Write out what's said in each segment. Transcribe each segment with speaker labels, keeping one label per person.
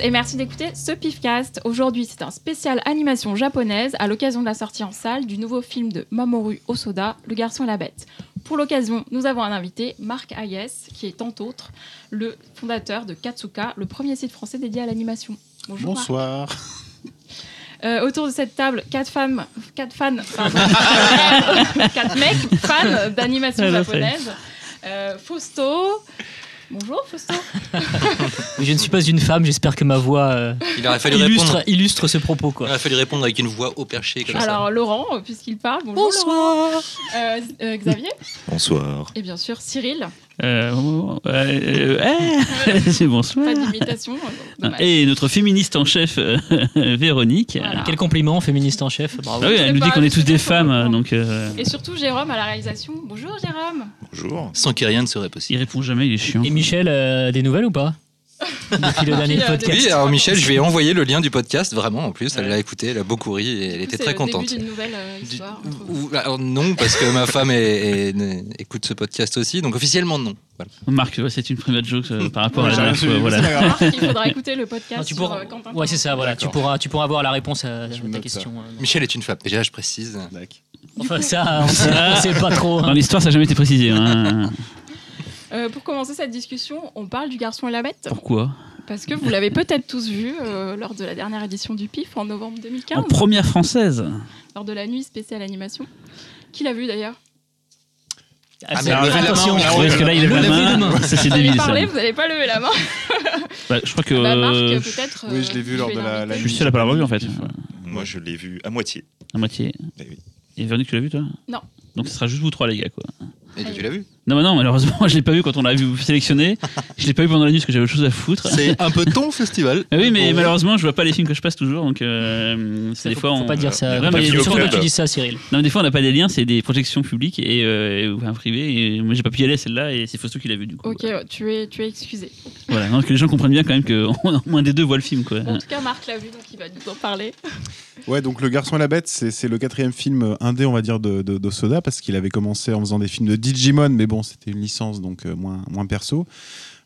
Speaker 1: et merci d'écouter ce Pifcast. Aujourd'hui, c'est un spécial animation japonaise à l'occasion de la sortie en salle du nouveau film de Mamoru Osoda, Le garçon et la bête. Pour l'occasion, nous avons un invité, Marc Hayes, qui est tant autre le fondateur de Katsuka, le premier site français dédié à l'animation. Bonjour. Marc.
Speaker 2: Bonsoir.
Speaker 1: Euh, autour de cette table, quatre femmes, quatre fans, pardon, quatre mecs fans d'animation
Speaker 3: Ouais, je sais.
Speaker 1: japonaise. Euh, Fausto. Bonjour Fausto.
Speaker 3: Je ne suis pas une femme, j'espère que ma voix euh,
Speaker 4: Il aurait fallu répondre.
Speaker 3: illustre, illustre ce propos.
Speaker 4: Il
Speaker 3: Quoi.
Speaker 4: aurait fallu répondre avec une voix au perché comme
Speaker 1: Alors Laurent, euh, puisqu'il parle. Bonjour. Laurent. Euh, euh, Xavier.
Speaker 2: Bonsoir.
Speaker 1: Et bien sûr Cyril.
Speaker 3: Euh, euh, euh, eh, c'est bonsoir.
Speaker 1: Pas d'imitation. euh, dommage.
Speaker 5: Et notre féministe en chef, euh, Véronique. euh,
Speaker 1: Voilà.
Speaker 3: Quel compliment, féministe en chef. Bravo.
Speaker 5: Ah oui,
Speaker 1: Je sais
Speaker 5: elle nous dit
Speaker 1: pas,
Speaker 5: qu'on
Speaker 1: je
Speaker 5: est tous
Speaker 1: sais
Speaker 5: des
Speaker 1: pas
Speaker 5: femmes,
Speaker 1: comment.
Speaker 5: euh, donc euh,
Speaker 1: Et surtout Jérôme à la réalisation. Bonjour Jérôme.
Speaker 2: Bonjour.
Speaker 4: ça. Sans que rien ne serait
Speaker 5: il
Speaker 4: possible.
Speaker 5: répond jamais, il est chiant.
Speaker 3: Et Michel, euh, des nouvelles ou pas Depuis le dernier
Speaker 1: Depuis, euh,
Speaker 3: podcast.
Speaker 1: depuis-
Speaker 4: Oui, alors Michel, je vais envoyer le lien du podcast, vraiment, en plus, elle
Speaker 3: Ouais.
Speaker 4: l'a écouté, elle a beaucoup ri et elle était
Speaker 1: C'est
Speaker 4: très
Speaker 1: le
Speaker 4: contente.
Speaker 1: Début d'une nouvelle euh,
Speaker 4: Du-
Speaker 1: histoire. entre vous.
Speaker 4: ou- alors non, parce que ma femme est- est- est- écoute ce podcast aussi, donc officiellement non. Voilà.
Speaker 5: Marc, ouais, c'est une private joke euh, par rapport à la
Speaker 2: J'ai rien
Speaker 5: dernière fois.
Speaker 2: suivi, mais c'est
Speaker 5: Voilà.
Speaker 2: pas grave.
Speaker 1: Marc, il faudra écouter le podcast
Speaker 3: Non,
Speaker 6: Ah,
Speaker 3: tu
Speaker 1: sur
Speaker 3: pourras-
Speaker 1: euh, Quentin.
Speaker 3: Ouais, c'est ça, voilà. Tu
Speaker 2: D'accord.
Speaker 3: pourras, tu pourras avoir la réponse à,
Speaker 2: Je
Speaker 3: à
Speaker 2: note
Speaker 3: ta
Speaker 2: ça.
Speaker 3: question. euh.
Speaker 4: Michel est une femme, déjà je précise.
Speaker 2: D'accord.
Speaker 3: Enfin, ça, on sait, on sait pas trop.
Speaker 5: Dans
Speaker 3: hein.
Speaker 5: l'histoire, ça n'a jamais été précisé. hein.
Speaker 1: Euh, pour commencer cette discussion, on parle du garçon et la bête.
Speaker 5: Pourquoi
Speaker 1: Parce que vous l'avez peut-être tous vu euh, lors de la dernière édition du PIF en novembre 2015,
Speaker 5: En première française.
Speaker 1: lors de la nuit spéciale animation. Qui l'a vu d'ailleurs
Speaker 4: Ah, mais
Speaker 3: c'est-
Speaker 4: levez la main,
Speaker 3: attention,
Speaker 4: levez la
Speaker 5: Ah ouais, parce que là, il
Speaker 3: le
Speaker 5: a la
Speaker 3: lever de
Speaker 5: main.
Speaker 3: main.
Speaker 5: Ça, c'est
Speaker 1: Vous allez
Speaker 5: débile, ça.
Speaker 1: parler, vous n'allez pas lever la main.
Speaker 5: Bah, je crois que.
Speaker 1: Bah, Marc,
Speaker 5: euh,
Speaker 1: peut-être.
Speaker 2: oui, je l'ai vu
Speaker 1: tu
Speaker 2: lors
Speaker 1: vas
Speaker 2: de la-
Speaker 1: l'inviter.
Speaker 2: la
Speaker 5: je suis seul à pas l'avoir vu, en fait.
Speaker 2: Moi, je l'ai vu à moitié.
Speaker 5: À moitié.
Speaker 2: Eh oui.
Speaker 5: Et Véronique, tu l'as vu, toi
Speaker 1: Non.
Speaker 5: Donc, ce sera juste vous trois, les gars, quoi.
Speaker 4: Et tu l'as vu
Speaker 5: Non, mais non, malheureusement, je l'ai pas vu quand on l'a vu sélectionné. Je l'ai pas vu pendant la nuit parce que j'avais autre chose à foutre.
Speaker 4: C'est un peu ton festival.
Speaker 5: Ah Oui, mais
Speaker 4: Bon.
Speaker 5: malheureusement, je vois pas les films que je passe toujours, donc euh, c'est des
Speaker 3: faut,
Speaker 5: fois
Speaker 3: faut
Speaker 5: on-
Speaker 3: pas dire
Speaker 2: on
Speaker 3: ça.
Speaker 2: a
Speaker 3: Non,
Speaker 2: pas
Speaker 3: mais
Speaker 2: dit au
Speaker 3: surtout quand
Speaker 2: club.
Speaker 3: tu dis ça, Cyril.
Speaker 5: Non, mais des fois on n'a pas des liens, c'est des projections publiques et euh, et- ou enfin, privées. Et moi j'ai pas pu y aller à celle-là et c'est Fausto qui l'a vu du coup.
Speaker 1: Ok, ouais, tu es, tu es excusé.
Speaker 5: Voilà, donc que les gens comprennent bien quand même que au moins des deux voit le film quoi.
Speaker 1: Bon, en tout cas, Marc l'a vu, donc il va nous en parler.
Speaker 2: Ouais, donc Le Garçon et la Bête, c'est c'est le quatrième film euh, indé, on va dire, de, de, de Soda, parce qu'il avait commencé en faisant des films de Digimon, mais bon, c'était une licence, donc euh, moins, moins perso.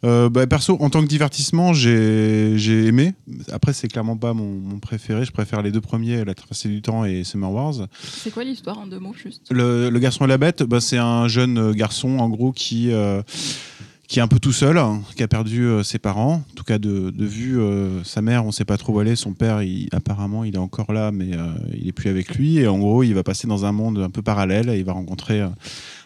Speaker 2: Euh, bah, perso, en tant que divertissement, j'ai j'ai aimé. Après, c'est clairement pas mon, mon préféré. Je préfère les deux premiers, La Traversée du Temps et Summer Wars.
Speaker 1: C'est quoi l'histoire en deux mots, juste
Speaker 2: Le, le garçon et la bête, bah, c'est un jeune euh, garçon en gros qui euh, qui est un peu tout seul, hein, qui a perdu euh, ses parents, en tout cas de, de vue euh, sa mère, on ne sait pas trop où elle est, son père, il- apparemment il est encore là, mais euh, il est plus avec lui, et en gros il va passer dans un monde un peu parallèle, et il va rencontrer euh,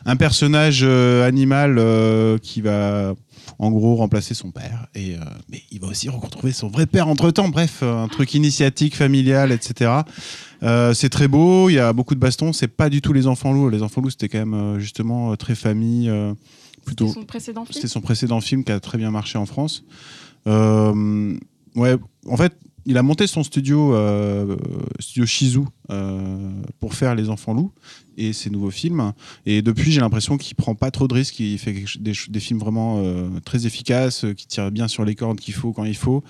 Speaker 2: un personnage euh, animal euh, qui va en gros remplacer son père, et euh, mais il va aussi retrouver son vrai père entre temps, bref, un truc initiatique, familial, etc. Euh, c'est très beau, il y a beaucoup de bastons, c'est pas du tout les enfants loups. Les enfants loups, c'était quand même euh, justement euh, très famille, euh, plutôt.
Speaker 1: Son précédent film
Speaker 2: C'était son précédent film qui a très bien marché en France. Euh, ouais, en fait, il a monté son studio, euh, studio Shizu, euh, pour faire Les Enfants Loups et ses nouveaux films. Et depuis, j'ai l'impression qu'il prend pas trop de risques. Il fait quelque- des, ch- des films vraiment euh, très efficaces, euh, qui tirent bien sur les cordes qu'il faut quand il faut.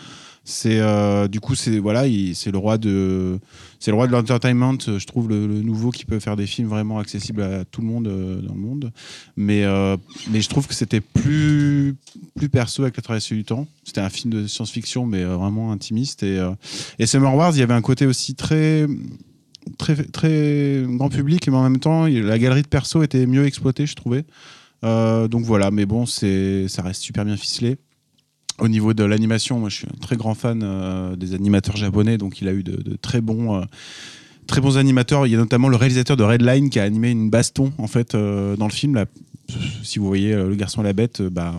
Speaker 2: C'est euh, du coup, c'est voilà, il- c'est le roi de, c'est le roi de l'entertainment. euh, Je trouve le, le nouveau qui peut faire des films vraiment accessibles à tout le monde euh, dans le monde. Mais euh, mais je trouve que c'était plus, plus perso avec La Traversée du Temps. C'était un film de science-fiction, mais euh, vraiment intimiste. Et, euh, et Summer Wars, il y avait un côté aussi très, très, très grand public, mais en même temps, il- la galerie de perso était mieux exploitée, je trouvais. Euh, donc voilà, mais bon, c'est- ça reste super bien ficelé. Au niveau de l'animation, moi je suis un très grand fan euh, des animateurs japonais, donc il a eu de, de très bons. euh, Très bons animateurs, il y a notamment le réalisateur de Redline qui a animé une baston en fait euh, dans le film, la si vous voyez euh, le garçon et la bête, euh, bah,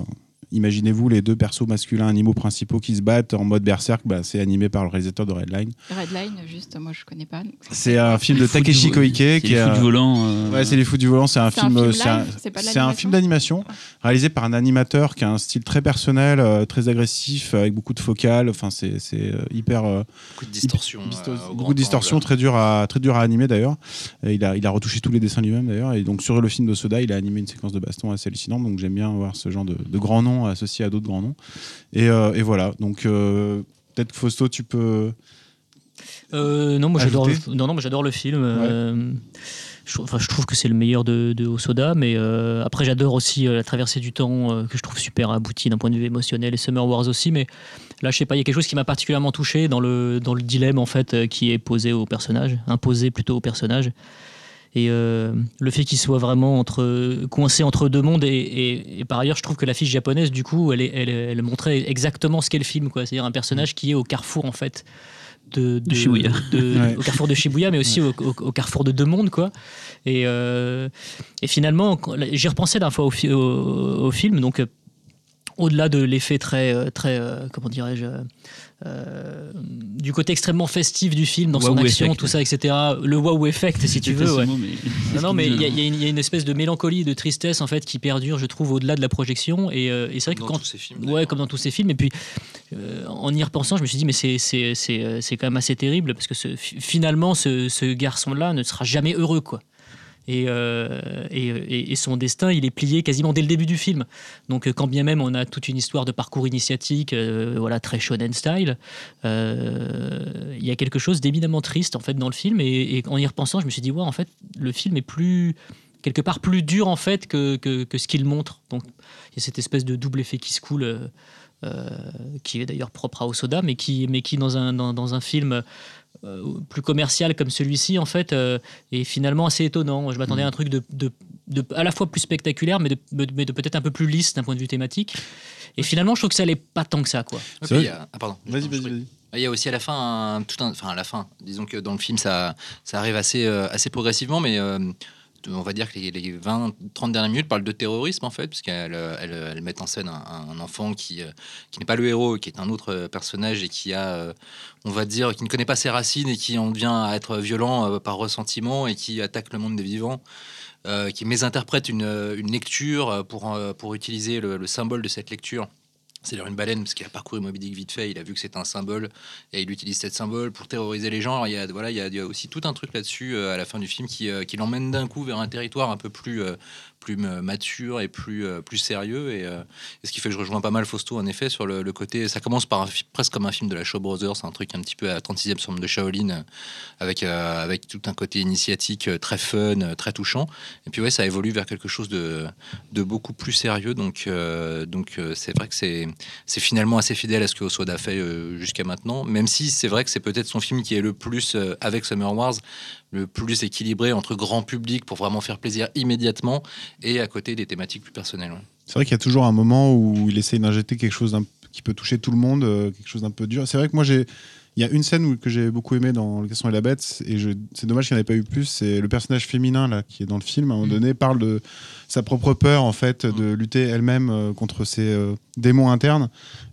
Speaker 2: imaginez-vous les deux persos masculins animaux principaux qui se battent en mode berserk. Bah, c'est animé par le réalisateur de Redline.
Speaker 1: Redline, juste, moi je connais pas. donc c'est-
Speaker 2: C'est un film de
Speaker 5: Les fous du-
Speaker 2: Takeshi Koike qui
Speaker 5: C'est les
Speaker 2: est
Speaker 5: fous du
Speaker 2: un-
Speaker 5: volant. euh,
Speaker 2: Ouais, c'est les fous du volant. C'est un
Speaker 1: C'est un
Speaker 2: film,
Speaker 1: film
Speaker 2: euh, c'est un-
Speaker 1: live, c'est pas de
Speaker 2: c'est un
Speaker 1: l'animation
Speaker 2: film d'animation réalisé par un animateur qui a un style très personnel, euh, très agressif, avec beaucoup de focales. Enfin, c'est c'est, euh, hyper. euh,
Speaker 4: Beaucoup de distorsion.
Speaker 2: Disto-
Speaker 4: euh, au grand
Speaker 2: beaucoup de distorsions,
Speaker 4: angle.
Speaker 2: très dur à très dur à animer d'ailleurs. Et Il a il a retouché tous les dessins lui-même d'ailleurs. Et donc sur le film de Soda, il a animé une séquence de baston assez hallucinante. Donc j'aime bien voir ce genre de, de grands noms associés à d'autres grands noms. Et, euh, et voilà. Donc euh, peut-être que Fausto, tu peux
Speaker 6: Euh, non, moi j'adore.
Speaker 2: Ajouter
Speaker 6: le- Non, non, moi j'adore le film. euh, je, enfin, je trouve que c'est le meilleur de, de Osoda, mais euh, après j'adore aussi euh, la traversée du temps euh, que je trouve super aboutie d'un point de vue émotionnel et Summer Wars aussi, mais là je sais pas, il y a quelque chose qui m'a particulièrement touché dans le dans le dilemme en fait euh, qui est posé au personnage, imposé plutôt au personnage. Et euh, le fait qu'il soit vraiment entre, coincé entre deux mondes, et, et- et par ailleurs, je trouve que l'affiche japonaise, du coup, elle, est- elle, elle montrait exactement ce qu'est le film, quoi. C'est-à-dire un personnage qui est au carrefour, en fait, de,
Speaker 5: Mm. De Shibuya.
Speaker 6: de-
Speaker 2: Ouais.
Speaker 6: Au carrefour de Shibuya, mais aussi au, au- au carrefour de deux mondes, quoi. Et, euh, et finalement, quand- j'y repensais la dernière fois au, fi- au- au film, donc euh, au-delà de l'effet très, euh, très euh, comment dirais-je, euh, euh, du côté extrêmement festif du film, dans son
Speaker 5: Wow
Speaker 6: action,
Speaker 5: effect.
Speaker 6: tout ça, etc. Le wow effect, si tu
Speaker 5: Déteste
Speaker 6: veux,
Speaker 5: ce
Speaker 6: ouais.
Speaker 5: mot, mais-
Speaker 6: Non, non, mais il y, a- il y a une- il y a une espèce de mélancolie, de tristesse en fait qui perdure, je trouve, au-delà de la projection. Et, euh, et c'est vrai que
Speaker 4: Dans
Speaker 6: quand
Speaker 4: tous ces films,
Speaker 6: Ouais,
Speaker 4: d'ailleurs.
Speaker 6: comme dans tous ces films. Et puis, euh, en y repensant, je me suis dit, mais c'est- c'est c'est, euh, c'est quand même assez terrible parce que ce- fi- finalement, ce, ce garçon-là ne sera jamais heureux, quoi. Et, euh, et, et- et son destin, il est plié quasiment dès le début du film. Donc, euh, quand bien même on a toute une histoire de parcours initiatique, euh, voilà, très shonen style, euh, il y a quelque chose d'éminemment triste en fait dans le film. Et, et en y repensant, je me suis dit, ouais, en fait, le film est plus quelque part plus dur en fait que, que, que ce qu'il montre. Donc, il y a cette espèce de double effet qui se coule, euh, euh, qui est d'ailleurs propre à Osoda, mais qui, mais qui dans, un, dans, dans un film euh, plus commercial comme celui-ci, en fait, euh, est finalement assez étonnant. Je m'attendais à un truc de, de- de- à la fois plus spectaculaire, mais de, mais de peut-être un peu plus lisse d'un point de vue thématique. Et finalement, je trouve que ça n'est pas tant que ça, quoi.
Speaker 4: Ouais,
Speaker 2: C'est
Speaker 4: puis
Speaker 2: vrai
Speaker 4: il y a- Ah, pardon.
Speaker 2: Vas-y,
Speaker 4: Attends, je
Speaker 2: vas-y, vas-y.
Speaker 4: Il y a aussi à la fin, un- tout un, enfin à la fin, disons que dans le film, ça, ça arrive assez, euh, assez progressivement, mais euh, on va dire que les, les 20-30 dernières minutes parlent de terrorisme, en fait, puisqu'elles euh, elles, euh, elles mettent en scène un, un enfant qui, euh, qui n'est pas le héros, qui est un autre euh, personnage et qui a, euh, on va dire, qui ne connaît pas ses racines et qui en vient à être violent euh, par ressentiment et qui attaque le monde des vivants. euh, qui mésinterprète une, euh, une lecture euh, pour, euh, pour utiliser le- le symbole de cette lecture c'est-à-dire une baleine, parce qu'il a parcouru Moby Dick vite fait, il a vu que c'était un symbole, et il utilise cette symbole pour terroriser les gens. Alors, il, y a, voilà, il, y a, il y a aussi tout un truc là-dessus euh, à la fin du film qui, euh, qui l'emmène d'un coup vers un territoire un peu plus, euh, plus euh, mature et plus, euh, plus sérieux. Et, euh, et ce qui fait que je rejoins pas mal Fausto, en effet, sur le, le côté. Ça commence par un fi- presque comme un film de la Shaw Brothers, un truc un petit peu à 36e somme de Shaolin, euh, avec, euh, avec tout un côté initiatique euh, très fun, euh, très touchant. Et puis, ouais, ça évolue vers quelque chose de, de beaucoup plus sérieux. Donc, euh, donc euh, c'est vrai que c'est c'est finalement assez fidèle à ce que Osoda fait euh, jusqu'à maintenant, même si c'est vrai que c'est peut-être son film qui est le plus, euh, avec Summer Wars, le plus équilibré entre grand public pour vraiment faire plaisir immédiatement et à côté des thématiques plus personnelles. ouais.
Speaker 2: C'est vrai qu'il y a toujours un moment où il essaye d'injecter quelque chose d'un- qui peut toucher tout le monde, euh, quelque chose d'un peu dur. C'est vrai que moi, j'ai. Il y a une scène où- que j'ai beaucoup aimé dans Le Casson et la Bête, et je- c'est dommage qu'il n'y en ait pas eu plus. C'est le personnage féminin là, qui est dans le film, à un moment donné, parle de sa propre peur en fait, de lutter elle-même euh, contre ses euh, démons internes.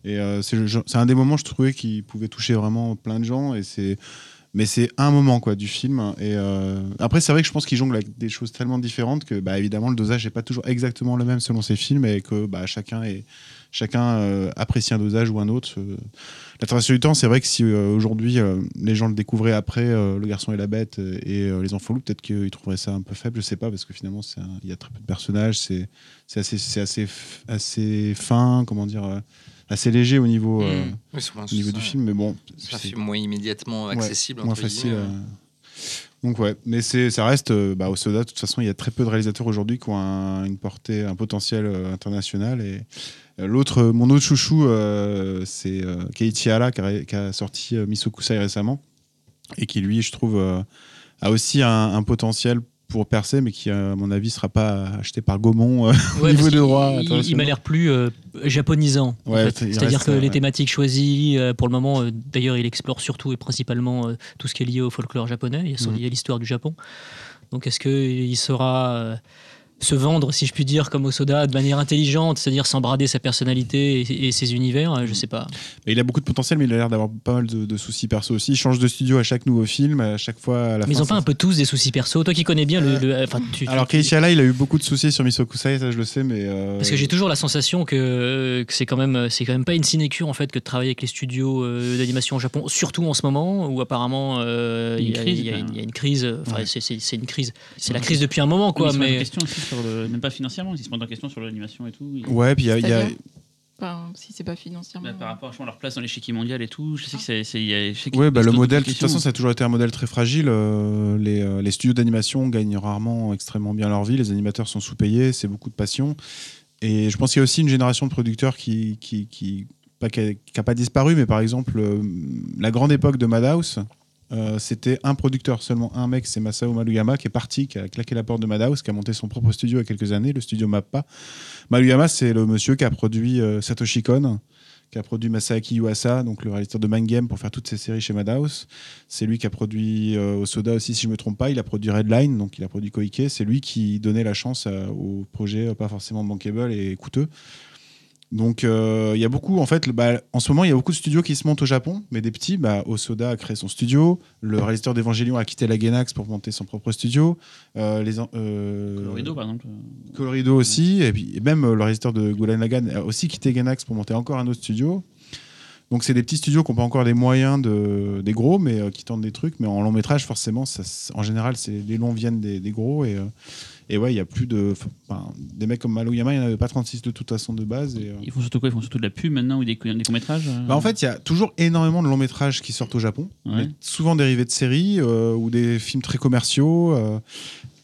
Speaker 2: Et euh, c'est le genre- c'est un des moments, je trouvais, qui pouvait toucher vraiment plein de gens. Et c'est mais c'est un moment quoi du film et euh, après c'est vrai que je pense qu'il jongle avec des choses tellement différentes que bah évidemment le dosage n'est pas toujours exactement le même selon ses films et que bah chacun est chacun euh, apprécie un dosage ou un autre Euh, la traversée du temps c'est vrai que si euh, aujourd'hui euh, les gens le découvraient après euh, le garçon et la bête euh, et euh, les enfants loups peut-être qu'ils trouveraient ça un peu faible je sais pas parce que finalement c'est un- il y a très peu de personnages c'est c'est assez c'est assez f- assez fin comment dire euh, assez léger au niveau euh,
Speaker 4: Mm. Oui, c'est-
Speaker 2: au niveau
Speaker 4: c'est
Speaker 2: du
Speaker 4: ça.
Speaker 2: film mais bon
Speaker 4: C'est un
Speaker 2: c'est-
Speaker 4: film moins immédiatement
Speaker 2: Ouais,
Speaker 4: accessible.
Speaker 2: moins
Speaker 4: entre
Speaker 2: facile.
Speaker 4: guillemets, ouais.
Speaker 2: euh. Donc ouais, mais c'est ça reste euh, bah, au Soda. De toute façon, il y a très peu de réalisateurs aujourd'hui qui ont un- une portée, un potentiel euh, international. Et euh, l'autre, euh, mon autre chouchou, euh, c'est euh, Keiichi Hara qui a, ré- qui a sorti euh, Misokusai récemment et qui lui, je trouve, euh, a aussi un, un potentiel pour percer, mais qui, à mon avis, sera pas acheté par Gaumont. euh.
Speaker 6: Ouais,
Speaker 2: niveau
Speaker 6: parce
Speaker 2: des
Speaker 6: qu'il-
Speaker 2: droits
Speaker 6: il- Il,
Speaker 2: internationaux.
Speaker 6: m'a l'air plus euh, japonisant. en
Speaker 2: Ouais,
Speaker 6: fait.
Speaker 2: il
Speaker 6: C'est-à-dire
Speaker 2: reste,
Speaker 6: que
Speaker 2: euh, ouais.
Speaker 6: les thématiques choisies, euh, pour le moment, euh, d'ailleurs, il explore surtout et principalement euh, tout ce qui est lié au folklore japonais. Il y a son-
Speaker 2: Mhm.
Speaker 6: il y a l'histoire du Japon. Donc, est-ce qu'il saura euh, se vendre, si je puis dire, comme Osoda, de manière intelligente, c'est-à-dire sans brader sa personnalité et, et ses univers euh, Je sais pas.
Speaker 2: Et il a beaucoup de potentiel, mais il a l'air d'avoir pas mal de, de soucis perso aussi. Il change de studio à chaque nouveau film, à chaque fois. À la
Speaker 6: Mais
Speaker 2: fin,
Speaker 6: ils ont
Speaker 2: ça-
Speaker 6: pas un peu tous des soucis perso. Toi qui connais bien le. le- enfin, tu- tu-
Speaker 2: Alors Keiichi Hara, il a eu beaucoup de soucis sur Misokusai, ça je le sais, mais euh,
Speaker 6: Parce que j'ai toujours la sensation que, que c'est quand même euh, c'est quand même pas une sinécure en fait que de travailler avec les studios euh, d'animation au Japon, surtout en ce moment où apparemment euh,
Speaker 5: Il y a une
Speaker 6: il
Speaker 5: crise,
Speaker 6: y, a- il y a
Speaker 5: ben.
Speaker 6: une- il y a une crise. euh, Enfin
Speaker 2: Ouais.
Speaker 6: c'est- c'est c'est une crise. C'est la crise depuis un moment
Speaker 5: Ils
Speaker 6: quoi.
Speaker 5: se mettent en
Speaker 6: Mais
Speaker 5: question aussi sur le- même pas financièrement, ils se mettent en question sur l'animation et tout. Ils-
Speaker 2: ouais, puis il y a, il y a-
Speaker 1: C'est-à-dire Enfin, si c'est pas financièrement.
Speaker 5: Bah, par rapport à leur place dans l'échiquier mondial et tout, je sais que c'est. c'est- il y a- je sais qu'il y a
Speaker 2: Oui, bah,
Speaker 5: plein
Speaker 2: le
Speaker 5: de
Speaker 2: modèle, de toute façon,
Speaker 5: questions.
Speaker 2: ça a toujours été un modèle très fragile. Euh, les, euh, les studios d'animation gagnent rarement extrêmement bien leur vie. Les animateurs sont sous-payés, c'est beaucoup de passion. Et je pense qu'il y a aussi une génération de producteurs qui. qui, qui pas qui a- qui a pas disparu, mais par exemple, euh, la grande époque de Madhouse, euh, c'était un producteur, seulement un mec, c'est Masao Maluyama, qui est parti, qui a claqué la porte de Madhouse, qui a monté son propre studio il y a quelques années, le studio Mappa. Maluyama, c'est le monsieur qui a produit euh, Satoshi Kon, qui a produit Masaaki Yuasa, donc le réalisateur de Mind Game pour faire toutes ses séries chez Madhouse. C'est lui qui a produit euh, Osoda aussi, si je ne me trompe pas. Il a produit Redline, donc il a produit Koike. C'est lui qui donnait la chance euh, aux projets euh, pas forcément bankable et coûteux. Donc euh, il y a beaucoup, en fait, le- bah, en ce moment, il y a beaucoup de studios qui se montent au Japon, mais des petits. Bah, Osoda a créé son studio. Le réalisateur d'Evangelion a quitté la Gainax pour monter son propre studio. Euh, les, en- euh,
Speaker 5: Colorido, par exemple.
Speaker 2: Colorido aussi, et puis et même euh, le réalisateur de Gulen Lagan a aussi quitté Gainax pour monter encore un autre studio. Donc c'est des petits studios qui n'ont pas encore les moyens de, des gros, mais euh, qui tentent des trucs. Mais en long métrage, forcément, ça s- en général, c'est- les longs viennent des, des gros. Et, euh, et ouais, il y a plus de... enfin, des mecs comme Maluyama, il n'y en avait pas 36 de toute façon de base. Et, euh,
Speaker 5: Ils font surtout quoi Ils font surtout de la pub maintenant ou des, cou- des courts-métrages euh
Speaker 2: bah, en fait, il y a toujours énormément de longs métrages qui sortent au Japon,
Speaker 5: Ouais.
Speaker 2: mais souvent dérivés de séries euh, ou des films très commerciaux, euh,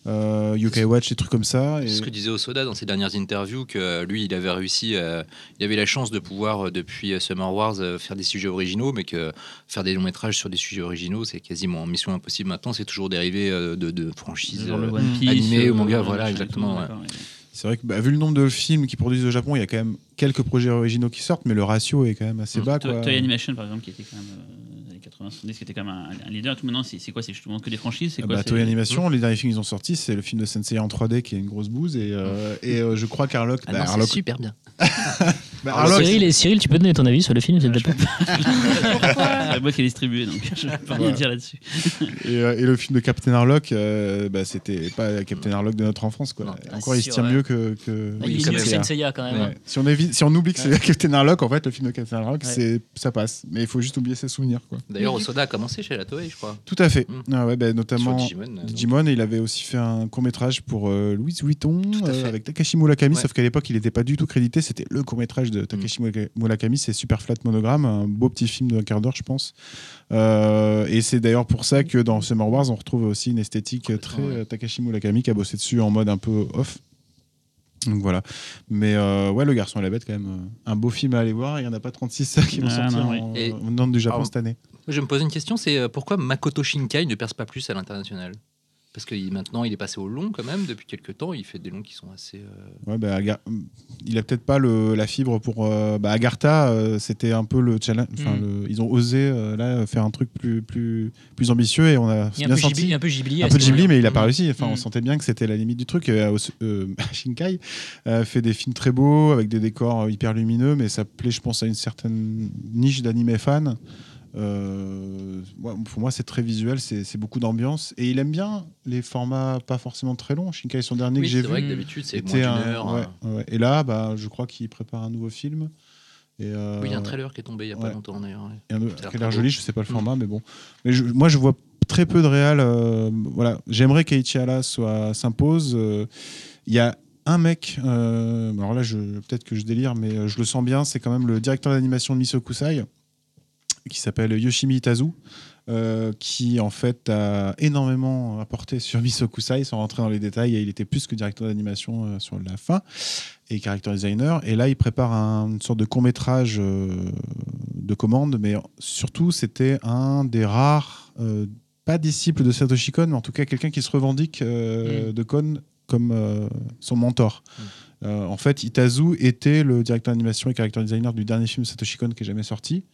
Speaker 2: euh, UK Watch, des trucs comme ça. Et...
Speaker 4: C'est ce que disait Osoda dans ses dernières interviews, que euh, lui, il avait réussi, euh, il avait la chance de pouvoir, euh, depuis euh, Summer Wars, euh, faire des sujets originaux, mais que faire des longs métrages sur des sujets originaux, c'est quasiment mission impossible maintenant, c'est toujours dérivé euh, de, de franchises.
Speaker 5: Genre le
Speaker 4: euh,
Speaker 5: One Piece,
Speaker 4: animé
Speaker 5: euh,
Speaker 4: ou manga,
Speaker 5: machin
Speaker 4: voilà,
Speaker 5: et tout,
Speaker 4: exactement, ouais.
Speaker 5: d'accord, ouais.
Speaker 2: C'est vrai que bah, vu le nombre de films qui produisent au Japon, il y a quand même quelques projets originaux qui sortent, mais le ratio est quand même assez bas.
Speaker 5: Toy,
Speaker 2: Ah, Quoi.
Speaker 5: Toy Animation, par exemple, qui était quand même euh, dans les 80 70, qui était quand même un, un leader. Tout maintenant, c'est c'est quoi C'est justement que des franchises C'est
Speaker 2: Ah
Speaker 5: quoi
Speaker 2: bah,
Speaker 5: c'est-
Speaker 2: Toy Animation, les derniers films qu'ils ont sortis, c'est le film de Sensei en 3D qui est une grosse bouse et, euh, et euh, je crois qu'Arlock,
Speaker 4: Ah
Speaker 2: bah,
Speaker 4: non, c'est
Speaker 2: Arlock-
Speaker 4: super bien.
Speaker 2: bah,
Speaker 6: Ah,
Speaker 4: Alors,
Speaker 2: Arlock,
Speaker 6: Cyril, et Cyril, tu peux donner ton avis sur le film
Speaker 2: Ah,
Speaker 6: c'est peut-être pas-
Speaker 5: C'est la boîte qui est distribuée, donc je ne peux pas rien
Speaker 2: Ouais.
Speaker 5: dire là-dessus.
Speaker 2: et, euh, et le film de Captain Harlock, euh, bah, c'était pas Captain Harlock de notre enfance quoi.
Speaker 4: Non.
Speaker 2: Encore
Speaker 6: Ah,
Speaker 2: il
Speaker 6: si,
Speaker 2: se tient
Speaker 6: ouais.
Speaker 2: mieux que. que-
Speaker 4: Oui,
Speaker 6: Il est
Speaker 4: quand
Speaker 6: mieux que
Speaker 4: même.
Speaker 6: Senseiya quand même.
Speaker 2: Ouais.
Speaker 6: hein.
Speaker 2: Si, on évite- si on oublie que c'est Captain Harlock, en fait, le film de Captain Harlock,
Speaker 5: Ouais.
Speaker 2: c'est ça passe. Mais il faut juste oublier ses souvenirs quoi.
Speaker 4: D'ailleurs, Osoda a commencé chez la Toei, je crois.
Speaker 2: Tout à fait.
Speaker 4: Mm.
Speaker 2: Ah ouais, bah,
Speaker 4: Sur
Speaker 2: notamment.
Speaker 4: Digimon. euh,
Speaker 2: Digimon, et il avait aussi fait un court métrage pour euh, Louise Vuitton
Speaker 4: à fait.
Speaker 2: euh, avec Takashi Murakami,
Speaker 4: Ouais.
Speaker 2: sauf qu'à l'époque il n'était pas du tout crédité. C'était le court métrage de Takashi Muraka- Murakami, c'est Super Flat Monogramme, un beau petit film d'un quart d'heure, je pense. Euh, et c'est d'ailleurs pour ça que dans Summer Wars, on retrouve aussi une esthétique euh, très
Speaker 4: Complètement, ouais.
Speaker 2: euh, Takashi Murakami qui a bossé dessus en mode un peu off. Donc voilà. Mais euh, ouais, Le Garçon et la Bête, quand même, euh, un beau film à aller voir. Il n'y en a pas 36 qui vont
Speaker 5: Ah,
Speaker 2: sortir
Speaker 5: non, oui.
Speaker 2: en,
Speaker 4: Et-
Speaker 2: en dehors du Japon
Speaker 4: Ah,
Speaker 2: cette année.
Speaker 4: Moi, Je me posais une question, c'est euh, pourquoi Makoto Shinkai ne perce pas plus à l'international Parce que il- maintenant, il est passé au long quand même, depuis quelques temps, il fait des longs qui sont assez... euh,
Speaker 2: Ouais, bah, Aga- il a peut-être pas le, la fibre pour. euh, bah, Agartha, euh, c'était un peu le challenge. enfin,
Speaker 6: Mm.
Speaker 2: le- ils ont osé euh, là faire un truc plus plus plus ambitieux et on a
Speaker 6: Il y a
Speaker 2: bien
Speaker 6: un peu
Speaker 2: senti.
Speaker 6: Ghibli, un peu Ghibli. hein,
Speaker 2: un
Speaker 6: à
Speaker 2: peu de
Speaker 6: ce niveau-là.
Speaker 2: Ghibli, mais il a pas réussi. Enfin,
Speaker 6: Mm.
Speaker 2: on sentait bien que c'était la limite du truc. Euh, Os- euh, Shinkai euh, fait des films très beaux avec des décors euh, hyper lumineux, mais ça plaît, je pense, à une certaine niche d'anime fan. Euh, ouais, pour moi, c'est très visuel, c'est c'est beaucoup d'ambiance et il aime bien les formats pas forcément très longs. Shinkai, son dernier
Speaker 4: Oui,
Speaker 2: que
Speaker 4: c'est
Speaker 2: j'ai vu,
Speaker 4: vrai que d'habitude, c'est moins
Speaker 2: était
Speaker 4: d'une
Speaker 2: un-
Speaker 4: heure.
Speaker 2: ouais,
Speaker 4: hein.
Speaker 2: ouais. Et là, bah, je crois qu'il prépare un nouveau film. Et, euh,
Speaker 4: Oui, il y a un trailer qui est tombé il n'y a pas
Speaker 2: ouais.
Speaker 4: longtemps d'ailleurs. ouais.
Speaker 2: et un autre
Speaker 4: Ça a l'air
Speaker 2: qui a l'air
Speaker 4: très
Speaker 2: joli, je sais pas le format, mais bon. Mais je- moi, je vois très peu de réal. euh, voilà, j'aimerais qu'Aichi Hara soit s'impose. euh, Il y a un mec. euh, alors là, je peut-être que je délire, mais euh, je le sens bien. C'est quand même le directeur d'animation de Miso Kusai, qui s'appelle Yoshimi Itazu. euh, qui en fait a énormément apporté sur Miso Kusai sans rentrer dans les détails et il était plus que directeur d'animation euh, sur la fin et character designer et là il prépare un- une sorte de euh, court métrage de commande, mais surtout, c'était un des rares, euh, pas disciples de Satoshi Kon, mais en tout cas quelqu'un qui se revendique euh, de Kon comme euh, son mentor.
Speaker 4: Mm.
Speaker 2: Euh, en fait, Itazu était le directeur d'animation et character designer du dernier film Satoshi Kon qui est jamais sorti.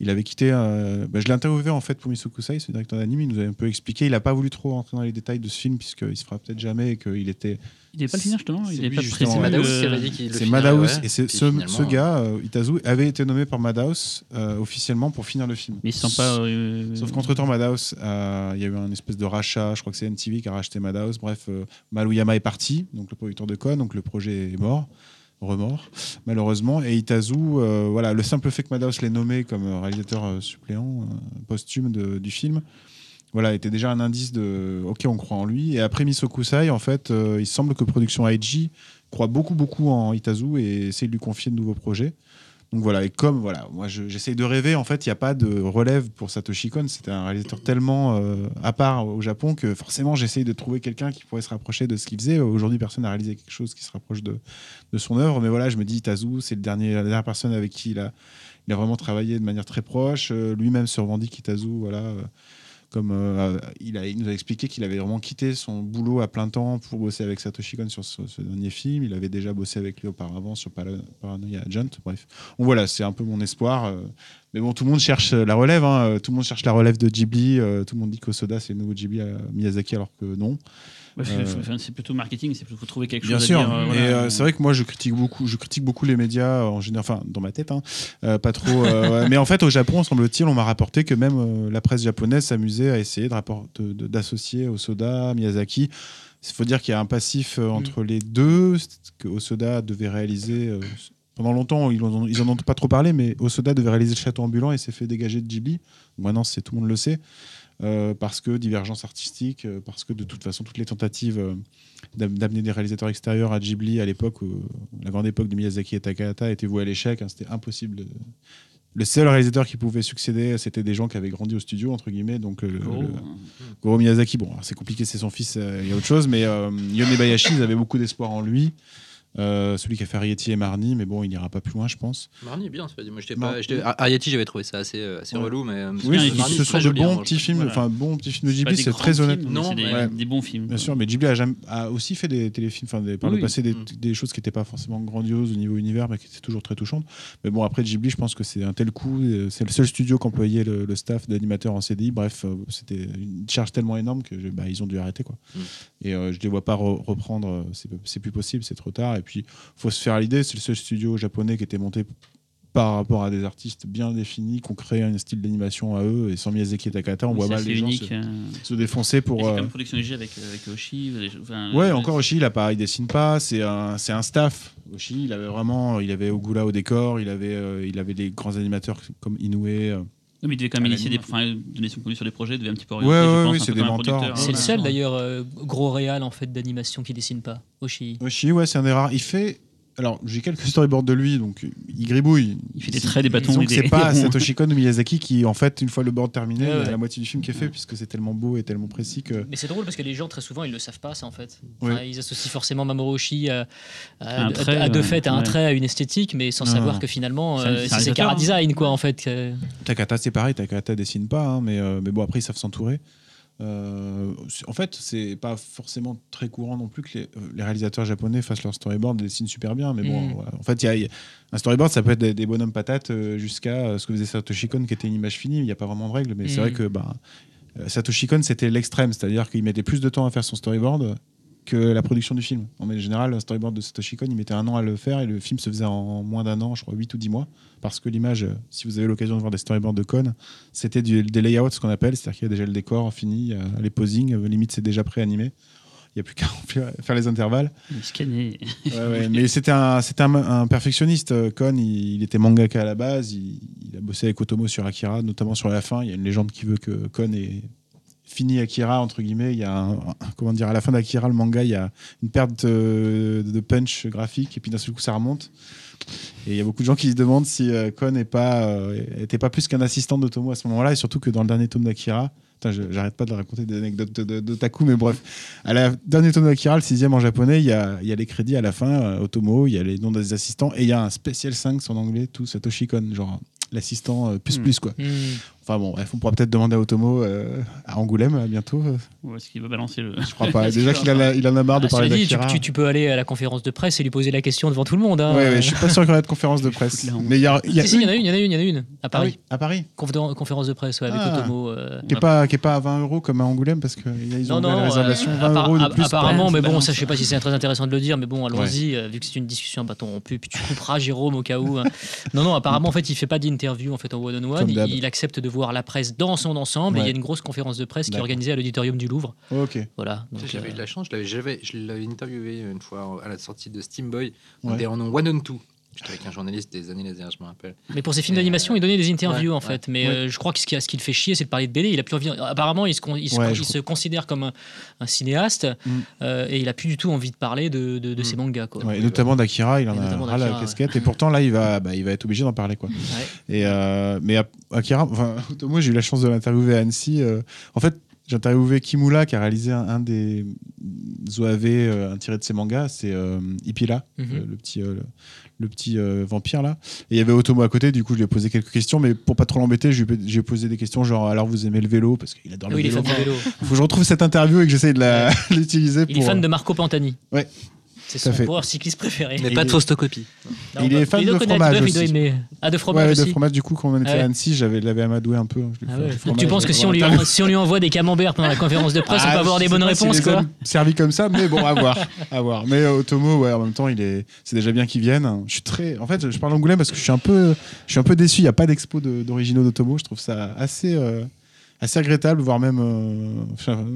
Speaker 2: Il avait quitté. euh, bah, je l'ai interviewé en fait pour Miso Kusai, ce directeur d'anime. Il nous avait un peu expliqué. Il n'a pas voulu trop entrer dans les détails de ce film puisqu'il se fera peut-être jamais et qu'il était
Speaker 5: Il devait pas le finir justement.
Speaker 2: C'est
Speaker 5: Il devait
Speaker 2: lui,
Speaker 5: pas
Speaker 2: justement,
Speaker 5: précisé,
Speaker 2: ouais.
Speaker 4: Madaus
Speaker 5: euh,
Speaker 4: qui avait dit qu'il le
Speaker 2: c'est
Speaker 4: finirait,
Speaker 2: Madhouse
Speaker 4: ouais.
Speaker 2: et c'est
Speaker 4: Puis
Speaker 2: ce,
Speaker 4: finalement,
Speaker 2: ce gars, euh, Itazu, avait été nommé par Madhouse euh, officiellement pour finir le film.
Speaker 5: Mais ils se sentent pas. euh,
Speaker 2: Sauf qu'entre-temps, Madhouse, euh, il y a eu un espèce de rachat, je crois que c'est MTV qui a racheté Madhouse. Bref, euh, Maluyama est parti, donc le producteur de Kon, donc le projet est mort, remort, malheureusement. Et Itazu, euh, voilà, le simple fait que Madhouse l'ait nommé comme euh, réalisateur euh, suppléant, euh, posthume de- du film, voilà, était déjà un indice de OK, on croit en lui. Et après Misokusai, en fait, euh, il semble que Production IG croit beaucoup, beaucoup en Itazu et essaie de lui confier de nouveaux projets. Donc voilà, et comme voilà, moi je- j'essaye de rêver, en fait, il n'y a pas de relève pour Satoshi Kon. C'était un réalisateur tellement euh, à part au Japon que forcément j'essaye de trouver quelqu'un qui pourrait se rapprocher de ce qu'il faisait. Aujourd'hui, personne n'a réalisé quelque chose qui se rapproche de, de son œuvre. Mais voilà, je me dis, Itazu, c'est le dernier, la dernière personne avec qui il a, il a vraiment travaillé de manière très proche. Euh, Lui-même se revendique Itazu, voilà. euh, comme euh, il, a, il nous a expliqué qu'il avait vraiment quitté son boulot à plein temps pour bosser avec Satoshi Kon sur ce, ce dernier film. Il avait déjà bossé avec lui auparavant sur Pala- Paranoia Agent. Bref, Donc voilà, c'est un peu mon espoir. euh. Mais bon, tout le monde cherche euh, la relève. hein. Euh, Tout le monde cherche la relève de Ghibli. euh, Tout le monde dit qu'Osoda, c'est le nouveau Ghibli à Miyazaki, alors que non.
Speaker 5: Bah,
Speaker 2: Euh,
Speaker 5: c'est- enfin, C'est plutôt marketing, c'est plutôt trouver quelque
Speaker 2: Bien
Speaker 5: chose
Speaker 2: sûr.
Speaker 5: à dire. euh,
Speaker 2: Et
Speaker 5: voilà.
Speaker 2: euh, c'est vrai que moi, je critique beaucoup, je critique beaucoup les médias euh, en général, enfin dans ma tête, hein, euh, pas trop. euh, ouais. mais en fait, au Japon, semble-t-il, on m'a rapporté que même euh, la presse japonaise s'amusait à essayer de rapport- de- de- d'associer Osoda, Miyazaki. Il faut dire qu'il y a un passif
Speaker 5: Mm.
Speaker 2: euh, entre les deux, c'est que Osoda devait réaliser. euh, pendant longtemps, ils n'en ont, ils en ont pas trop parlé, mais Osoda devait réaliser le château ambulant et s'est fait dégager de Ghibli. Maintenant, c'est tout le monde le sait. euh, parce que divergence artistique, euh, parce que de toute façon, toutes les tentatives euh, d'am- d'amener des réalisateurs extérieurs à Ghibli à l'époque, où- la grande époque de Miyazaki et Takahata était vouée à l'échec. hein, C'était impossible. de- Le seul réalisateur qui pouvait succéder, c'était des gens qui avaient grandi au studio, entre guillemets. Donc, euh, le-
Speaker 5: Gros,
Speaker 2: le- Goro Miyazaki, bon, alors c'est compliqué, c'est son fils, euh, il y a autre chose, mais euh, Yone Bayashi, ils avaient beaucoup d'espoir en lui. Euh, celui qui a fait Arrietty et Marnie, mais bon, il n'ira pas plus loin, je pense.
Speaker 4: Marnie est bien, c'est pas du moi. j'étais
Speaker 2: Non.
Speaker 4: pas- j'étais- Ar- Arrietty, j'avais trouvé ça assez, euh, assez
Speaker 2: Ouais.
Speaker 4: relou, mais. euh,
Speaker 2: Oui,
Speaker 5: bien,
Speaker 2: ce-
Speaker 5: Marnie,
Speaker 4: Marnie,
Speaker 2: ce
Speaker 4: c'est
Speaker 2: sont
Speaker 4: très
Speaker 2: de
Speaker 4: joli, hein,
Speaker 2: bons
Speaker 4: moi,
Speaker 2: petits
Speaker 4: je trouve.
Speaker 2: films,
Speaker 5: Voilà.
Speaker 2: enfin, bons petits films de
Speaker 5: c'est pas
Speaker 2: Ghibli,
Speaker 5: des
Speaker 2: c'est
Speaker 5: grands
Speaker 2: très honnête.
Speaker 5: films, mais
Speaker 4: Non,
Speaker 5: c'est des,
Speaker 2: ouais.
Speaker 5: des bons films.
Speaker 2: Bien sûr, mais Ghibli a, jamais- a aussi fait des téléfilms, enfin, des- par le
Speaker 5: Oui.
Speaker 2: passé, des,
Speaker 4: Mm.
Speaker 2: des choses qui n'étaient pas forcément grandioses au niveau univers, mais qui étaient toujours très touchantes. Mais bon, après Ghibli, je pense que c'est un tel coup, euh, c'est le seul studio qu'employait le, le staff d'animateurs en CDI. Bref, euh, c'était une charge tellement énorme que je- bah, ils ont dû arrêter, quoi.
Speaker 4: Mm.
Speaker 2: Et euh, je les vois pas re- reprendre, euh, c'est c'est plus possible, c'est trop tard. Et puis, faut se faire à l'idée, c'est le seul studio japonais qui était monté par rapport à des artistes bien définis, qui ont créé un style d'animation à eux, et sans Miyazaki et Takahata, on voit
Speaker 5: C'est
Speaker 2: mal
Speaker 5: assez
Speaker 2: les gens
Speaker 5: unique.
Speaker 2: se,
Speaker 5: euh,
Speaker 2: se défoncer
Speaker 5: et
Speaker 2: pour.
Speaker 5: C'est
Speaker 2: euh,
Speaker 5: comme Production IG avec, euh, avec Oshi. les-
Speaker 6: Mm.
Speaker 5: enfin,
Speaker 2: Ouais,
Speaker 5: euh,
Speaker 2: encore Oshi, il a pas, il dessine pas, c'est un, c'est un staff. Oshi, il avait vraiment, il avait Ogula au décor, il avait, euh, il avait des grands animateurs comme Inoue. euh.
Speaker 5: Non, mais il devait quand même
Speaker 2: À la
Speaker 5: initier des,
Speaker 2: limite.
Speaker 5: enfin, donner son point de vue sur les projets, il devait un petit peu
Speaker 2: Ouais,
Speaker 5: orienter,
Speaker 2: ouais,
Speaker 5: je pense,
Speaker 2: oui,
Speaker 5: un
Speaker 2: c'est
Speaker 5: peu
Speaker 2: des
Speaker 5: comme un
Speaker 2: mentors.
Speaker 5: producteur,
Speaker 2: Ouais,
Speaker 6: C'est le
Speaker 5: hein,
Speaker 6: seul
Speaker 5: ouais.
Speaker 6: d'ailleurs euh, gros réal en fait d'animation qui dessine pas. Oshi.
Speaker 2: Oshi, ouais, c'est un des rares. Il fait, alors j'ai quelques storyboards de lui, donc il gribouille.
Speaker 5: Il fait des traits, des bâtons.
Speaker 2: Disons
Speaker 5: et
Speaker 2: que
Speaker 5: des-
Speaker 2: c'est pas
Speaker 5: des ronds.
Speaker 2: Satoshi Kon ou Miyazaki qui, en fait, une fois le board terminé,
Speaker 6: Ouais,
Speaker 2: il y a
Speaker 6: ouais.
Speaker 2: la moitié du film qui est fait puisque c'est tellement beau et tellement précis que.
Speaker 6: Mais c'est drôle parce que les gens très souvent ils le savent pas ça en fait. Enfin,
Speaker 2: Ouais.
Speaker 6: Ils associent forcément Mamoru Oshii à, à-
Speaker 5: Un
Speaker 6: à-
Speaker 5: trait,
Speaker 6: à de
Speaker 5: euh,
Speaker 6: fait à un
Speaker 5: ouais.
Speaker 6: trait, à une esthétique, mais sans
Speaker 2: Non,
Speaker 6: savoir
Speaker 2: non.
Speaker 6: que finalement
Speaker 5: C'est un- c'est un
Speaker 6: euh, c'est ses
Speaker 5: réalisateur,
Speaker 6: cara
Speaker 5: hein.
Speaker 6: design quoi en fait. euh. que-
Speaker 2: Takata, c'est pareil, Takata dessine pas, hein, mais, euh, mais bon, après, ils savent s'entourer. Euh, c'est- en fait, c'est pas forcément très courant non plus que les, euh, les réalisateurs japonais fassent leur storyboard et dessinent super bien, mais bon,
Speaker 6: Mm.
Speaker 2: voilà. en fait, il y a- il y a- un storyboard, ça peut être des, des bonhommes patates euh, jusqu'à euh, ce que faisait Satoshi Kon, qui était une image finie, il n'y a pas vraiment de règles, mais c'est
Speaker 6: Mm.
Speaker 2: vrai que bah, euh, Satoshi Kon, c'était l'extrême, c'est-à-dire qu'il mettait plus de temps à faire son storyboard que la production du film. En général, un storyboard de Satoshi Kon, il mettait un an à le faire et le film se faisait en moins d'un an, je crois 8 ou 10 mois, parce que l'image, euh, si vous avez l'occasion de voir des storyboards de Kon, c'était du- des layouts, ce qu'on appelle, c'est-à-dire qu'il y a déjà le décor fini, euh, les posings, euh, limite c'est déjà pré-animé. Il n'y a plus qu'à remplir- faire les intervalles.
Speaker 5: Il scannait.
Speaker 2: Ouais, ouais, mais c'était un, c'était un, un perfectionniste. euh, Kon, il, il était mangaka à la base. Il, il a bossé avec Otomo sur Akira, notamment sur la fin. Il y a une légende qui veut que Kon ait fini Akira entre guillemets. Il y a un- un- comment dire à la fin d'Akira, le manga, il y a une perte euh, de punch graphique et puis d'un seul coup ça remonte. Et il y a beaucoup de gens qui se demandent si euh, Kon n'est pas euh, était pas plus qu'un assistant d'Otomo à ce moment-là et surtout que dans le dernier tome d'Akira. Putain, je- j'arrête pas de raconter des anecdotes de- de- d'otaku, mais bref. À la dernière tome d'Akira, le sixième en japonais, il y a, il y a les crédits à la fin, euh, Otomo, il y a les noms des assistants, et il y a un spécial 5 en anglais, tout Satoshi Kon, genre l'assistant euh, plus
Speaker 5: Hmm.
Speaker 2: plus quoi.
Speaker 6: Hmm.
Speaker 2: Enfin bon, bref, on pourra peut-être demander à Otomo euh, à Angoulême là, bientôt, euh,
Speaker 5: Ou est-ce qu'il va balancer le.
Speaker 2: je crois pas. Déjà qu'il en a- il en a marre de
Speaker 6: Ah, cela
Speaker 2: parler
Speaker 6: dit, tu,
Speaker 2: d'Akira.
Speaker 6: tu- tu peux aller à la conférence de presse et lui poser la question devant tout le monde. hein.
Speaker 2: Ouais, ouais, je suis pas sûr qu'il y aurait de conférence de presse.
Speaker 5: foutre la honte.
Speaker 2: Mais il y a, il y a
Speaker 6: Si, si, il y en
Speaker 2: une-
Speaker 6: a une, il y en a une, il y en a une à
Speaker 2: Ah
Speaker 6: Paris.
Speaker 2: oui, à Paris,
Speaker 6: Conféren- conférence de presse ouais, avec
Speaker 2: Ah.
Speaker 6: Otomo. euh.
Speaker 2: qui est pas, qui est pas à 20 euros comme à Angoulême, parce qu'ils ont
Speaker 6: Non, non,
Speaker 2: ouvert les réservations
Speaker 6: euh,
Speaker 2: 20
Speaker 6: appara-
Speaker 2: euros de
Speaker 6: app-
Speaker 2: plus. par- Bah
Speaker 6: apparemment, mais bon,
Speaker 5: balance.
Speaker 6: ça, je sais pas si c'est très intéressant de le dire, mais bon, allons-y, euh, vu que c'est une discussion à bâton rompu, puis tu couperas Jérôme au cas où. hein. Non, non, apparemment, en fait, il fait pas d'interview en fait en one on one,
Speaker 2: Comme
Speaker 6: il,
Speaker 2: d'hab.
Speaker 6: il accepte de voir la presse dans son ensemble. et Il y
Speaker 2: Ouais.
Speaker 6: a une grosse conférence de presse qui est
Speaker 2: D'accord.
Speaker 6: organisée à l'auditorium du Louvre,
Speaker 2: Ok.
Speaker 6: voilà.
Speaker 4: Tu
Speaker 6: donc,
Speaker 4: sais,
Speaker 6: euh,
Speaker 4: J'avais eu de la chance, je l'avais- je l'avais je l'avais interviewé une fois à la sortie de Steam Boy. On
Speaker 2: Ouais.
Speaker 4: était en One on Two. J'étais avec un journaliste des années laser, je me rappelle.
Speaker 6: Mais pour ses films
Speaker 4: Mais,
Speaker 6: d'animation,
Speaker 4: euh,
Speaker 6: il donnait des interviews
Speaker 4: ouais,
Speaker 6: en fait.
Speaker 4: ouais.
Speaker 6: Mais
Speaker 2: Ouais.
Speaker 6: euh, je crois que ce qui, ce qui le fait chier, c'est de parler de BD. Il a plus envie. Apparemment, il se, con- il se,
Speaker 2: Ouais,
Speaker 6: con-
Speaker 2: je
Speaker 6: il se considère comme un, un cinéaste
Speaker 2: Mm.
Speaker 6: euh, et il a plus du tout envie de parler de, de, de
Speaker 4: Mm.
Speaker 6: ses mangas. Quoi.
Speaker 2: Ouais, et notamment d'Akira, il en
Speaker 6: Et
Speaker 2: a
Speaker 6: notamment
Speaker 2: ras la
Speaker 6: d'Akira,
Speaker 2: casquette. Et pourtant, là, il va, bah, il va être obligé d'en parler. Quoi. Et, euh, mais à- Akira, enfin, moi, j'ai eu la chance de l'interviewer à Annecy. euh, en fait, j'ai interviewé Kimura, qui a réalisé un, un des OAV, euh, un tiré de ses mangas, c'est euh, Ipila,
Speaker 6: Mhm.
Speaker 2: le, le petit, euh, le, le petit euh, vampire, là. Et il y avait Otomo à côté, du coup, je lui ai posé quelques questions, mais pour pas trop l'embêter, je lui ai- j'ai posé des questions genre, alors vous aimez le vélo Parce qu'il adore le
Speaker 6: Oui, il est
Speaker 2: vélo.
Speaker 6: fan de vélo.
Speaker 2: Faut que je retrouve cette interview et que j'essaye de la- l'utiliser pour... euh,
Speaker 6: Il est fan de Marco Pantani.
Speaker 2: Ouais.
Speaker 6: C'est
Speaker 2: Tout à
Speaker 6: son
Speaker 2: fait.
Speaker 6: coureur cycliste préféré.
Speaker 4: Mais pas de photocopie.
Speaker 6: Non,
Speaker 2: il
Speaker 6: bah,
Speaker 2: est fan
Speaker 6: doit
Speaker 2: de
Speaker 6: connaître,
Speaker 2: fromage
Speaker 6: il doit- il doit
Speaker 2: aussi.
Speaker 6: aimer. Ah, de
Speaker 2: Ouais,
Speaker 6: fromage
Speaker 2: ouais, de
Speaker 6: aussi.
Speaker 2: fromage, du coup, quand on était
Speaker 6: Ah ouais.
Speaker 2: à Annecy, j'avais, l'avais amadoué un peu. hein, je lui ai
Speaker 6: Ah
Speaker 2: fait un
Speaker 6: ouais.
Speaker 2: fromage
Speaker 6: Donc tu penses que
Speaker 2: avec
Speaker 6: si on, lui
Speaker 2: fromage.
Speaker 6: envoie, si on lui envoie des camemberts pendant la conférence de presse, on
Speaker 2: Ah,
Speaker 6: peut avoir
Speaker 2: je
Speaker 6: des
Speaker 2: sais
Speaker 6: bonnes
Speaker 2: pas s'il
Speaker 6: réponses
Speaker 2: les
Speaker 6: quoi.
Speaker 2: donne Servi comme ça, mais bon, à voir, à voir. Mais euh, Otomo, ouais, en même temps, il est, c'est déjà bien qu'il vienne. Je suis très, en fait, je parle anglais parce que je suis un peu, je suis un peu déçu. Il n'y a pas d'expo de- d'originaux d'Otomo. Je trouve ça assez, euh, assez regrettable, voire même, euh, enfin,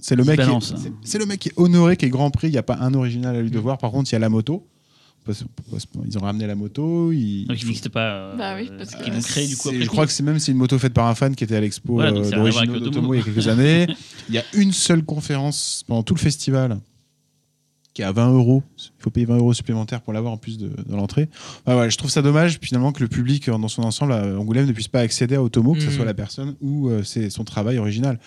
Speaker 2: c'est le
Speaker 5: Il
Speaker 2: mec, qui est-
Speaker 5: balance, hein.
Speaker 2: c'est- c'est le mec qui est honoré, qui est Grand Prix. Il n'y a pas un original à lui
Speaker 6: Mm.
Speaker 2: de voir. Par contre, il y a la moto. On peut se- on peut se- Ils ont ramené la moto. ils-
Speaker 5: Donc, il n'existe pas. euh,
Speaker 1: Bah oui, parce que-
Speaker 5: Qu'ils l'ont créé, du coup,
Speaker 2: c'est-
Speaker 5: après.
Speaker 2: Je crois que c'est même c'est une moto faite par un fan qui était à l'expo
Speaker 5: Voilà, donc
Speaker 2: euh,
Speaker 5: ça a rien à voir
Speaker 2: d'originaux
Speaker 5: avec
Speaker 2: d'Otomo
Speaker 5: l'Otomo.
Speaker 2: il y a quelques années. Il y a une seule conférence pendant tout le festival qui est à 20 euros. Il faut payer 20 euros supplémentaires pour l'avoir en plus de, de l'entrée. Ah ouais, je trouve ça dommage finalement que le public euh, dans son ensemble à Angoulême ne puisse pas accéder à Otomo, que ce
Speaker 6: Mhm.
Speaker 2: soit la personne ou euh, c'est son travail original.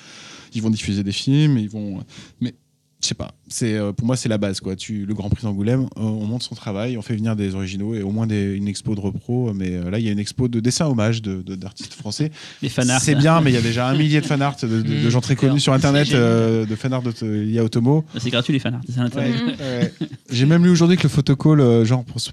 Speaker 2: Ils vont diffuser des films, ils vont. Mais je sais pas. C'est euh, pour moi c'est la base quoi. Tu le Grand Prix d'Angoulême, euh, on monte son travail, on fait venir des originaux et au moins des- une expo de repro. Mais euh, là il y a une expo de dessin hommage de- de- d'artistes français.
Speaker 5: Les fanarts.
Speaker 2: C'est bien, mais il y a déjà un millier de fanarts de, de- de
Speaker 6: Mm,
Speaker 2: gens très connus
Speaker 6: clair.
Speaker 2: sur Internet,
Speaker 6: C'est génial.
Speaker 2: euh, de fanarts de de- Lia Otomo.
Speaker 5: C'est gratuit, les fanarts. C'est un internet.
Speaker 2: Ouais. J'ai même lu aujourd'hui que le photocall, euh, genre pour se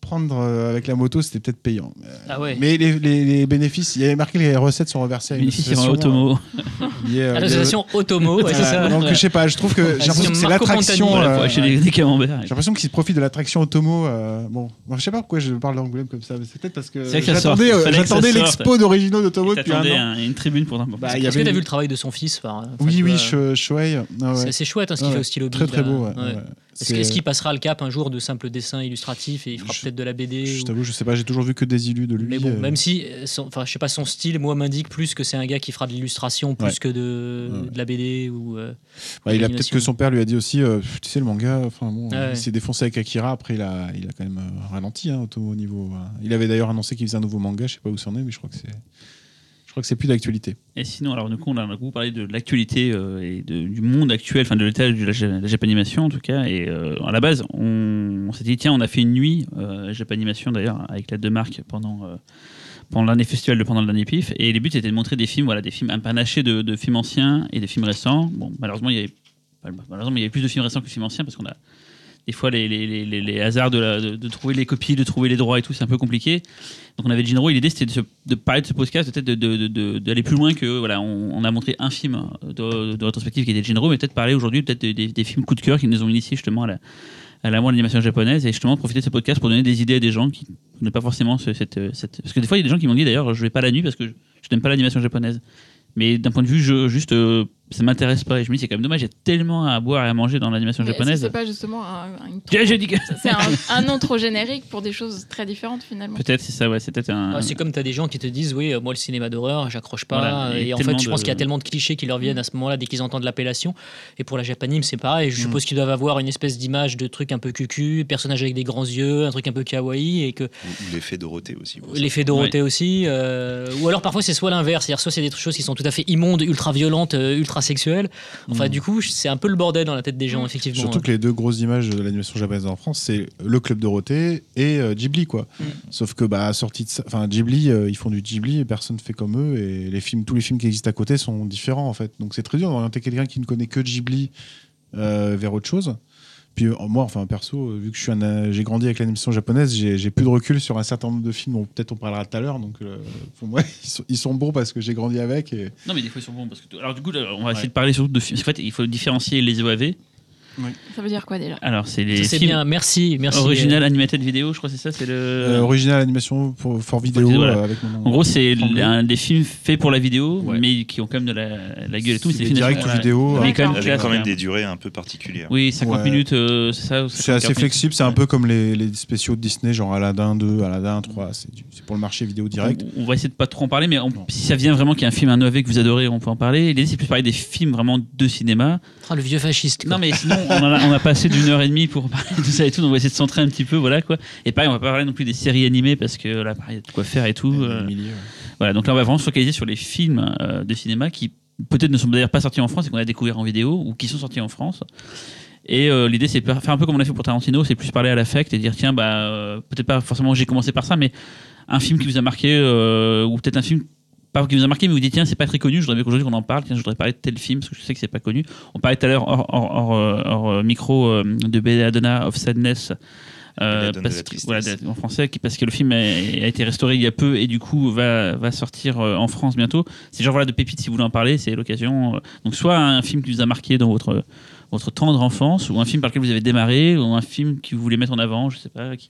Speaker 2: prendre euh, avec la moto, c'était peut-être payant. Euh,
Speaker 6: Ah ouais.
Speaker 2: Mais les, les- les bénéfices, il y avait marqué que les recettes sont reversées à une
Speaker 5: Bénéficiaire en
Speaker 2: association.
Speaker 5: automo.
Speaker 2: euh, liée, euh,
Speaker 6: À l'association Otomo,
Speaker 2: de-
Speaker 6: ouais, c'est ça.
Speaker 2: Voilà. Donc je sais pas, je trouve que j'ai l'impression que c'est
Speaker 6: Marco
Speaker 2: l'attraction.
Speaker 6: Pantani.
Speaker 5: Voilà,
Speaker 2: euh,
Speaker 5: pour acheter des- des camemberts.
Speaker 2: J'ai l'impression qu'ils profitent de l'attraction Otomo. euh, bon, Moi, je sais pas pourquoi je parle d'Angoulême comme ça, mais c'est peut-être parce que
Speaker 5: C'est vrai que ça
Speaker 2: j'attendais
Speaker 5: sorte.
Speaker 2: euh,
Speaker 5: Fallait que ça
Speaker 2: j'attendais
Speaker 5: sorte.
Speaker 2: l'expo d'originaux d'Otomo
Speaker 5: Et
Speaker 2: depuis un
Speaker 5: T'attendais
Speaker 2: an.
Speaker 5: un- une tribune pour n'importe
Speaker 2: Bah,
Speaker 5: quoi.
Speaker 2: il y
Speaker 6: Est-ce que
Speaker 2: avait
Speaker 6: t'as
Speaker 2: une-
Speaker 6: vu le travail de son fils enfin, enfin,
Speaker 2: Oui,
Speaker 6: tu
Speaker 2: oui,
Speaker 6: vois,
Speaker 2: Sh- Shoei. Ah ouais.
Speaker 6: euh, C'est assez chouette hein, ce
Speaker 2: Ah
Speaker 6: qu'il fait
Speaker 2: ouais.
Speaker 6: au stylo
Speaker 2: Très
Speaker 6: big,
Speaker 2: très
Speaker 6: là.
Speaker 2: beau. ouais,
Speaker 6: Ouais.
Speaker 2: ouais.
Speaker 6: Est-ce que-
Speaker 2: C'est-
Speaker 6: est-ce qu'il passera le cap un jour de simple dessin illustratif et il fera
Speaker 2: Je-
Speaker 6: peut-être de la BD
Speaker 2: Je
Speaker 6: ou-
Speaker 2: t'avoue, je sais pas, j'ai toujours vu que des illus de lui.
Speaker 6: Mais bon,
Speaker 2: euh,
Speaker 6: même si, euh, son- enfin, je sais pas, son style, moi, m'indique plus que c'est un gars qui fera de l'illustration plus
Speaker 2: Ouais.
Speaker 6: que de,
Speaker 2: Ouais.
Speaker 6: de la BD ou. euh,
Speaker 2: bah, il a peut-être
Speaker 6: l'animation.
Speaker 2: que son père lui a dit aussi, euh, Pff, tu sais, le manga, enfin bon,
Speaker 6: Ah
Speaker 2: euh,
Speaker 6: ouais.
Speaker 2: il s'est défoncé avec Akira, après il a, il a quand même euh, ralenti hein, au, au niveau. euh, il avait d'ailleurs annoncé qu'il faisait un nouveau manga, je sais pas où c'en est, mais je crois que c'est. Je crois que c'est plus d'actualité.
Speaker 5: Et sinon, alors, du coup, on a beaucoup parlé de l'actualité euh, et de- du monde actuel, enfin de l'état de la, ja- la Japanimation en tout cas. Et euh, à la base, on, on s'est dit, tiens, on a fait une nuit euh, Japanimation d'ailleurs avec la deux marques pendant. euh, pendant l'année festival de pendant l'année pif et les buts étaient de montrer des films voilà des films un panaché de, de films anciens et des films récents bon malheureusement il y avait pas malheureusement mais il y avait plus de films récents que de films anciens parce qu'on a des fois les, les, les- les- les hasards de, la- de, de trouver les copies de trouver les droits et tout c'est un peu compliqué donc on avait Jinro et l'idée c'était de, se- de parler de ce podcast peut-être de- de- de- de- d'aller plus loin que voilà on, on a montré un film de, de rétrospective qui était Jinro mais peut-être parler aujourd'hui peut-être des, des- des films coup de cœur qui nous ont initiés justement à la à la mode de l'animation japonaise et justement profiter de ce podcast pour donner des idées à des gens qui n'ont pas forcément ce- cette, euh, cette- Parce que des fois, il y a des gens qui m'ont dit d'ailleurs, je vais pas la nuit parce que je, je n'aime pas l'animation japonaise. Mais d'un point de vue, je, juste, euh, ça m'intéresse pas. Et je me dis, c'est quand même dommage, il y a tellement à boire et à manger dans l'animation
Speaker 1: Mais est-ce que
Speaker 5: japonaise.
Speaker 1: C'est pas justement un, un- une-
Speaker 5: J'ai- j'ai dit que-
Speaker 1: c'est un, un nom trop générique pour des choses très différentes finalement.
Speaker 5: Peut-être, c'est ça, ouais, c'est peut-être un.
Speaker 6: ah, c'est comme t'as des gens qui te disent, oui, euh, moi, le cinéma d'horreur, j'accroche pas.
Speaker 5: Voilà,
Speaker 6: et
Speaker 5: et
Speaker 6: en fait,
Speaker 5: tellement
Speaker 6: je pense
Speaker 5: de-
Speaker 6: qu'il y a tellement de clichés qui leur viennent à ce moment-là dès qu'ils entendent l'appellation. Et pour la japanime, c'est pareil. Je
Speaker 2: Mm.
Speaker 6: suppose qu'ils doivent avoir une espèce d'image de truc un peu cucu, personnage avec des grands yeux, un truc un peu kawaii et que
Speaker 7: Ou, ou l'effet Dorothée aussi. bon, ça.
Speaker 6: L'effet Dorothée aussi. euh, ou alors parfois c'est soit l'inverse, c'est-à-dire soit c'est des choses qui sont tout à fait immondes, ultra violentes, euh, ultra sexuelles. Enfin
Speaker 2: Mm.
Speaker 6: du coup c'est un peu le bordel dans la tête des gens
Speaker 1: Mm.
Speaker 6: effectivement.
Speaker 2: Surtout que les deux grosses images de l'animation japonaise en France, c'est le Club Dorothée et euh, Ghibli, quoi.
Speaker 6: Mm.
Speaker 2: Sauf que, bah, sorti de ça, enfin, Ghibli, euh, ils font du Ghibli et personne fait comme eux. Et les films, tous les films qui existent à côté sont différents, en fait. Donc, c'est très dur d'orienter quelqu'un qui ne connaît que Ghibli euh, vers autre chose. Puis, euh, moi, enfin, perso, euh, vu que je suis un, euh, j'ai grandi avec l'animation japonaise, j'ai j'ai plus de recul sur un certain nombre de films. dont Peut-être on parlera tout à l'heure. Donc, euh, pour moi, ils sont, ils sont bons parce que j'ai grandi avec. Et...
Speaker 5: Non, mais des fois, ils sont bons. Parce que... Alors, du coup, là, on va
Speaker 2: Ouais.
Speaker 5: essayer de parler surtout de films. Parce qu'en fait, il faut différencier les OAV.
Speaker 1: Ça veut dire quoi déjà
Speaker 5: Alors, c'est les
Speaker 6: Ça, C'est
Speaker 5: films
Speaker 6: bien, merci. merci euh.
Speaker 5: original animated vidéo, je crois que c'est ça. C'est le.
Speaker 2: Euh, original animation pour, for vidéo.
Speaker 5: vidéo, voilà.
Speaker 2: euh, avec mon-
Speaker 5: en gros, c'est
Speaker 2: Franck Bleu.
Speaker 5: un des films faits pour la vidéo,
Speaker 2: Ouais.
Speaker 5: mais qui ont quand même de la, la gueule et tout. mais
Speaker 2: C'est
Speaker 5: des
Speaker 2: des
Speaker 5: films
Speaker 2: directs
Speaker 5: d'action,
Speaker 2: vidéo. euh,
Speaker 5: voilà. Mais quand même
Speaker 7: Avec
Speaker 5: classe,
Speaker 7: quand même
Speaker 5: hein.
Speaker 7: des durées un peu particulières.
Speaker 5: Oui, 50
Speaker 2: Ouais.
Speaker 5: minutes, euh, c'est ça ou
Speaker 2: C'est
Speaker 5: 54
Speaker 2: assez
Speaker 5: minutes.
Speaker 2: flexible, c'est un peu comme les, les spéciaux de Disney, genre Aladdin 2, Aladdin 3, c'est du- c'est pour le marché vidéo direct.
Speaker 5: On, on va essayer de pas trop en parler, mais on-
Speaker 2: Non.
Speaker 5: si ça vient vraiment qu'il y a un film, un OV que vous adorez, on peut en parler. L'idée, c'est plus parler des films vraiment de cinéma.
Speaker 6: Ah, le vieux fasciste. quoi.
Speaker 5: Non, mais sinon, on, en a, on a passé d'une heure et demie pour parler de ça et tout, donc on va essayer de centrer un petit peu, voilà quoi. Et pareil, on va pas parler non plus des séries animées parce que là, pareil, il y a de quoi faire et tout. euh, voilà, donc là, on va vraiment se focaliser sur les films euh, de cinéma qui peut-être ne sont d'ailleurs pas sortis en France et qu'on a découvert en vidéo ou qui sont sortis en France. Et euh, l'idée, c'est de faire un peu comme on a fait pour Tarantino, c'est plus parler à l'affect et dire tiens, bah, euh, peut-être pas forcément j'ai commencé par ça, mais un film qui vous a marqué, euh, ou peut-être un film pas qui vous a marqué, mais vous dites tiens, c'est pas très connu, je voudrais bien qu'aujourd'hui on en parle, tiens, je voudrais parler de tel film parce que je sais que c'est pas connu. On parlait tout à l'heure hors, hors- hors, euh, hors, euh, micro euh, de Belladonna of Sadness. euh,
Speaker 7: Belladonna de la
Speaker 5: parce que-
Speaker 7: tristesse.
Speaker 5: voilà, de- en français, qui- parce que le film a, a été restauré il y a peu et du coup va, va sortir euh, en France bientôt. C'est genre voilà de pépites si vous voulez en parler, c'est l'occasion. euh, Donc soit un film qui vous a marqué dans votre votre tendre enfance ou un film par lequel vous avez démarré ou un film que vous voulez mettre en avant, je sais pas, qui,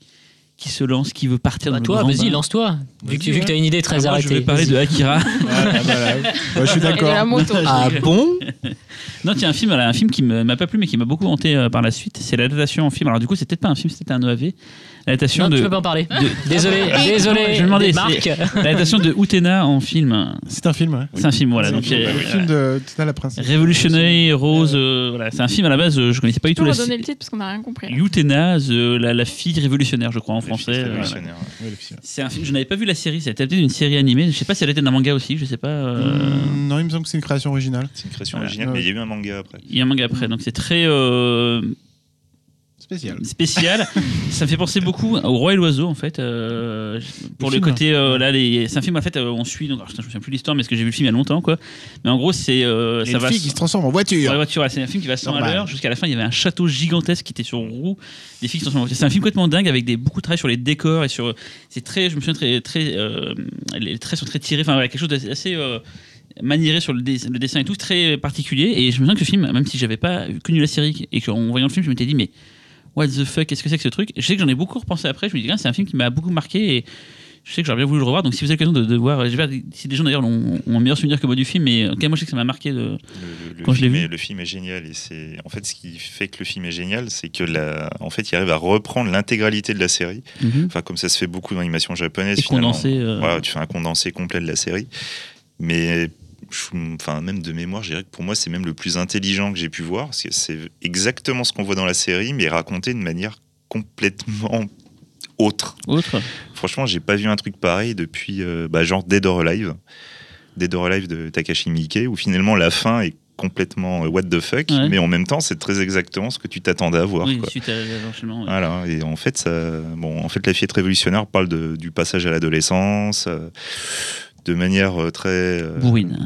Speaker 5: qui se lance, qui veut partir
Speaker 6: Bah,
Speaker 5: dans
Speaker 6: toi,
Speaker 5: le grand
Speaker 6: vas-y,
Speaker 5: bain.
Speaker 6: lance-toi. Vu que,
Speaker 5: Vas-y,
Speaker 6: vu que t'as une idée
Speaker 5: Ah,
Speaker 6: très
Speaker 5: moi,
Speaker 6: arrêtée.
Speaker 5: Je vais parler de Akira.
Speaker 2: Voilà, voilà. Ouais, ah, bah, je suis
Speaker 1: Et de la
Speaker 2: d'accord.
Speaker 1: moto.
Speaker 4: Ah bon
Speaker 5: non, tiens, un film, voilà, un film qui me- m'a pas plu mais qui m'a beaucoup hanté euh, par la suite. C'est l'adaptation en film. Alors du coup, c'est peut-être pas un film, c'était un OAV. L'adaptation
Speaker 6: Non, tu
Speaker 5: de
Speaker 6: peux pas en parler.
Speaker 5: de-
Speaker 6: Désolé,
Speaker 5: Ah,
Speaker 6: désolé.
Speaker 5: je vais demander,
Speaker 6: Marc.
Speaker 5: l'adaptation de Utena en film.
Speaker 2: C'est un film, ouais.
Speaker 5: C'est un film, voilà.
Speaker 2: C'est
Speaker 5: Donc,
Speaker 2: un film,
Speaker 5: euh,
Speaker 2: le film de Tita la princesse.
Speaker 5: Revolutionary Rose, euh, voilà, c'est un film à la base, euh, je connaissais pas du
Speaker 1: Tu peux
Speaker 5: tout la
Speaker 1: redonner le titre parce qu'on n'a rien compris.
Speaker 5: Utena, the- la, la fille révolutionnaire, je crois, en français. euh, voilà.
Speaker 7: Révolutionnaire.
Speaker 2: Ouais, le film.
Speaker 5: C'est un film, je n'avais pas vu la série, c'est adapté d'une série animée. Je sais pas si elle était d'un manga aussi, je sais pas. euh,
Speaker 2: Hum, Non, il me semble que c'est une création originale.
Speaker 7: C'est une création
Speaker 5: Voilà.
Speaker 7: originale, mais il y a eu un manga après.
Speaker 5: Il y a un manga après, donc c'est très euh,
Speaker 2: Spécial.
Speaker 5: spécial. ça me fait penser beaucoup au Roi et l'Oiseau en fait. euh, pour le,
Speaker 2: film.
Speaker 5: côté euh, là, les- c'est un film en fait, euh, on suit. Donc, alors, putain, je me souviens plus de l'histoire, mais parce que j'ai vu le film il y a longtemps quoi. Mais en gros, c'est euh,
Speaker 2: Il y a
Speaker 5: ça
Speaker 2: une
Speaker 5: va.
Speaker 2: fille qui se transforme en voiture.
Speaker 5: Sur la voiture, c'est un film qui va 100 à
Speaker 2: Normal.
Speaker 5: l'heure. Jusqu'à la fin, il y avait un château gigantesque qui était sur roue. Des filles qui sont sur la voiture. C'est un film complètement dingue avec des, beaucoup de travail sur les décors et sur. C'est très, je me souviens très, très, euh, les traits sont très tirés. Enfin, voilà, quelque chose d'assez assez, euh, maniéré sur le, dess- le dessin et tout, très particulier. Et je me souviens que ce film, même si j'avais pas connu la série et qu'en voyant le film, je m'étais dit mais what the fuck, qu'est-ce que c'est que ce truc Je sais que j'en ai beaucoup repensé après. Je me dis ah, c'est un film qui m'a beaucoup marqué et je sais que j'aurais bien voulu le revoir. Donc si vous avez l'occasion de, de voir, j'espère que si des gens d'ailleurs l'ont- ont un meilleur souvenir que moi du film, mais en tout cas, moi je sais que ça m'a marqué de.
Speaker 7: Le, le- le
Speaker 5: Quand je l'ai
Speaker 7: film
Speaker 5: vu.
Speaker 7: est, le film est génial et c'est en fait ce qui fait que le film est génial, c'est que la, en fait, il arrive à reprendre l'intégralité de la série.
Speaker 2: Mm-hmm.
Speaker 7: Enfin, comme ça se fait beaucoup dans l'animation japonaise.
Speaker 5: et
Speaker 7: finalement.
Speaker 5: condensé. euh,
Speaker 7: Voilà, tu fais un condensé complet de la série. Mais je- enfin, même de mémoire, je dirais que pour moi, c'est même le plus intelligent que j'ai pu voir, parce que c'est exactement ce qu'on voit dans la série, mais raconté de manière complètement autre.
Speaker 5: Autre.
Speaker 7: Franchement, j'ai pas vu un truc pareil depuis euh, bah, genre Dead or Alive, Dead or Alive de Takashi Miike, où finalement la fin est complètement euh, what the fuck,
Speaker 5: Ouais.
Speaker 7: mais en même temps, c'est très exactement ce que tu t'attendais à voir.
Speaker 5: oui,
Speaker 7: quoi.
Speaker 5: suite à l'enchaînement. ouais.
Speaker 7: Voilà, et en fait, ça, bon, en fait, la fillette révolutionnaire parle de- du passage à l'adolescence euh, de manière euh, très. euh,
Speaker 5: Bourrine.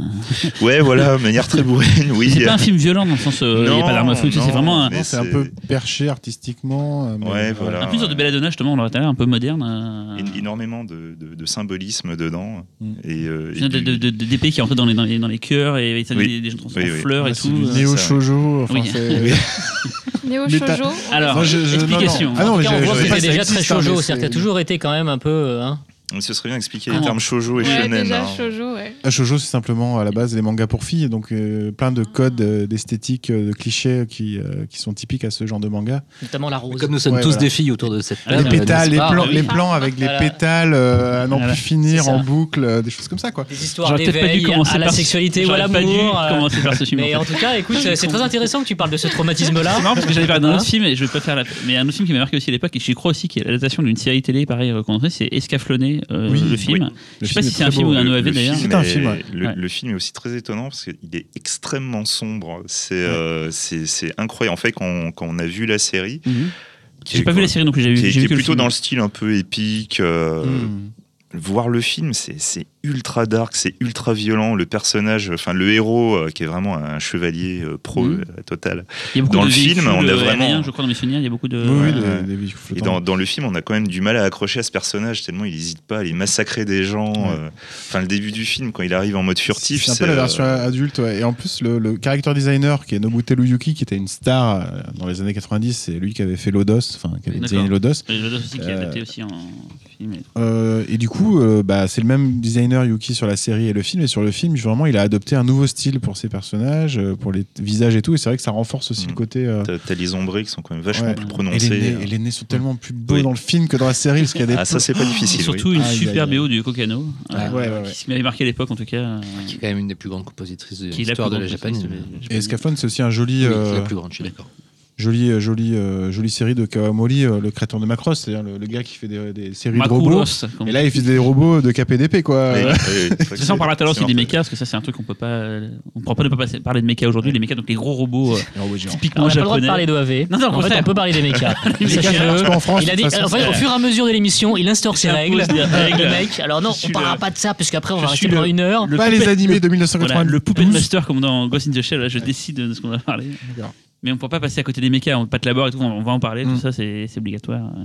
Speaker 7: Ouais, voilà, de manière très bourrine, oui.
Speaker 5: c'est pas un film violent dans le sens euh, il n'y a
Speaker 7: Non,
Speaker 5: pas d'arme à feu, tu sais, c'est
Speaker 7: non,
Speaker 5: vraiment un,
Speaker 7: mais
Speaker 2: Non, C'est un
Speaker 7: c'est-
Speaker 2: peu perché artistiquement. euh, mais-
Speaker 7: Ouais, voilà.
Speaker 5: un film sur de Belladonna justement, on l'aurait tout à l'heure, un peu moderne. euh,
Speaker 7: é- énormément de, de- de symbolisme dedans.
Speaker 2: Mm.
Speaker 7: Et, euh, et
Speaker 5: de, de,
Speaker 7: du-
Speaker 5: de, de- des pays qui rentrent dans les, dans les, dans les cœurs et, et ça
Speaker 7: Oui.
Speaker 5: des, des gens transforment
Speaker 7: Oui,
Speaker 5: en
Speaker 7: oui.
Speaker 5: fleurs
Speaker 2: Ouais,
Speaker 5: et
Speaker 2: c'est
Speaker 5: tout.
Speaker 2: du
Speaker 5: euh.
Speaker 2: néo
Speaker 7: ça,
Speaker 2: shoujo. enfin,
Speaker 5: Oui.
Speaker 2: c'est-
Speaker 1: Néo
Speaker 2: Mais t'as-
Speaker 1: Shoujo.
Speaker 5: Alors,
Speaker 2: Moi, je- je- non, non.
Speaker 5: explication.
Speaker 2: Ah non, mais
Speaker 6: Quand on
Speaker 2: je-
Speaker 6: voit que
Speaker 2: je- je-
Speaker 6: t'es déjà
Speaker 2: ça existe,
Speaker 6: très
Speaker 2: hein, mais
Speaker 6: shoujo, c'est-à-dire
Speaker 2: c'est-
Speaker 6: que t'as toujours été quand même un peu. euh, hein.
Speaker 7: Ce serait bien d'expliquer
Speaker 5: Ah.
Speaker 7: les termes shoujo et
Speaker 1: Ouais,
Speaker 7: shonen.
Speaker 1: déjà
Speaker 7: hein.
Speaker 1: Shoujo, ouais.
Speaker 2: Un shoujo, c'est simplement à la base des mangas pour filles, et donc euh, plein de codes euh, d'esthétique, euh, de clichés qui, euh, qui sont typiques à ce genre de manga.
Speaker 6: Notamment la rose.
Speaker 4: Comme nous sommes
Speaker 2: Ouais,
Speaker 4: tous
Speaker 2: voilà.
Speaker 4: des filles autour de cette
Speaker 5: Les
Speaker 2: les
Speaker 4: table.
Speaker 2: pétales,
Speaker 4: n'est-ce
Speaker 2: les
Speaker 4: pas
Speaker 2: plans,
Speaker 5: oui.
Speaker 2: les plans avec
Speaker 6: Voilà.
Speaker 2: les pétales euh, à n'en
Speaker 5: Voilà.
Speaker 2: plus finir
Speaker 6: C'est ça.
Speaker 2: en boucle, euh, des choses comme ça quoi.
Speaker 6: Des histoires
Speaker 5: J'aurais peut-être pas dû
Speaker 6: d'éveil
Speaker 5: commencer
Speaker 6: à la
Speaker 5: par
Speaker 6: sexualité ou à
Speaker 5: j'aurais pas dû
Speaker 6: l'amour. euh,
Speaker 5: commencer par ce film.
Speaker 6: Mais
Speaker 5: en
Speaker 6: en tout cas, écoute, c'est très intéressant que tu parles de ce traumatisme-là.
Speaker 5: C'est marrant parce que j'avais parlé d'un
Speaker 6: Hein
Speaker 5: autre film et je vais pas faire la. Mais un autre film qui m'a marqué aussi à l'époque et je crois aussi qu'il est l'adaptation d'une série télé, pareil, recommencée, c'est Escaflonné, euh,
Speaker 2: Oui,
Speaker 5: le film. Je
Speaker 2: Le
Speaker 5: sais pas
Speaker 2: film
Speaker 5: si
Speaker 2: est
Speaker 5: c'est un
Speaker 2: très
Speaker 5: film
Speaker 2: beau.
Speaker 5: ou un
Speaker 7: Le-
Speaker 5: OAV
Speaker 7: le
Speaker 5: d'ailleurs.
Speaker 7: film
Speaker 2: C'est un
Speaker 7: est-
Speaker 2: film, ouais.
Speaker 7: Le,
Speaker 5: Ouais.
Speaker 7: le film est aussi très étonnant parce qu'il est extrêmement sombre. C'est euh, c'est- c'est incroyable. En fait, quand on, quand on a vu la série,
Speaker 5: Mhm.
Speaker 7: qui
Speaker 5: J'ai
Speaker 7: est-
Speaker 5: pas vu la série non plus, j'ai vu
Speaker 7: qui est,
Speaker 5: j'ai
Speaker 7: qui
Speaker 5: vu
Speaker 7: est
Speaker 5: que le Mm.
Speaker 7: plutôt
Speaker 5: film.
Speaker 7: dans le style un peu épique, euh,
Speaker 2: Hmm.
Speaker 7: voir le film, c'est c'est ultra dark, c'est ultra violent. Le personnage, enfin le héros, euh, qui est vraiment un chevalier euh, pro
Speaker 5: Mhm.
Speaker 7: euh, total.
Speaker 5: Il y a beaucoup
Speaker 7: Dans
Speaker 5: de
Speaker 7: le film,
Speaker 5: véhicules,
Speaker 7: on a
Speaker 5: euh,
Speaker 7: vraiment-
Speaker 5: aériens, je crois, dans Missionnaire, il y a beaucoup de.
Speaker 2: Oui, oui,
Speaker 5: Euh, Ouais.
Speaker 2: des-
Speaker 7: ouais.
Speaker 2: des véhicules
Speaker 7: Et
Speaker 2: flottants.
Speaker 7: dans, dans le film, on a quand même du mal à accrocher à ce personnage tellement il n'hésite pas à aller massacrer des gens.
Speaker 2: Ouais.
Speaker 7: euh, Enfin, le début du film, quand il arrive en mode furtif,
Speaker 2: C'est un peu la
Speaker 7: euh,
Speaker 2: version adulte. ouais. Et en plus, le, le character designer qui est Nobutelu Yuki, qui était une star euh, dans les années 90, c'est lui qui avait fait Lodos, enfin qui avait
Speaker 5: D'accord.
Speaker 2: designé Lodos.
Speaker 5: Et Lodos aussi qui est
Speaker 2: Euh,
Speaker 5: adapté aussi en film. et-
Speaker 2: Euh, et du coup, euh, bah, c'est le même designer Yuki sur la série et le film. Et sur le film, vraiment, il a adopté un nouveau style pour ses personnages, euh, pour les t- visages et tout. Et c'est vrai que ça renforce aussi
Speaker 7: Mhm.
Speaker 2: le côté. euh,
Speaker 7: t'as- t'as les ombrés qui sont quand même vachement
Speaker 2: Ouais.
Speaker 7: plus
Speaker 2: et, les
Speaker 7: prononcés.
Speaker 2: nez, et les nez sont tellement plus beaux
Speaker 7: euh. Oui.
Speaker 2: dans le film que dans la série, parce qu'il y a des.
Speaker 7: Ah, ça, c'est pas difficile.
Speaker 5: Et surtout
Speaker 7: oui.
Speaker 5: une
Speaker 2: Aïe,
Speaker 5: super
Speaker 2: aïe, aïe.
Speaker 5: BO du Kokano,
Speaker 2: Ah, Ouais,
Speaker 5: euh,
Speaker 2: ouais, ouais, ouais.
Speaker 5: qui m'avait marqué à l'époque en tout cas. euh,
Speaker 4: Qui est quand même une des plus grandes compositrices de
Speaker 5: qui est la
Speaker 4: l'histoire
Speaker 5: plus
Speaker 4: de la
Speaker 5: grande
Speaker 4: Japanese.
Speaker 5: compositrice de la
Speaker 2: Et
Speaker 5: Japanese.
Speaker 2: Scafone, c'est aussi un joli,
Speaker 4: Oui,
Speaker 2: euh,
Speaker 4: c'est la plus grande, je suis d'accord.
Speaker 2: joli, euh, joli, euh, jolie série de Kawamori, euh, le créateur de Macross, c'est-à-dire le, le gars qui fait des, des séries de robots.
Speaker 5: Macoulos, comme-
Speaker 2: Et là, il fait des robots de KPDP, quoi. Euh,
Speaker 7: Oui,
Speaker 2: Ouais.
Speaker 7: oui, oui, c'est vrai
Speaker 5: C'est ça, on
Speaker 7: que
Speaker 5: parlera tout à l'heure aussi
Speaker 7: c'est
Speaker 5: des
Speaker 7: un peu-
Speaker 5: mechas, parce que ça, c'est un truc qu'on peut pas. euh, On pourra pas ne pas passer- parler de mechas aujourd'hui, les mechas, donc les gros robots euh,
Speaker 6: On
Speaker 5: typiquement
Speaker 6: n'a pas le droit
Speaker 5: japonais.
Speaker 6: de parler d'OAV.
Speaker 5: Non, non, au
Speaker 6: en fait,
Speaker 5: contraire.
Speaker 6: on peut parler des mechas.
Speaker 5: Les mechas,
Speaker 6: Sachez-le.
Speaker 2: En France,
Speaker 6: Il a dit,
Speaker 2: de toute façon,
Speaker 6: en fait, au fur et à mesure de l'émission, il instaure ses
Speaker 5: Il impose
Speaker 6: règles.
Speaker 5: des règles.
Speaker 6: Le mec, alors non,
Speaker 5: Je
Speaker 6: on
Speaker 5: suis
Speaker 6: parlera
Speaker 5: le-
Speaker 6: pas de ça, parce qu'après, on
Speaker 5: je
Speaker 6: va
Speaker 5: suis
Speaker 6: rester
Speaker 5: le-
Speaker 6: pendant une heure.
Speaker 5: le
Speaker 2: pas
Speaker 5: poupée-
Speaker 2: les animés de
Speaker 5: Voilà,
Speaker 2: 1992.
Speaker 5: le Puppet Master comme dans Ghost in the Shell, là, je décide de ce qu'on va parler.
Speaker 2: D'accord.
Speaker 5: Mais on ne pourra pas passer à côté des mechas, on pâte la barre et tout, on on va en parler,
Speaker 2: Mm.
Speaker 5: tout ça c'est c'est obligatoire. euh.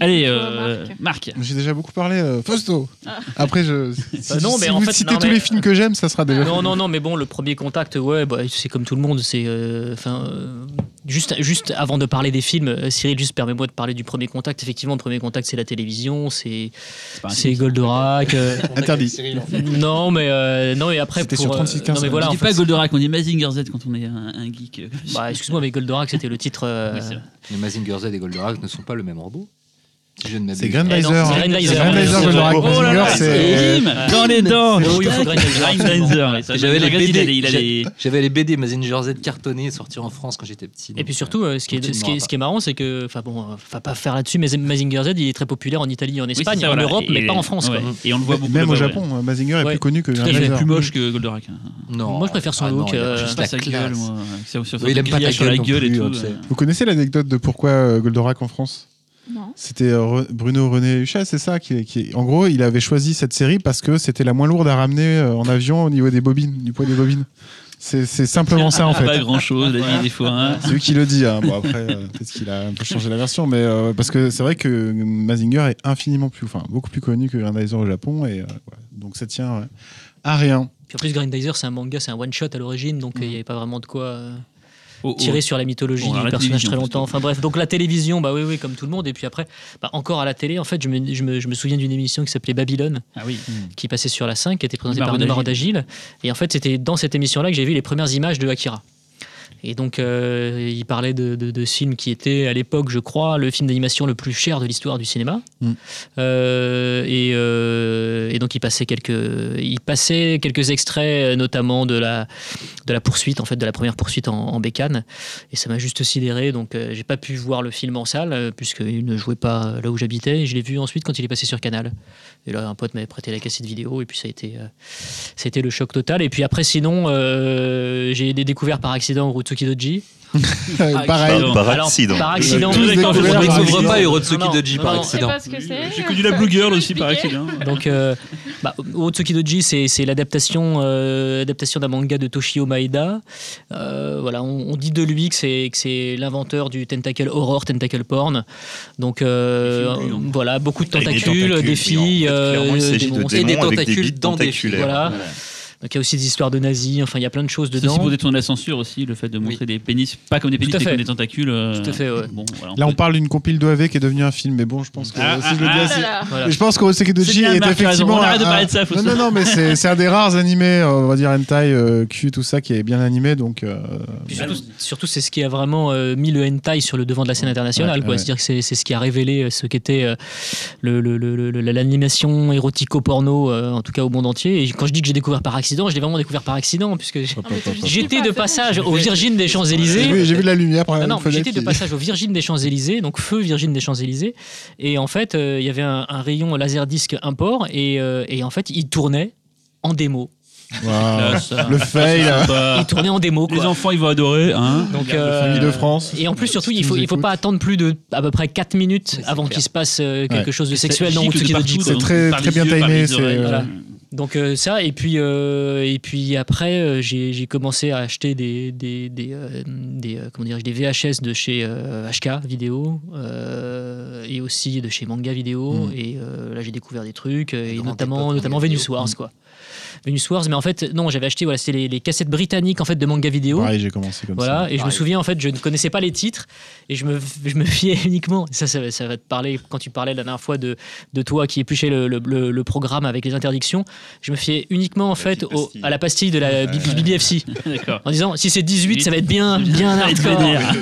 Speaker 5: Allez,
Speaker 1: Toi,
Speaker 5: euh,
Speaker 1: Marc.
Speaker 5: Marc.
Speaker 2: J'ai déjà beaucoup parlé. euh, Fausto.
Speaker 1: Ah.
Speaker 2: Après, je. Si,
Speaker 6: Bah non,
Speaker 2: si
Speaker 6: mais
Speaker 2: vous
Speaker 6: en fait,
Speaker 2: citez
Speaker 6: non,
Speaker 2: tous
Speaker 6: mais- Ah
Speaker 2: les films que j'aime, ça sera déjà.
Speaker 6: Non, non, non, mais bon, le premier contact, ouais, bah, c'est comme tout le monde. C'est, euh, enfin, euh, juste, juste avant de parler des films, euh, Cyril, juste permets-moi de parler du premier contact. Effectivement, le premier contact, c'est la télévision, c'est,
Speaker 5: pas un
Speaker 6: c'est Goldorak. euh,
Speaker 2: Interdit.
Speaker 6: non, mais euh, non, et après
Speaker 2: C'était
Speaker 6: pour,
Speaker 2: sur
Speaker 6: euh,
Speaker 2: 36-15,
Speaker 6: non, mais
Speaker 2: hein.
Speaker 6: voilà,
Speaker 5: on
Speaker 6: en
Speaker 5: dit pas
Speaker 6: fait,
Speaker 5: Goldorak, on dit Mazinger Z quand on est un, un geek. euh, comme ça.
Speaker 6: bah, excuse-moi, mais Goldorak, c'était le titre. euh,
Speaker 5: Oui, c'est vrai.
Speaker 4: Les Mazinger Z et Goldorak ne sont pas le même robot. Si je ne m'abuse.
Speaker 2: C'est
Speaker 6: eh non,
Speaker 2: Grandmeiser.
Speaker 6: c'est Grandizer.
Speaker 2: C'est Grandizer,
Speaker 6: Grandizer.
Speaker 2: Goldorak,
Speaker 6: Oh là
Speaker 2: Mazinger,
Speaker 6: là,
Speaker 2: c'est-
Speaker 5: Bim, dans les dents.
Speaker 6: Oh, il faut
Speaker 5: Tac,
Speaker 6: Grindizer,
Speaker 5: Grindizer, oui, ça,
Speaker 4: J'avais
Speaker 5: je
Speaker 4: les
Speaker 5: regarde, il a
Speaker 4: BD,
Speaker 5: les- il a
Speaker 4: j'ai-
Speaker 5: les-
Speaker 4: J'avais les BD Mazinger Z cartonnés sortis en France quand j'étais petit.
Speaker 6: Et
Speaker 4: donc,
Speaker 6: puis surtout, euh, ce, qui est,
Speaker 4: Donc, tu
Speaker 6: ce,
Speaker 4: ne
Speaker 6: qui est,
Speaker 4: mourras
Speaker 6: ce qui est marrant, c'est que, enfin bon, euh, faut pas faire là-dessus, mais Mazinger Z, il est très populaire en Italie, et en
Speaker 5: Oui, c'est
Speaker 6: Espagne,
Speaker 5: ça,
Speaker 6: en
Speaker 5: voilà.
Speaker 6: Europe, mais
Speaker 5: Et-
Speaker 6: pas en France. quoi.
Speaker 5: ouais. Et on le voit beaucoup.
Speaker 2: Même au
Speaker 5: là-bas, ouais.
Speaker 2: Japon, euh, Mazinger est
Speaker 6: Ouais.
Speaker 2: plus connu que
Speaker 6: à
Speaker 5: Il est
Speaker 2: Grandizer.
Speaker 5: plus moche que Goldorak. hein.
Speaker 4: Non.
Speaker 6: Moi, je préfère son
Speaker 4: Ah non,
Speaker 6: look,
Speaker 4: il a
Speaker 6: euh,
Speaker 4: juste
Speaker 5: Juste
Speaker 4: la
Speaker 5: sa gueule,
Speaker 4: classe.
Speaker 5: moi. Sur, sur,
Speaker 4: Oui, il aime pas ta
Speaker 5: sur
Speaker 4: gueule
Speaker 5: la
Speaker 4: non
Speaker 5: gueule
Speaker 4: plus,
Speaker 5: et tout.
Speaker 4: hein, tu sais.
Speaker 5: euh.
Speaker 2: Vous connaissez l'anecdote de pourquoi euh, Goldorak en France
Speaker 1: Non.
Speaker 2: C'était euh, Re- Bruno René Huchat, c'est ça qui, qui- En gros, il avait choisi cette série parce que c'était la moins lourde à ramener euh, en avion au niveau des bobines, du poids des bobines. C'est c'est simplement ça
Speaker 6: Ah
Speaker 2: en fait.
Speaker 6: bah
Speaker 5: Pas grand chose, la vie des fois. hein.
Speaker 2: C'est lui qui le dit. hein. Bon, après, euh, peut-être qu'il a un peu changé la version, mais euh, parce que c'est vrai que Mazinger est infiniment plus, enfin, beaucoup plus connu que Grandizer au Japon, et euh, ouais. donc ça tient ouais, à rien.
Speaker 6: Puis en plus, Grindizer, c'est un manga, c'est un one-shot à l'origine, donc euh,
Speaker 5: Mm.
Speaker 6: il n'y avait pas vraiment de quoi euh,
Speaker 5: Oh, oh.
Speaker 6: tirer sur la mythologie
Speaker 5: Bon, alors
Speaker 6: du
Speaker 5: la
Speaker 6: personnage
Speaker 5: télévision,
Speaker 6: très longtemps. Enfin bref, donc la télévision, bah oui, oui, comme tout le monde. Et puis après, bah, encore à la télé, en fait, je me, je me- je me souviens d'une émission qui s'appelait Babylone,
Speaker 5: Ah oui.
Speaker 6: qui passait sur la 5, qui était présentée
Speaker 5: Maroon
Speaker 6: par Demar
Speaker 5: d'Agile.
Speaker 6: d'Agile. Et en fait, c'était dans cette émission-là que j'ai vu les premières images de Akira. Et donc, euh, il parlait de, de, de ce film qui était, à l'époque, je crois, le film d'animation le plus cher de l'histoire du cinéma.
Speaker 2: Mm.
Speaker 6: Euh, et, euh, et donc, il passait quelques, il passait quelques extraits, euh, notamment de la, de la poursuite, en fait, de la première poursuite en, en bécane. Et ça m'a juste sidéré. Donc, euh, j'ai pas pu voir le film en salle, euh, puisqu'il ne jouait pas euh, là où j'habitais. Et Je l'ai vu ensuite quand il est passé sur Canal. Et là, un pote m'avait prêté la cassette vidéo, et puis ça a été, euh, ça a été le choc total. Et puis après, sinon, euh, j'ai été découvert par accident Urotsuki Doji.
Speaker 2: Pareil.
Speaker 5: Ah, Pardon.
Speaker 7: Par
Speaker 6: Alors,
Speaker 7: accident. Euh,
Speaker 6: Par accident.
Speaker 2: Tous
Speaker 4: On
Speaker 2: découvert
Speaker 4: ne
Speaker 2: par
Speaker 4: découvre
Speaker 2: accident.
Speaker 4: pas
Speaker 6: Non,
Speaker 4: Hirotsuki
Speaker 6: non,
Speaker 4: Doji
Speaker 6: non,
Speaker 4: par
Speaker 6: non.
Speaker 1: Je sais
Speaker 4: accident.
Speaker 1: pas ce que c'est.
Speaker 5: J'ai connu la Blue Girl aussi par accident.
Speaker 6: Donc, euh, bah, Urotsuki Doji, c'est c'est l'adaptation euh, adaptation d'un manga de Toshio Maeda. Euh, voilà, on, on dit de lui que c'est que c'est l'inventeur du tentacle horror, tentacle porn. Donc, euh,
Speaker 5: Des films gluants.
Speaker 6: voilà, beaucoup de
Speaker 7: Avec des
Speaker 6: tentacules, des,
Speaker 7: tentacules, oui,
Speaker 6: filles,
Speaker 7: en fait, clairement, il
Speaker 6: euh,
Speaker 7: s'agit
Speaker 6: des
Speaker 7: de
Speaker 6: monstres.
Speaker 4: Et des
Speaker 7: démons avec des
Speaker 4: tentacules
Speaker 7: bites
Speaker 4: dans des
Speaker 7: tentaculaires.
Speaker 4: films.
Speaker 6: Voilà.
Speaker 4: Voilà.
Speaker 6: Donc, il y a aussi des histoires de nazis. Enfin, il y a plein de choses
Speaker 5: C'est aussi
Speaker 6: dedans.
Speaker 5: pour détourner la censure aussi, le fait de montrer des pénis, pas comme des pénis,
Speaker 6: Tout à
Speaker 5: mais
Speaker 6: fait.
Speaker 5: comme des tentacules. euh,
Speaker 6: Tout à fait, ouais.
Speaker 5: Bon, voilà,
Speaker 2: Là,
Speaker 5: peut-
Speaker 2: on parle d'une compile d'OAV qui est devenue un film, mais bon, je pense que
Speaker 5: Ah,
Speaker 2: si je le
Speaker 5: ah,
Speaker 2: dis
Speaker 5: ah,
Speaker 2: assez-
Speaker 1: Oh là là.
Speaker 6: Voilà.
Speaker 2: Mais je pense que Oseki
Speaker 5: C'est
Speaker 2: Doji
Speaker 5: bien, Marc,
Speaker 2: est
Speaker 5: t'as raison.
Speaker 2: effectivement.
Speaker 5: On arrête de
Speaker 2: un-
Speaker 5: parler de ça, faut
Speaker 2: Non,
Speaker 5: ça.
Speaker 2: non, non, mais c'est c'est un des rares animés, euh, on va dire hentai, euh, cul, tout ça, qui est bien animé, donc. euh,
Speaker 6: Puis surtout, surtout, c'est ce qui a vraiment euh, mis le hentai sur le devant de la scène internationale.
Speaker 2: Ouais,
Speaker 6: quoi.
Speaker 2: ouais.
Speaker 6: C'est-à-dire que c'est c'est ce qui a révélé euh, ce qu'était euh, le- le- le- le- le- l'animation érotico-porno, euh, en tout cas au monde entier. Et quand je dis que j'ai découvert par accident, je l'ai vraiment découvert par accident, puisque j'-
Speaker 2: hop,
Speaker 1: Non, mais
Speaker 2: hop, hop, hop.
Speaker 1: j'ai-
Speaker 6: j'étais de passage aux Virgines des
Speaker 2: J'ai
Speaker 6: Champs-Élysées.
Speaker 2: vu- j'ai vu de la lumière par
Speaker 6: Ah Non,
Speaker 2: la
Speaker 6: non, mais
Speaker 2: fenêtre
Speaker 6: j'étais de
Speaker 2: qui-
Speaker 6: passage aux Virgines des Champs-Élysées, donc feu Virgine des Champs-Élysées. Et en fait, euh, il y avait un, un rayon laser disque import et, euh, et en fait, il tournait en démo.
Speaker 2: Waouh.
Speaker 5: Là, ça-
Speaker 2: Le
Speaker 5: ça,
Speaker 2: fail. hein.
Speaker 5: c'est sympa.
Speaker 6: Il tournait en démo, quoi.
Speaker 5: Les enfants, ils vont adorer. Hein Regarde
Speaker 6: Donc,
Speaker 5: le
Speaker 6: euh,
Speaker 5: film
Speaker 2: Famille Ah. de France.
Speaker 6: Et en plus, surtout,
Speaker 2: Si
Speaker 6: il faut,
Speaker 2: nous
Speaker 6: il faut pas
Speaker 2: écoute.
Speaker 6: attendre plus de à peu près 4 minutes
Speaker 4: Oui, c'est
Speaker 6: avant
Speaker 4: clair.
Speaker 6: qu'il se passe euh, quelque
Speaker 2: Ouais.
Speaker 6: chose de
Speaker 5: C'est
Speaker 6: sexuel dans
Speaker 5: chic de
Speaker 6: Otsuki no
Speaker 5: partout,
Speaker 6: Jiko.
Speaker 5: quoi.
Speaker 2: très-
Speaker 5: Par
Speaker 2: très
Speaker 5: les
Speaker 2: bien
Speaker 5: yeux, par
Speaker 2: timé,
Speaker 5: les
Speaker 2: c'est,
Speaker 5: oreilles,
Speaker 2: euh,
Speaker 5: voilà.
Speaker 6: Donc euh, ça, et puis, euh, et puis après, euh, j'ai j'ai commencé à acheter des, des, des, euh, des, euh, comment dirais-je, des VHS de chez euh, HK Vidéo euh, et aussi de chez Manga Vidéo.
Speaker 2: Mm.
Speaker 6: Et euh, là, j'ai découvert des trucs, euh, et
Speaker 4: Grande
Speaker 6: notamment,
Speaker 4: époque,
Speaker 6: notamment
Speaker 4: Manga
Speaker 6: Venus
Speaker 4: Vidéo.
Speaker 6: Wars.
Speaker 4: Mm.
Speaker 6: Quoi. Venus Wars, mais en fait, non, j'avais acheté, voilà, c'était les, les cassettes britanniques en fait, de Manga Vidéo.
Speaker 2: Pareil, j'ai commencé comme
Speaker 6: Voilà, et je me
Speaker 4: Pareil.
Speaker 6: souviens en fait, je ne connaissais pas les titres et je me, je me fiais uniquement. Ça, ça, va- ça va te parler quand tu parlais la dernière fois de, de toi qui épluchait le, le- le- le programme avec les interdictions. Je me fiais uniquement en fait
Speaker 7: petite
Speaker 6: au-
Speaker 7: pastille.
Speaker 6: à la pastille de la B- BBFC
Speaker 2: euh,
Speaker 5: D'accord.
Speaker 6: en disant si c'est 18, ça va être bien, bien
Speaker 5: Ça va être
Speaker 6: hardcore.
Speaker 5: vénère.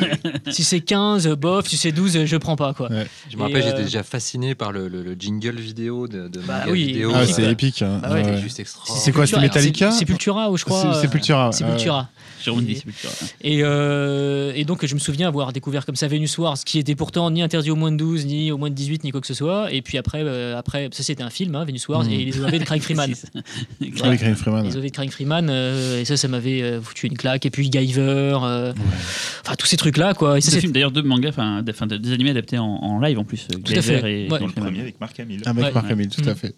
Speaker 6: Si c'est 15, euh, bof. Si c'est 12, euh, je prends pas quoi.
Speaker 2: Ouais.
Speaker 4: Je me rappelle,
Speaker 6: Et, euh,
Speaker 4: j'étais déjà fasciné par le, le- le jingle vidéo de, de
Speaker 6: Bah
Speaker 4: manga
Speaker 6: oui,
Speaker 2: ça.
Speaker 4: vidéo.
Speaker 2: Ah,
Speaker 6: épique,
Speaker 2: c'est
Speaker 6: quoi.
Speaker 2: épique. hein.
Speaker 6: Bah ouais,
Speaker 2: Ouais.
Speaker 4: C'est juste extra.
Speaker 2: C'est quoi, c'est
Speaker 6: Cultura-
Speaker 2: Metallica
Speaker 6: C'est Sepultura ou je crois.
Speaker 2: C'est-
Speaker 6: euh,
Speaker 2: Sepultura. ouais.
Speaker 6: Sepultura.
Speaker 5: Jérôme dit, c'est plus tard.
Speaker 6: Et, euh, et donc, je me souviens avoir découvert comme ça Venus Wars, qui était pourtant ni interdit au moins de 12, ni au moins de 18, ni quoi que ce soit. Et puis après, euh, après ça c'était un film, hein, Venus Wars,
Speaker 2: Mhm.
Speaker 6: et les OAV de Craig Freeman.
Speaker 2: Ouais. Avec Ryan Freeman.
Speaker 6: les OAV de Craig Freeman, euh, et ça, ça m'avait euh, foutu une claque. Et puis Guyver, euh, enfin tous ces trucs-là, quoi. Et ça,
Speaker 5: C'est un
Speaker 6: c'est-
Speaker 5: film d'ailleurs de manga, enfin de- enfin, de- des animés adaptés en, en live en plus.
Speaker 6: Tout à fait.
Speaker 5: Et,
Speaker 6: Ouais.
Speaker 7: Dans le premier avec Marc Hamill.
Speaker 2: Avec
Speaker 6: Ouais.
Speaker 2: Mark Hamill, tout à
Speaker 6: Mm.
Speaker 2: fait.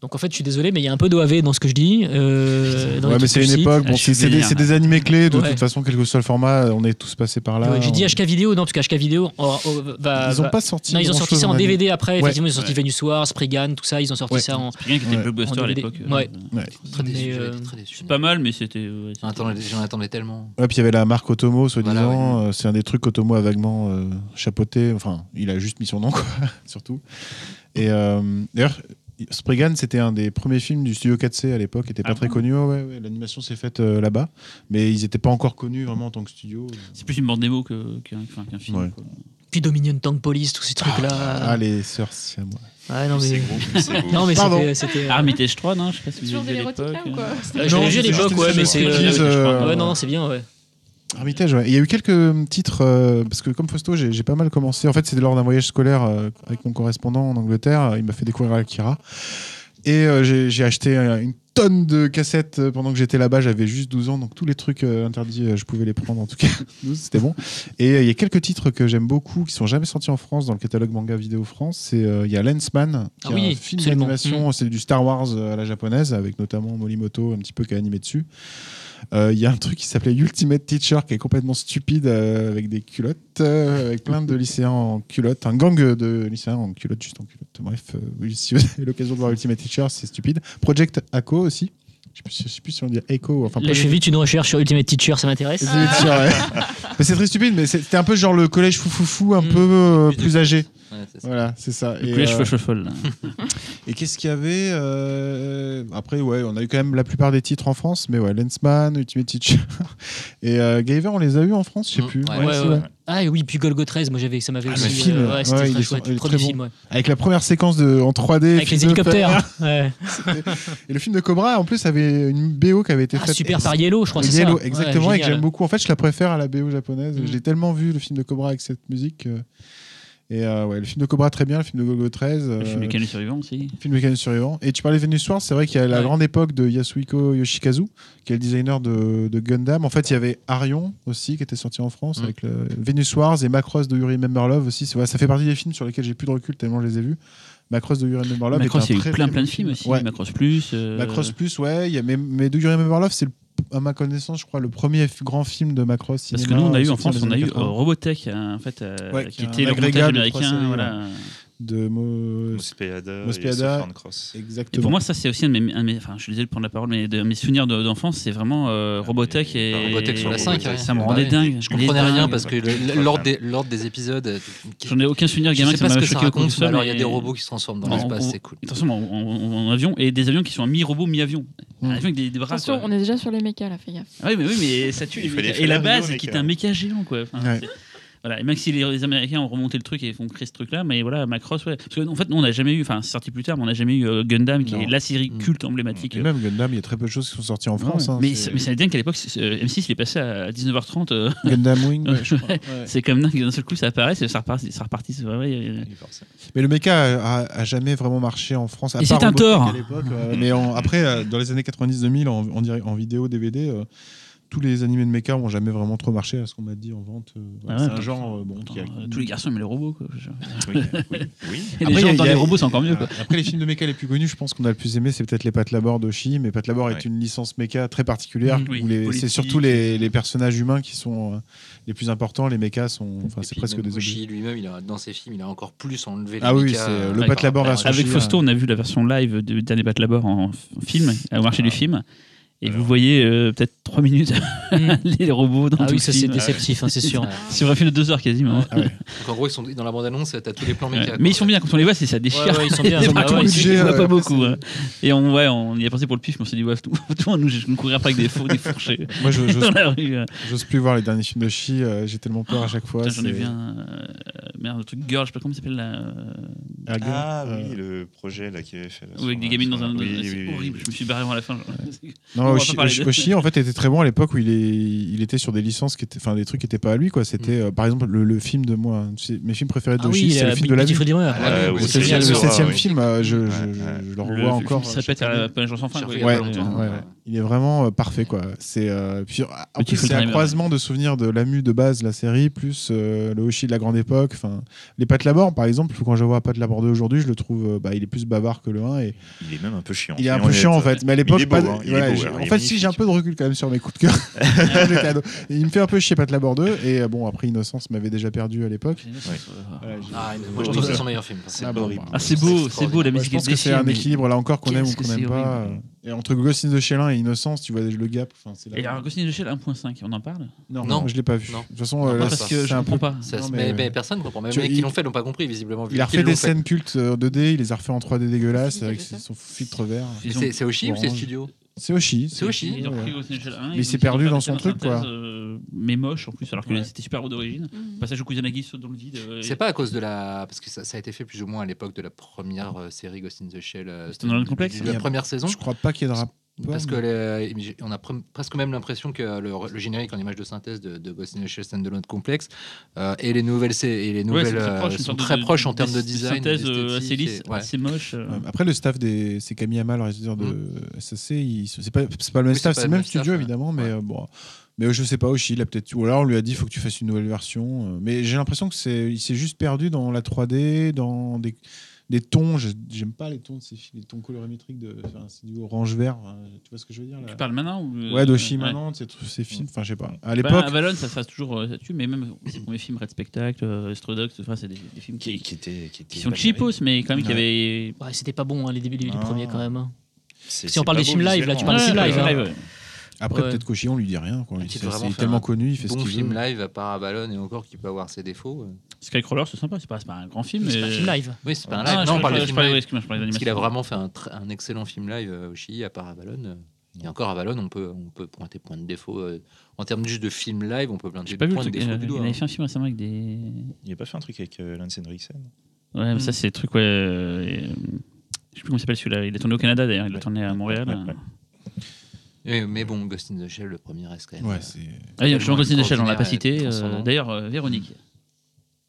Speaker 6: Donc en fait, je suis désolé, mais il y a un peu d'OAV dans ce que je dis. euh, dans les
Speaker 2: ouais, mais
Speaker 6: trucs
Speaker 2: c'est
Speaker 6: que je
Speaker 2: une
Speaker 6: cite.
Speaker 2: époque.
Speaker 5: Ah,
Speaker 2: Bon,
Speaker 5: je suis
Speaker 2: c'est c'est des,
Speaker 5: vénère,
Speaker 2: c'est
Speaker 5: là.
Speaker 2: des animés clés. De
Speaker 6: hein. Ouais.
Speaker 2: toute façon, quel que soit le format, on est tous passés par là.
Speaker 6: Ouais, Euh, J'ai dit
Speaker 2: On-
Speaker 6: HK Vidéo, non, parce que HK Vidéo oh, oh, va.
Speaker 2: Ils ont
Speaker 6: va-
Speaker 2: pas sorti.
Speaker 6: non, ils ont sorti
Speaker 2: grand-chose,
Speaker 6: ça en
Speaker 2: on a dit.
Speaker 6: DVD après. Effectivement, ils ont sorti
Speaker 5: Ouais.
Speaker 6: Venus Wars, Spriggan, tout ça. Ils ont sorti
Speaker 2: Ouais.
Speaker 6: ça en.
Speaker 5: Spigan qui était
Speaker 2: Ouais.
Speaker 5: blockbuster
Speaker 6: En
Speaker 5: à
Speaker 6: DVD.
Speaker 5: l'époque.
Speaker 6: Ouais.
Speaker 4: Très déçu,
Speaker 6: Mais,
Speaker 4: j'avais
Speaker 6: euh,
Speaker 4: été très déçu.
Speaker 5: C'est pas mal, mais c'était. ouais,
Speaker 2: Ah,
Speaker 4: J'en attendais- J'en attendais tellement.
Speaker 2: Ouais, puis il y avait la marque Otomo, soi-disant.
Speaker 4: Voilà,
Speaker 2: Euh, C'est un des trucs qu'Otomo a vaguement euh, chapeauté. Enfin, il a juste mis son nom, quoi, surtout. Et euh, d'ailleurs, Spriggan, c'était un des premiers films du studio 4C à l'époque. Il n'était pas
Speaker 5: Ah
Speaker 2: très
Speaker 5: bon
Speaker 2: connu. Ouais, ouais, ouais, L'animation s'est faite euh, là-bas. Mais ils n'étaient pas encore connus vraiment en tant que studio.
Speaker 5: C'est plus une bande démo que- qu'un enfin, qu'un film.
Speaker 2: Ouais.
Speaker 5: quoi. Ah,
Speaker 6: Puis Dominion Tank Police, tous ces trucs-là.
Speaker 2: Ah, les sœurs, c'est à moi.
Speaker 6: Ouais, non, mais...
Speaker 7: C'est gros, c'est beau.
Speaker 6: Non, mais
Speaker 2: Pardon.
Speaker 6: c'était- c'était. euh,
Speaker 5: Armitage 3, non Je sais pas si vous
Speaker 1: Toujours de
Speaker 5: avez vu à
Speaker 1: l'érotique là ou quoi
Speaker 5: l'époque. hein.
Speaker 6: euh, je l'ai
Speaker 2: Non,
Speaker 6: vu à
Speaker 2: c'est
Speaker 6: l'époque,
Speaker 2: juste
Speaker 6: ouais,
Speaker 2: une
Speaker 6: mais
Speaker 2: scène
Speaker 6: c'est.
Speaker 2: de
Speaker 6: euh,
Speaker 2: striptease, euh,
Speaker 6: Ouais, non, non, c'est bien, ouais.
Speaker 2: Armitage, ouais. Il y a eu quelques titres, euh, parce que comme Fausto, j'ai j'ai pas mal commencé. En fait, c'était lors d'un voyage scolaire euh, avec mon correspondant en Angleterre. Il m'a fait découvrir Akira. Et euh, j'ai j'ai acheté euh, une tonne de cassettes euh, pendant que j'étais là-bas. J'avais juste 12 ans, donc tous les trucs euh, interdits, euh, je pouvais les prendre en tout cas. 12, c'était bon. Et euh, il y a quelques titres que j'aime beaucoup, qui sont jamais sortis en France dans le catalogue manga vidéo France. C'est euh, il y a Lensman, qui
Speaker 6: Ah
Speaker 2: est
Speaker 6: oui,
Speaker 2: un
Speaker 6: absolument.
Speaker 2: film
Speaker 6: Mm.
Speaker 2: d'animation, c'est du Star Wars euh, à la japonaise, avec notamment Molimoto un petit peu qui a animé dessus. Euh, Il y a un truc qui s'appelait Ultimate Teacher qui est complètement stupide euh, avec des culottes, euh, avec plein de lycéens en culottes, un gang de lycéens en culottes, juste en culottes. Bref, euh, oui, si vous avez l'occasion de voir Ultimate Teacher, c'est stupide. Project ACO aussi. Je sais plus, je sais plus si on dit ACO ou enfin
Speaker 6: Là, je fais
Speaker 2: Project
Speaker 6: vite une recherche sur Ultimate Teacher, ça m'intéresse.
Speaker 2: Ultimate Teacher, ouais. Mais c'est très stupide, mais c'est- c'était un peu genre le collège foufoufou, un
Speaker 6: Mm.
Speaker 2: peu euh,
Speaker 4: Plus de
Speaker 2: plus âgé.
Speaker 4: Ouais, c'est ça.
Speaker 2: Voilà, c'est ça.
Speaker 5: Le
Speaker 2: Et,
Speaker 5: collège
Speaker 2: euh,
Speaker 5: Shuffle. là.
Speaker 2: et qu'est-ce qu'il y avait euh, Après, ouais, on a eu quand même la plupart des titres en France, mais ouais, Lensman, Ultimate Teacher et euh, Gaver, on les a eu en France, je sais
Speaker 4: Mm,
Speaker 2: plus.
Speaker 4: ouais,
Speaker 2: Ouais,
Speaker 6: ouais,
Speaker 2: c'est
Speaker 6: ouais.
Speaker 2: vrai.
Speaker 6: Ah, et oui, puis Golgo 13, moi j'avais, ça m'avait
Speaker 2: Ah,
Speaker 6: aussi.
Speaker 2: le film,
Speaker 6: euh, ouais, c'était
Speaker 2: ouais, il
Speaker 6: très
Speaker 2: est-
Speaker 6: chouette.
Speaker 2: il est
Speaker 6: Le premier
Speaker 2: très
Speaker 6: film, ouais.
Speaker 2: Avec la première séquence de, en 3D.
Speaker 6: Avec
Speaker 2: film
Speaker 6: les
Speaker 2: de fer.
Speaker 6: hélicoptères. hein. Ouais.
Speaker 2: Et le film de Cobra, en plus, avait une BO qui avait été
Speaker 6: Ah,
Speaker 2: faite.
Speaker 6: super par Yellow, je crois, c'est ça.
Speaker 2: Yellow,
Speaker 6: Ouais,
Speaker 2: exactement, et que
Speaker 6: génial.
Speaker 2: j'aime beaucoup. En fait, je la préfère à la BO japonaise.
Speaker 6: Mm.
Speaker 2: J'ai tellement vu le film de Cobra avec cette musique. euh, Et euh, ouais, le film de Cobra, très bien. Le film de Gogo 13. euh,
Speaker 5: Le film du Canon Survivant aussi.
Speaker 2: film de Canon Survivant. Et tu parlais de Venus Wars, c'est vrai qu'il y a la
Speaker 6: Ouais.
Speaker 2: grande époque de Yasuhiko Yoshikazu, qui est le designer de, de Gundam. En fait, il y avait Arion aussi, qui était sorti en France,
Speaker 4: Mm.
Speaker 2: avec le- Venus Wars et Macross de Yuri Remember Love aussi. C'est- ouais, ça fait partie des films sur lesquels j'ai plus de recul tellement je les ai vus. Macross de Yuri Remember Love.
Speaker 5: Macross,
Speaker 2: était
Speaker 5: il
Speaker 2: un
Speaker 5: y a eu
Speaker 2: très,
Speaker 5: plein
Speaker 2: très
Speaker 5: plein de
Speaker 2: bon
Speaker 5: films
Speaker 2: film.
Speaker 5: aussi.
Speaker 2: Ouais.
Speaker 5: Macross Plus. euh,
Speaker 2: Macross Plus, ouais. il y a- mais, mais de Yuri Remember Love, c'est le- à ma connaissance, je crois, le premier f- grand film de Macross.
Speaker 5: Parce que
Speaker 2: cinéma,
Speaker 5: nous, on a eu en
Speaker 2: sorti dans
Speaker 5: France,
Speaker 2: les
Speaker 5: on a
Speaker 2: années
Speaker 5: eu euh,
Speaker 2: 80,
Speaker 5: Robotech, hein, en fait, euh,
Speaker 2: Ouais, qui
Speaker 5: qui
Speaker 2: est un
Speaker 5: était le montage
Speaker 2: agrégat de trois
Speaker 5: américain.
Speaker 2: séries,
Speaker 5: voilà.
Speaker 2: de Mo-
Speaker 7: Mospeada,
Speaker 2: Mospeada.
Speaker 7: et Sophron Cross.
Speaker 5: Et
Speaker 2: Exactement.
Speaker 5: pour moi, ça, c'est aussi un de mes. un de mes- Enfin, je suis désolé de prendre la parole, mais de mes souvenirs de- d'enfance, c'est vraiment euh, Robotech
Speaker 7: mais-
Speaker 5: et.
Speaker 7: bah,
Speaker 4: Ah, Robotech sur la
Speaker 5: et-
Speaker 4: cinq, ouais.
Speaker 5: Ça me
Speaker 4: Bah
Speaker 5: rendait
Speaker 4: ouais.
Speaker 5: dingue.
Speaker 4: Je comprenais rien parce que
Speaker 7: Ouais.
Speaker 4: le- l'ordre des, l'ordre des épisodes. euh,
Speaker 5: J'en ai aucun souvenir
Speaker 4: Je
Speaker 5: gamin
Speaker 4: sais
Speaker 5: ça
Speaker 4: pas ce
Speaker 5: m'a
Speaker 4: que ça
Speaker 5: choqué au coup
Speaker 4: raconte,
Speaker 5: de
Speaker 4: mais
Speaker 5: ça.
Speaker 4: alors il y a
Speaker 5: mais-
Speaker 4: des robots qui se transforment dans
Speaker 5: Non,
Speaker 4: l'espace,
Speaker 5: on-
Speaker 4: c'est cool.
Speaker 5: Attention, en, en- en avion, et des avions qui sont mi-robots, mi-avion.
Speaker 2: Mm.
Speaker 5: Un avion avec des, des bras.
Speaker 1: Attention,
Speaker 5: quoi.
Speaker 1: on est déjà sur les mechas là, fais gaffe.
Speaker 5: Ah Oui, mais, oui, mais ça tue
Speaker 7: Il
Speaker 5: les
Speaker 7: fallait
Speaker 5: mécas.
Speaker 7: faire
Speaker 5: Et la
Speaker 7: la vidéo,
Speaker 5: base,
Speaker 7: mec,
Speaker 5: qui est
Speaker 7: hein.
Speaker 5: un méca géant, quoi. Enfin,
Speaker 2: Ouais.
Speaker 5: c'est- Voilà, et même si les, les Américains ont remonté le truc et ont créé ce truc-là, mais voilà, Macross, ouais. Parce qu'en fait, nous, on n'a jamais eu, enfin, c'est sorti plus tard, mais on n'a jamais eu euh, Gundam, qui
Speaker 2: Non.
Speaker 5: est la série
Speaker 4: Mm.
Speaker 5: culte emblématique.
Speaker 2: Et même Gundam, il y a très peu de choses qui sont sorties en France. hein,
Speaker 5: mais
Speaker 2: c'est-
Speaker 5: c'est mais ça veut dire qu'à l'époque, c'est- euh, M6, il est passé à 19h30. euh,
Speaker 2: Gundam Wing. ouais, je crois.
Speaker 5: C'est comme dingue, d'un seul coup, ça apparaît, c'est- ça repartit. Ça repartit c'est vrai, euh,
Speaker 2: Mais le mecha a, a- a jamais vraiment marché en France. à
Speaker 5: Et
Speaker 2: part
Speaker 5: c'est
Speaker 2: en
Speaker 5: un
Speaker 2: bootleg
Speaker 5: tort.
Speaker 2: à l'époque, euh, mais en- après, euh, dans les années 90-2000, en, en, direct- en vidéo, DVD, euh, tous les animés de mecha n'ont jamais vraiment trop marché à ce qu'on m'a dit en vente. euh, voilà.
Speaker 5: Ah ouais,
Speaker 2: c'est un
Speaker 5: putain.
Speaker 2: genre euh, bon, qui a-
Speaker 5: euh, tous les garçons aiment les robots. Quoi.
Speaker 7: Oui, oui, oui.
Speaker 5: Et
Speaker 2: Après,
Speaker 5: les
Speaker 2: il y
Speaker 5: gens
Speaker 2: a-
Speaker 5: dans
Speaker 2: il y
Speaker 5: les
Speaker 2: a-
Speaker 5: robots, c'est encore mieux.
Speaker 2: Ah,
Speaker 5: Quoi.
Speaker 2: Après, les films de méca les plus connus, je pense qu'on a le plus aimé, c'est peut-être les Pattes Labor de Chi, mais Pattes Labor est une licence méca très particulière.
Speaker 5: Mmh, oui,
Speaker 2: où les- c'est
Speaker 5: politique. euh,
Speaker 2: surtout les, les personnages humains qui sont euh, les plus importants. Les mécas sont. Enfin,
Speaker 4: Et
Speaker 2: c'est
Speaker 4: puis
Speaker 2: presque
Speaker 4: même
Speaker 2: des objets.
Speaker 4: Oshii lui-même, il a, dans ses films, il a encore plus enlevé
Speaker 2: Ah
Speaker 4: le
Speaker 2: oui,
Speaker 4: Mika,
Speaker 2: c'est, euh,
Speaker 4: euh,
Speaker 2: le
Speaker 4: par
Speaker 2: Pat Labor
Speaker 4: rapport à
Speaker 2: version hein.
Speaker 4: la
Speaker 5: Avec
Speaker 2: Chine,
Speaker 5: Fausto, on a vu la version live du dernier Bat Labor en f- film, au marché du
Speaker 7: Ah.
Speaker 5: film. Et
Speaker 7: Alors.
Speaker 5: vous voyez euh, peut-être 3 minutes les robots dans
Speaker 6: Ah
Speaker 5: tout
Speaker 6: oui,
Speaker 5: le
Speaker 6: ça c'est
Speaker 5: film.
Speaker 6: déceptif, hein, c'est sûr.
Speaker 1: Ah.
Speaker 5: Sur un film de 2 heures quasiment.
Speaker 2: Ah ouais.
Speaker 4: Donc en gros, ils sont dans la bande-annonce, t'as tous les plans
Speaker 5: Ouais.
Speaker 4: méca.
Speaker 5: Mais ils sont bien quand on les voit, c'est ça déchire.
Speaker 6: Ouais, ouais, ils sont bien.
Speaker 5: Par
Speaker 6: Ils sont
Speaker 5: contre,
Speaker 6: bien,
Speaker 5: on
Speaker 6: ouais,
Speaker 5: les
Speaker 2: ils
Speaker 5: voit
Speaker 2: sont-
Speaker 5: pas
Speaker 2: ouais,
Speaker 5: beaucoup.
Speaker 2: c'est-
Speaker 5: hein. Et on, ouais, on y a pensé pour le pif, mais on s'est dit, ouais, tout, tout, nous, je vais courir après avec des, four, des fourchés
Speaker 2: Moi, je-
Speaker 5: dans
Speaker 2: je-
Speaker 5: la rue. euh.
Speaker 2: j'ose plus voir les derniers films de Chi, euh, j'ai tellement peur à chaque fois.
Speaker 5: Ah, Putain, J'en ai
Speaker 2: c'est-
Speaker 5: vu un. euh, merde, le truc Girl, je sais pas comment il s'appelle là. euh,
Speaker 2: Ah, gueule.
Speaker 7: Ah
Speaker 2: Euh,
Speaker 7: oui, le projet là qu'il avait fait. là,
Speaker 5: Ou avec
Speaker 7: sur
Speaker 5: des
Speaker 7: la-
Speaker 5: gamines dans
Speaker 7: sur-
Speaker 2: Ah
Speaker 5: un.
Speaker 7: oui, oui,
Speaker 5: c'est
Speaker 7: oui, oui.
Speaker 5: horrible, je me suis barré avant la fin. genre. On
Speaker 2: Non,
Speaker 5: va pas
Speaker 2: Oshi,
Speaker 5: parler
Speaker 2: Oshi-
Speaker 5: de-
Speaker 2: Oshi, en fait, était très bon à l'époque où il, est, il était sur des licences qui étaient, enfin, des trucs qui n'étaient pas à lui, quoi.
Speaker 5: Mm.
Speaker 2: C'était, euh, par exemple, le, le film de moi, un de ses- mes films préférés de
Speaker 6: Ah
Speaker 2: Oshi,
Speaker 6: oui,
Speaker 2: c'est
Speaker 6: la
Speaker 5: euh,
Speaker 2: le film
Speaker 6: Big
Speaker 2: de la
Speaker 6: Beautiful
Speaker 2: vie.
Speaker 6: Dreamer.
Speaker 4: Ah,
Speaker 7: Ouais,
Speaker 4: ouais,
Speaker 7: ou
Speaker 4: ouais,
Speaker 2: Le
Speaker 4: c'est
Speaker 2: septième,
Speaker 4: bien
Speaker 2: le
Speaker 4: sûr,
Speaker 2: septième
Speaker 4: ouais.
Speaker 2: film, euh, je, je-
Speaker 7: Ouais,
Speaker 2: je-
Speaker 7: ouais.
Speaker 2: je le
Speaker 5: Le
Speaker 2: revois
Speaker 5: film
Speaker 2: encore.
Speaker 5: se
Speaker 2: euh,
Speaker 5: répète
Speaker 2: chaque
Speaker 5: à la
Speaker 2: année.
Speaker 5: page enfant.
Speaker 4: Ouais,
Speaker 5: quoi,
Speaker 4: il y a
Speaker 2: Ouais,
Speaker 4: pas longtemps.
Speaker 2: ouais, ouais. Il est vraiment euh, parfait, quoi. C'est euh, puis euh, en plus,
Speaker 5: Beautiful
Speaker 2: c'est un
Speaker 5: Dreamer.
Speaker 2: croisement de souvenirs de l'AMU de base, la série, plus euh, le Oshi de la grande époque. Enfin, les Pat Labor, par exemple, quand je vois Pat Labor 2 aujourd'hui, je le trouve, euh, bah, il est plus bavard que le 1 et
Speaker 7: Il est même un peu chiant.
Speaker 2: Il est un
Speaker 7: Soyons
Speaker 2: peu chiant en
Speaker 7: honnêtes.
Speaker 2: fait, mais à
Speaker 7: il
Speaker 2: l'époque,
Speaker 7: est beau,
Speaker 2: pas de-
Speaker 7: hein, il est
Speaker 2: voilà,
Speaker 7: beau,
Speaker 2: je-
Speaker 7: alors,
Speaker 2: en
Speaker 7: il est
Speaker 2: fait, si j'ai un
Speaker 7: magnifique.
Speaker 2: peu de recul quand même sur mes coups de cœur, je le cadeau. Et il me fait un peu chier Pat Labordeux, et euh, bon, après Innocence m'avait déjà perdu à l'époque. Voilà, j'ai-
Speaker 4: Ah, moi, je trouve que c'est son meilleur film. C'est
Speaker 2: Ah, bah,
Speaker 4: horrible.
Speaker 2: bah,
Speaker 5: Ah, c'est beau, c'est beau la
Speaker 2: Moi, je
Speaker 5: musique.
Speaker 2: pense
Speaker 5: est
Speaker 2: que c'est un
Speaker 5: déchirée, mais-
Speaker 2: équilibre là encore qu'on aime ou
Speaker 5: qu'est-ce que
Speaker 2: qu'on
Speaker 5: c'est
Speaker 2: n'aime pas.
Speaker 5: horrible.
Speaker 2: euh, Et entre Ghost in the Shell 1 et Innocence, tu vois le gap. enfin, c'est là-
Speaker 5: Et alors, Ghost in the Shell 1.5, on en parle Ah,
Speaker 2: non,
Speaker 4: Non.
Speaker 2: non, je l'ai pas vu.
Speaker 4: Non.
Speaker 2: De toute façon,
Speaker 4: Non,
Speaker 2: euh, là,
Speaker 4: parce
Speaker 2: c'est-
Speaker 4: que
Speaker 2: c'est
Speaker 5: je
Speaker 2: un
Speaker 5: comprends
Speaker 2: peu-
Speaker 5: pas.
Speaker 4: Ça,
Speaker 2: Non,
Speaker 4: se-
Speaker 2: mais-
Speaker 4: mais, mais personne ne comprend. Même
Speaker 2: Tu-
Speaker 4: les
Speaker 2: il-
Speaker 4: qui l'ont fait l'ont pas compris, visiblement. vu
Speaker 2: Il a
Speaker 4: qu'ils
Speaker 2: refait
Speaker 4: l'ont
Speaker 2: des
Speaker 4: fait.
Speaker 2: scènes cultes euh, 2D, il les a refait en 3D dégueulasse
Speaker 1: C'est qui qui
Speaker 2: avec
Speaker 1: a fait ça
Speaker 2: son filtre vert.
Speaker 5: Ils ont-
Speaker 4: C'est c'est Oshii ou c'est
Speaker 2: Orange.
Speaker 4: Studio
Speaker 2: C'est Oshi.
Speaker 4: C'est Oshi.
Speaker 5: Ils ont
Speaker 2: ouais.
Speaker 5: repris Ghost in the Shell 1,
Speaker 2: Mais
Speaker 5: ils
Speaker 2: il
Speaker 5: ont
Speaker 2: s'est
Speaker 5: dit, on
Speaker 2: perdu
Speaker 5: va
Speaker 2: dans
Speaker 5: faire
Speaker 2: son
Speaker 5: une
Speaker 2: truc, quoi.
Speaker 5: synthèse, euh, mais moche en plus, alors que
Speaker 2: Ouais.
Speaker 5: c'était super beau d'origine.
Speaker 1: Mm.
Speaker 5: Passage au Kusanagi saute dans le vide. euh,
Speaker 4: C'est pas à cause de la. Parce que ça, ça a été fait plus ou moins à l'époque de la première euh, série Ghost in the Shell. euh,
Speaker 5: C'était dans le complexe,
Speaker 4: La
Speaker 2: hein.
Speaker 4: première saison.
Speaker 2: Je crois pas qu'il y ait de rapport.
Speaker 4: Parce que
Speaker 2: mais- euh,
Speaker 4: les- j'ai- on a pre- presque même l'impression que le, le générique en image de synthèse de, de Ghost in the Shell Standalone Complexe euh, et les nouvelles, sé- et les
Speaker 5: Ouais,
Speaker 4: nouvelles
Speaker 5: c'est
Speaker 4: euh,
Speaker 5: très proche, une
Speaker 4: sont
Speaker 5: sorte
Speaker 4: très
Speaker 5: de-
Speaker 4: proches en termes de
Speaker 5: de
Speaker 4: design.
Speaker 5: Synthèse euh,
Speaker 4: d'esthétique
Speaker 5: assez lisse,
Speaker 4: et- ouais.
Speaker 5: assez moche. euh.
Speaker 2: Euh, Après, le staff, des... c'est Camille Amal, le réalisateur de SAC. il- C'est pas, c'est pas le
Speaker 4: Mm.
Speaker 2: même
Speaker 4: Oui, c'est
Speaker 2: staff,
Speaker 4: pas
Speaker 2: c'est
Speaker 4: le
Speaker 2: le même
Speaker 4: même staff,
Speaker 2: studio,
Speaker 4: ouais.
Speaker 2: évidemment, mais
Speaker 4: Ouais.
Speaker 2: euh, bon. Mais je sais pas, Oshi, il a peut-être tout. Ou alors, on lui a dit, faut que tu fasses une nouvelle version. Euh, Mais j'ai l'impression que c'est, il s'est juste perdu dans la 3D, dans des, des tons. Je- J'aime pas les tons de ces films, les tons colorimétriques de, enfin, c'est du orange-vert. hein. Tu vois ce que je veux dire là
Speaker 5: Tu parles maintenant ou, euh,
Speaker 2: Ouais, d'Oshi
Speaker 5: ouais.
Speaker 2: maintenant, ces, trucs- ces films. Enfin, je sais pas. À
Speaker 5: Bah,
Speaker 2: l'époque,
Speaker 5: Avalon, ça se passe toujours euh, là-dessus, mais même ses premiers films, Red Spectacle, euh, Strodox, enfin, c'est des, des films qui,
Speaker 7: Qui, qui était, qui était
Speaker 5: qui sont
Speaker 7: pas
Speaker 5: cheapos, mais quand même qui avaient.
Speaker 6: Ouais, C'était pas bon hein, les débuts du
Speaker 7: Ah.
Speaker 6: premier quand même. hein.
Speaker 7: terrible. C'est-
Speaker 6: Si on
Speaker 7: c'est
Speaker 6: parle
Speaker 7: pas
Speaker 6: des
Speaker 7: beau
Speaker 6: films live, là, tu
Speaker 7: visuellement,
Speaker 6: parles des
Speaker 7: hein.
Speaker 6: films
Speaker 5: Ouais,
Speaker 6: live,
Speaker 5: ouais,
Speaker 6: hein.
Speaker 5: ouais.
Speaker 2: après,
Speaker 6: ouais.
Speaker 2: peut-être qu'Oshi, on lui dit rien. Quoi.
Speaker 4: Il
Speaker 2: Il-
Speaker 4: peut
Speaker 2: C'est
Speaker 4: vraiment
Speaker 2: c'est
Speaker 4: faire
Speaker 2: tellement
Speaker 4: un
Speaker 2: connu, il fait
Speaker 4: bon
Speaker 2: ce qu'il
Speaker 4: film
Speaker 2: veut.
Speaker 4: live à part Avalon et encore qui peut avoir ses défauts. euh.
Speaker 5: Skycrawler, c'est sympa, c'est pas, c'est pas un grand film.
Speaker 6: C'est
Speaker 5: mais-
Speaker 6: pas un film live.
Speaker 4: Oui, c'est pas un
Speaker 5: Ah,
Speaker 4: live.
Speaker 5: je
Speaker 4: non, on
Speaker 5: parlais-
Speaker 4: parle de
Speaker 5: je
Speaker 4: film
Speaker 5: parlais-
Speaker 4: live.
Speaker 5: ouais, excuse-moi, je parlais
Speaker 4: Parce qu'il a
Speaker 5: d'animation.
Speaker 4: vraiment fait un, tr- un excellent film live euh, au Chili, à part Avalon. euh. Et encore Avalon, on peut, on peut pointer point de défaut. euh, en termes juste de film live, on peut pointer
Speaker 5: J'ai pas vu le
Speaker 4: point de
Speaker 5: truc. euh,
Speaker 4: défaut du
Speaker 5: Il
Speaker 4: doigt.
Speaker 5: avait
Speaker 4: hein.
Speaker 5: fait un film récemment avec des.
Speaker 7: Il a pas fait un truc avec euh, Lance Henriksen
Speaker 5: Ouais, mais ça, c'est le truc, ouais. euh, et, euh, Je sais plus comment il s'appelle celui-là. Il est tourné au Canada d'ailleurs, il est tourné à Montréal.
Speaker 7: Ouais, ouais.
Speaker 4: Oui, mais bon, Ghost in the Shell, le premier reste quand même.
Speaker 2: Ouais,
Speaker 4: euh,
Speaker 2: c'est.
Speaker 5: Ah, il y a Jean Gosselin d'échelle, on l'a pas
Speaker 4: Extraordinaire,
Speaker 5: cité. euh,
Speaker 4: transcendant.
Speaker 5: D'ailleurs, euh, Véronique.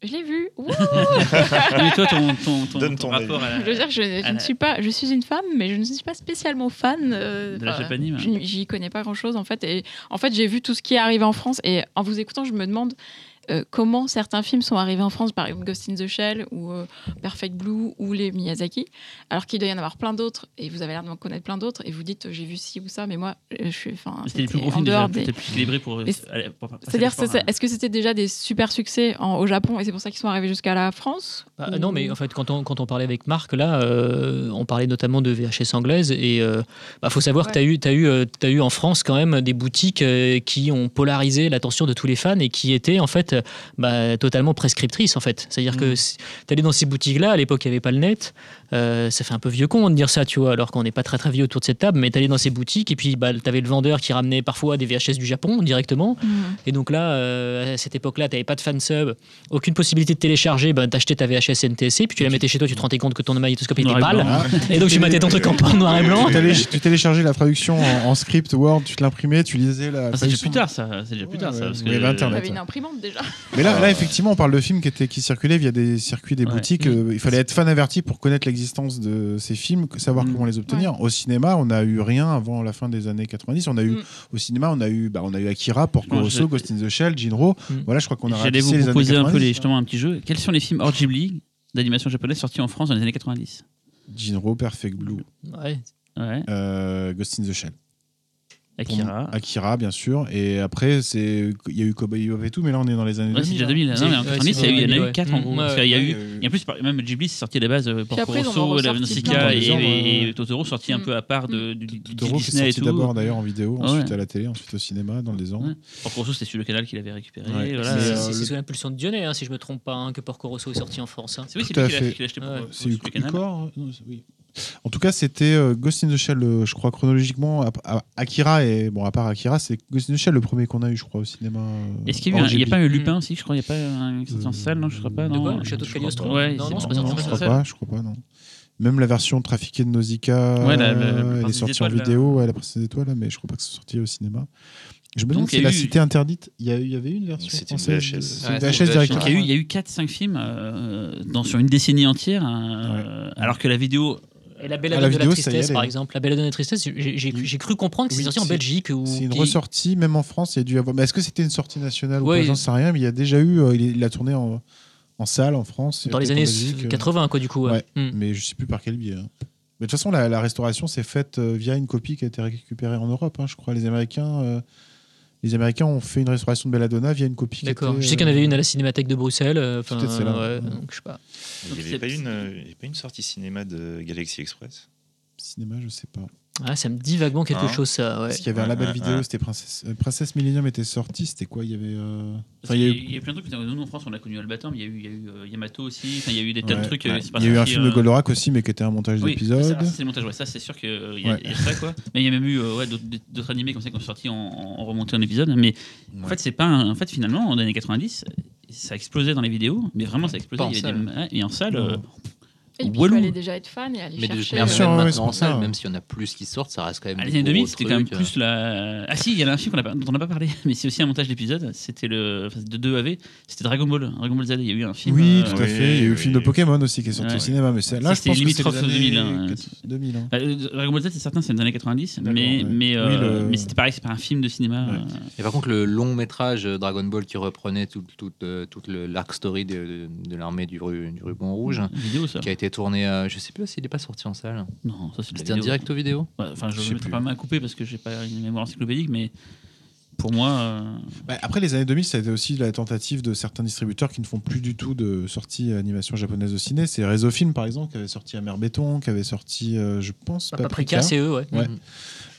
Speaker 1: Je l'ai vu. Ouh
Speaker 5: Et toi, ton, ton, ton,
Speaker 7: Donne
Speaker 5: ton
Speaker 7: ton
Speaker 5: rapport à
Speaker 1: je veux dire, je, je
Speaker 5: à
Speaker 1: ne
Speaker 5: la-
Speaker 1: suis pas, je suis une femme, mais je ne suis pas spécialement fan euh,
Speaker 5: de la
Speaker 1: enfin,
Speaker 5: Japanime.
Speaker 1: Je n'y- J'y connais pas grand chose en fait. Et en fait, j'ai vu tout ce qui est arrivé en France. Et en vous écoutant, je me demande euh, comment certains films sont arrivés en France, par exemple Ghost in the Shell ou euh, Perfect Blue ou les Miyazaki, alors qu'il doit y en avoir plein d'autres. Et vous avez l'air d'en connaître plein d'autres. Et vous dites, euh, j'ai vu ci ou ça, mais moi, euh, je suis. Enfin,
Speaker 5: C'était les plus
Speaker 1: c'était
Speaker 5: gros
Speaker 1: en
Speaker 5: films
Speaker 1: dehors
Speaker 5: déjà,
Speaker 1: des-
Speaker 5: peut-être plus équilibrés pour.
Speaker 1: Mais c'est-
Speaker 5: allez, pour- pour- passer
Speaker 1: C'est-à-dire,
Speaker 5: l'effort,
Speaker 1: c'est-
Speaker 5: hein.
Speaker 1: est-ce que c'était déjà des super succès en- au Japon et c'est pour ça qu'ils sont arrivés jusqu'à la France
Speaker 6: Bah,
Speaker 1: Ou-
Speaker 6: Non, mais en fait, quand on, quand on parlait avec Marc, là, euh, on parlait notamment de VHS anglaise. Et il faut savoir
Speaker 1: Ouais.
Speaker 6: que tu as eu, t'as eu, euh, t'as eu en France quand même des boutiques euh, qui ont polarisé l'attention de tous les fans et qui étaient en fait euh, bah, totalement prescriptrices. En fait. C'est-à-dire que tu allais dans ces boutiques-là, à l'époque, il n'y avait pas le net. Euh, ça fait un peu vieux con de dire ça, tu vois, alors qu'on n'est pas très très vieux autour de cette table, mais t'allais dans ces boutiques et puis bah, t'avais le vendeur qui ramenait parfois des VHS du Japon directement. Et donc là, euh, à cette époque-là, t'avais pas de fansub, aucune possibilité de télécharger, bah, t'achetais ta VHS NTSC, puis tu la mettais chez toi, tu te rendais compte que ton magnétoscope était
Speaker 5: Noir et
Speaker 6: pâle.
Speaker 5: blanc.
Speaker 2: Ah,
Speaker 6: Et donc tu
Speaker 2: Télé-
Speaker 6: matais ton truc en pan noir et blanc.
Speaker 2: tu, télé- tu téléchargeais la traduction en, en script Word, tu te l'imprimais, tu lisais la.
Speaker 5: Ah, c'est déjà
Speaker 2: traduction.
Speaker 5: plus tard, ça. C'est déjà plus tard, ça.
Speaker 2: Ouais,
Speaker 5: parce
Speaker 2: il
Speaker 5: que-
Speaker 2: y avait Internet.
Speaker 1: Vous avez une imprimante déjà.
Speaker 2: Mais là, là, effectivement, on parle de films qui, étaient, qui circulaient via des circuits, des
Speaker 5: Ah. Ouais.
Speaker 2: boutiques.
Speaker 5: Mhm.
Speaker 2: Euh, il fallait être fan averti pour connaître l'existence de ces films, que- savoir
Speaker 5: Mhm.
Speaker 2: comment les obtenir. Au cinéma, on a eu rien avant la fin des années 90. On a eu
Speaker 1: Mhm.
Speaker 2: au cinéma, on a eu, bah, on a eu Akira, Porco
Speaker 5: Moi,
Speaker 2: Rosso,
Speaker 5: Mm. je- Mm.
Speaker 2: Ghost in the Shell, Jinro.
Speaker 6: Mhm.
Speaker 2: Voilà, je crois qu'on a
Speaker 5: J'allais vous
Speaker 2: ratissé les années
Speaker 5: proposer un peu
Speaker 2: 90.
Speaker 5: les- justement un petit jeu. Quels sont les films hors Ghibli d'animation japonaise sortis en France dans les années 90
Speaker 2: Jinro, Perfect Blue,
Speaker 6: Ouais.
Speaker 5: Ouais,
Speaker 2: euh, Ghost in the Shell. Pour
Speaker 5: Akira.
Speaker 2: moi, Akira, bien sûr. Et après, c'est, il y a eu Cowboy Bebop et tout, mais là, on est dans les années hein.
Speaker 5: Ouais, c'est
Speaker 2: 2000.
Speaker 5: déjà 2000. Non,
Speaker 6: C'est-
Speaker 5: mais en
Speaker 6: ouais,
Speaker 5: 90,
Speaker 6: c'est
Speaker 5: il y en a
Speaker 6: 2000,
Speaker 5: eu 4 en
Speaker 6: ouais.
Speaker 5: gros.
Speaker 6: Mm,
Speaker 5: Parce
Speaker 6: ouais,
Speaker 5: qu'il y a
Speaker 4: ouais,
Speaker 5: eu.
Speaker 4: il y a eu-
Speaker 5: Et en plus, par- même Ghibli, c'est sorti à la base euh, Porco
Speaker 1: après, ils en ont
Speaker 5: Rosso, la
Speaker 1: ressorti
Speaker 2: plein.
Speaker 5: Nausicaa et,
Speaker 2: Dans les
Speaker 5: et,
Speaker 2: ans, ouais.
Speaker 5: Totoro, sorti un peu à part de, du, du
Speaker 2: Totoro qui est
Speaker 5: Disney et
Speaker 2: sorti
Speaker 5: tout.
Speaker 2: d'abord d'ailleurs en vidéo,
Speaker 5: Ouais.
Speaker 2: ensuite à la télé, ensuite au cinéma dans les ans.
Speaker 5: Ouais. Porco Rosso, c'était sur le canal qu'il avait récupéré.
Speaker 2: Ouais.
Speaker 5: Voilà.
Speaker 2: Mais,
Speaker 6: C'est-
Speaker 2: euh,
Speaker 6: c'est
Speaker 2: le-
Speaker 6: c'est sous l'impulsion de Dionnet, hein, si je me trompe pas, hein, que Porco Rosso est sorti en France. hein.
Speaker 5: C'est oui, c'est
Speaker 2: Tout
Speaker 5: lui
Speaker 2: à
Speaker 5: qui l'a-
Speaker 2: fait.
Speaker 5: qui l'a acheté pour
Speaker 6: Ouais.
Speaker 5: pour-
Speaker 2: C'est
Speaker 5: sur le canal.
Speaker 2: Ucor euh, non, c'est- oui. En tout cas, c'était euh, Ghost in the Shell, euh, je crois, chronologiquement. ap- à- Akira, et bon, à part Akira, c'est Ghost in the Shell le premier qu'on a eu, je crois, au cinéma. euh,
Speaker 5: Est-ce qu'il y a eu
Speaker 2: hors
Speaker 5: un- il y a
Speaker 2: Ghibli.
Speaker 5: pas un Lupin aussi Je crois qu'il n'y a pas un qui est sorti en
Speaker 2: Euh,
Speaker 5: salle, non Je crois pas.
Speaker 2: De
Speaker 5: non.
Speaker 6: quoi Le château de
Speaker 5: Je crois
Speaker 6: Cagliostro
Speaker 5: pas. Ouais,
Speaker 6: Non,
Speaker 5: c'est
Speaker 6: non, c'est
Speaker 5: pas
Speaker 6: pas
Speaker 5: sorti
Speaker 2: Non,
Speaker 5: en
Speaker 2: je crois
Speaker 5: salle.
Speaker 2: pas, je crois pas, non. Même la version trafiquée de Nausicaa,
Speaker 5: Ouais, la- la- la
Speaker 2: euh, elle est
Speaker 5: Princesse
Speaker 2: sortie
Speaker 5: des
Speaker 2: en
Speaker 5: Étoiles, là.
Speaker 2: vidéo, ouais, la Princesse des Étoiles, là, mais je crois pas que c'est sorti au cinéma. Je me demande
Speaker 5: Donc, il
Speaker 2: si
Speaker 5: y a
Speaker 2: la
Speaker 5: eu-
Speaker 2: Cité Interdite, il y, a- il y avait une version
Speaker 7: C'était une
Speaker 2: française
Speaker 7: VHS.
Speaker 2: de- c'est une
Speaker 4: Ouais,
Speaker 2: VHS
Speaker 4: c'était une
Speaker 2: directement.
Speaker 5: Donc il y a eu, il y a eu 4-5 films euh, dans, sur une décennie entière, hein, euh, alors que la vidéo.
Speaker 6: Et la Belle
Speaker 2: À la
Speaker 6: Adonne de la
Speaker 2: vidéo, ça y
Speaker 6: Tristesse,
Speaker 2: allait. hein.
Speaker 6: par exemple. La Belle Adonne de la Tristesse, j'ai j'ai cru- j'ai cru comprendre que
Speaker 2: Oui,
Speaker 6: c'est sorti en
Speaker 2: c'est-
Speaker 6: Belgique. ou
Speaker 2: C'est une
Speaker 6: qui-
Speaker 2: ressortie, même en France, il y a dû avoir. Mais est-ce que c'était une sortie nationale
Speaker 6: Ouais,
Speaker 2: ou pas J'en sais rien, mais il y a déjà eu. euh, il, est- il a tourné en, en salle en France.
Speaker 6: Dans les
Speaker 2: peut-être en
Speaker 6: années
Speaker 2: Belgique, euh,
Speaker 6: 80, quoi, du coup. ouais.
Speaker 2: Ouais.
Speaker 6: Mm.
Speaker 2: Mais je sais plus par quel biais. hein. Mais de toute façon, la, la restauration s'est faite euh, via une copie qui a été récupérée en Europe, hein, je crois. Les Américains, euh, les Américains ont fait une restauration de Belladonna via une copie. qui
Speaker 6: D'accord.
Speaker 2: était,
Speaker 6: Je sais qu'il y en avait
Speaker 2: euh,
Speaker 6: une à la Cinémathèque de Bruxelles. euh, Enfin,
Speaker 2: Peut-être celle-là.
Speaker 6: ouais, donc, je sais pas.
Speaker 7: Il n'y
Speaker 5: c'est-
Speaker 7: avait pas une, euh, il y avait pas une sortie cinéma de Galaxy Express
Speaker 2: Cinéma, je sais pas.
Speaker 6: Ah, ça me dit vaguement quelque
Speaker 7: Hein
Speaker 6: chose, ça. Ouais.
Speaker 2: Parce qu'il y avait un label
Speaker 7: Ouais, ouais,
Speaker 2: vidéo,
Speaker 7: ouais.
Speaker 2: c'était Princesse, euh, Princesse Millennium était sorti. C'était quoi Il y avait. euh,
Speaker 5: Parce
Speaker 2: enfin, il y a eu-
Speaker 5: qu'il y a eu plein de trucs. putain, Nous, en France, on a connu Albator, mais il y a eu, il y a eu euh, Yamato aussi. Enfin, il y a eu des tas de
Speaker 2: Ouais,
Speaker 5: trucs.
Speaker 7: ouais.
Speaker 5: euh, c'est pas
Speaker 2: il y a eu un
Speaker 5: sorti,
Speaker 2: film
Speaker 5: euh,
Speaker 2: de Goldorak aussi, mais qui était un montage
Speaker 5: Oui,
Speaker 2: d'épisodes.
Speaker 5: ça, ça, c'est le montage, ouais, ça c'est sûr qu'il y, a-
Speaker 2: Ouais.
Speaker 5: il y a ça quoi. Mais il y a même eu euh, ouais, d'autres- d'autres animés comme ça qui ont sorti en, en remonté en épisode. Mais en fait, c'est pas un- en fait, finalement, en années 90, ça explosait dans les vidéos, mais vraiment ça explosait.
Speaker 4: Pas en
Speaker 5: Il y avait des- ouais, et en salle,
Speaker 2: Non.
Speaker 5: euh,
Speaker 1: Et puis, il
Speaker 5: Walou.
Speaker 1: fallait déjà être fan et aller
Speaker 4: Mais de
Speaker 1: chercher.
Speaker 4: mais
Speaker 1: euh,
Speaker 2: Bien sûr,
Speaker 4: même
Speaker 2: ouais,
Speaker 4: maintenant
Speaker 2: ouais,
Speaker 4: en
Speaker 2: c'est
Speaker 4: salle,
Speaker 2: ça.
Speaker 4: même s'il y en a plus qui sortent, ça reste quand même.
Speaker 5: à
Speaker 4: des
Speaker 5: les années
Speaker 4: gros
Speaker 5: 2000, c'était quand même
Speaker 4: trucs,
Speaker 2: euh.
Speaker 5: plus la. Ah si, il y a un film qu'on a pas- dont on n'a pas parlé, mais c'est aussi un montage d'épisode. C'était le enfin, de 2 AV, c'était Dragon Ball, Dragon Ball Z. Il y a eu un film.
Speaker 2: Oui,
Speaker 5: euh,
Speaker 2: tout à
Speaker 7: oui,
Speaker 2: fait. Il y a eu le
Speaker 7: oui.
Speaker 2: film de Pokémon aussi qui est sorti
Speaker 5: Ouais.
Speaker 2: au cinéma, mais c'est-
Speaker 5: Ça,
Speaker 2: là, je
Speaker 5: c'était
Speaker 2: pense que c'est
Speaker 5: limitrophe
Speaker 2: les
Speaker 5: de 2000, hein.
Speaker 2: années 2000. hein.
Speaker 5: Bah, euh, Dragon Ball Z, c'est certain, c'est des années 90,
Speaker 2: D'accord,
Speaker 5: mais,
Speaker 2: ouais.
Speaker 5: mais, euh,
Speaker 2: Oui, le-
Speaker 5: mais c'était pareil, c'est pas un film de cinéma.
Speaker 2: Ouais.
Speaker 5: euh,
Speaker 4: Et par contre, le long métrage euh, Dragon Ball qui reprenait tout, tout, euh, tout le- l'arc story de, de- de l'armée du, ru- du ruban rouge,
Speaker 5: Vidéo ça.
Speaker 4: qui a été tourné, euh, je sais plus s'il n'est pas sorti en salle.
Speaker 5: Non, ça c'est de la
Speaker 4: C'était un
Speaker 5: vidéo.
Speaker 4: direct vidéo
Speaker 5: Ouais, Enfin, je
Speaker 7: Je
Speaker 5: ne
Speaker 7: sais
Speaker 5: mettrai
Speaker 7: plus.
Speaker 5: pas main à couper parce que j'ai pas une mémoire encyclopédique, mais pour moi, euh,
Speaker 2: Bah, après les années 2000, ça a été aussi la tentative de certains distributeurs qui ne font plus du tout de sorties euh, animation japonaise de ciné. C'est Réseau Film, par exemple, qui avait sorti Amer Béton, qui avait sorti, euh, je pense,
Speaker 6: Paprika,
Speaker 2: Paprika.
Speaker 6: c'est eux, E, ouais.
Speaker 2: Ouais.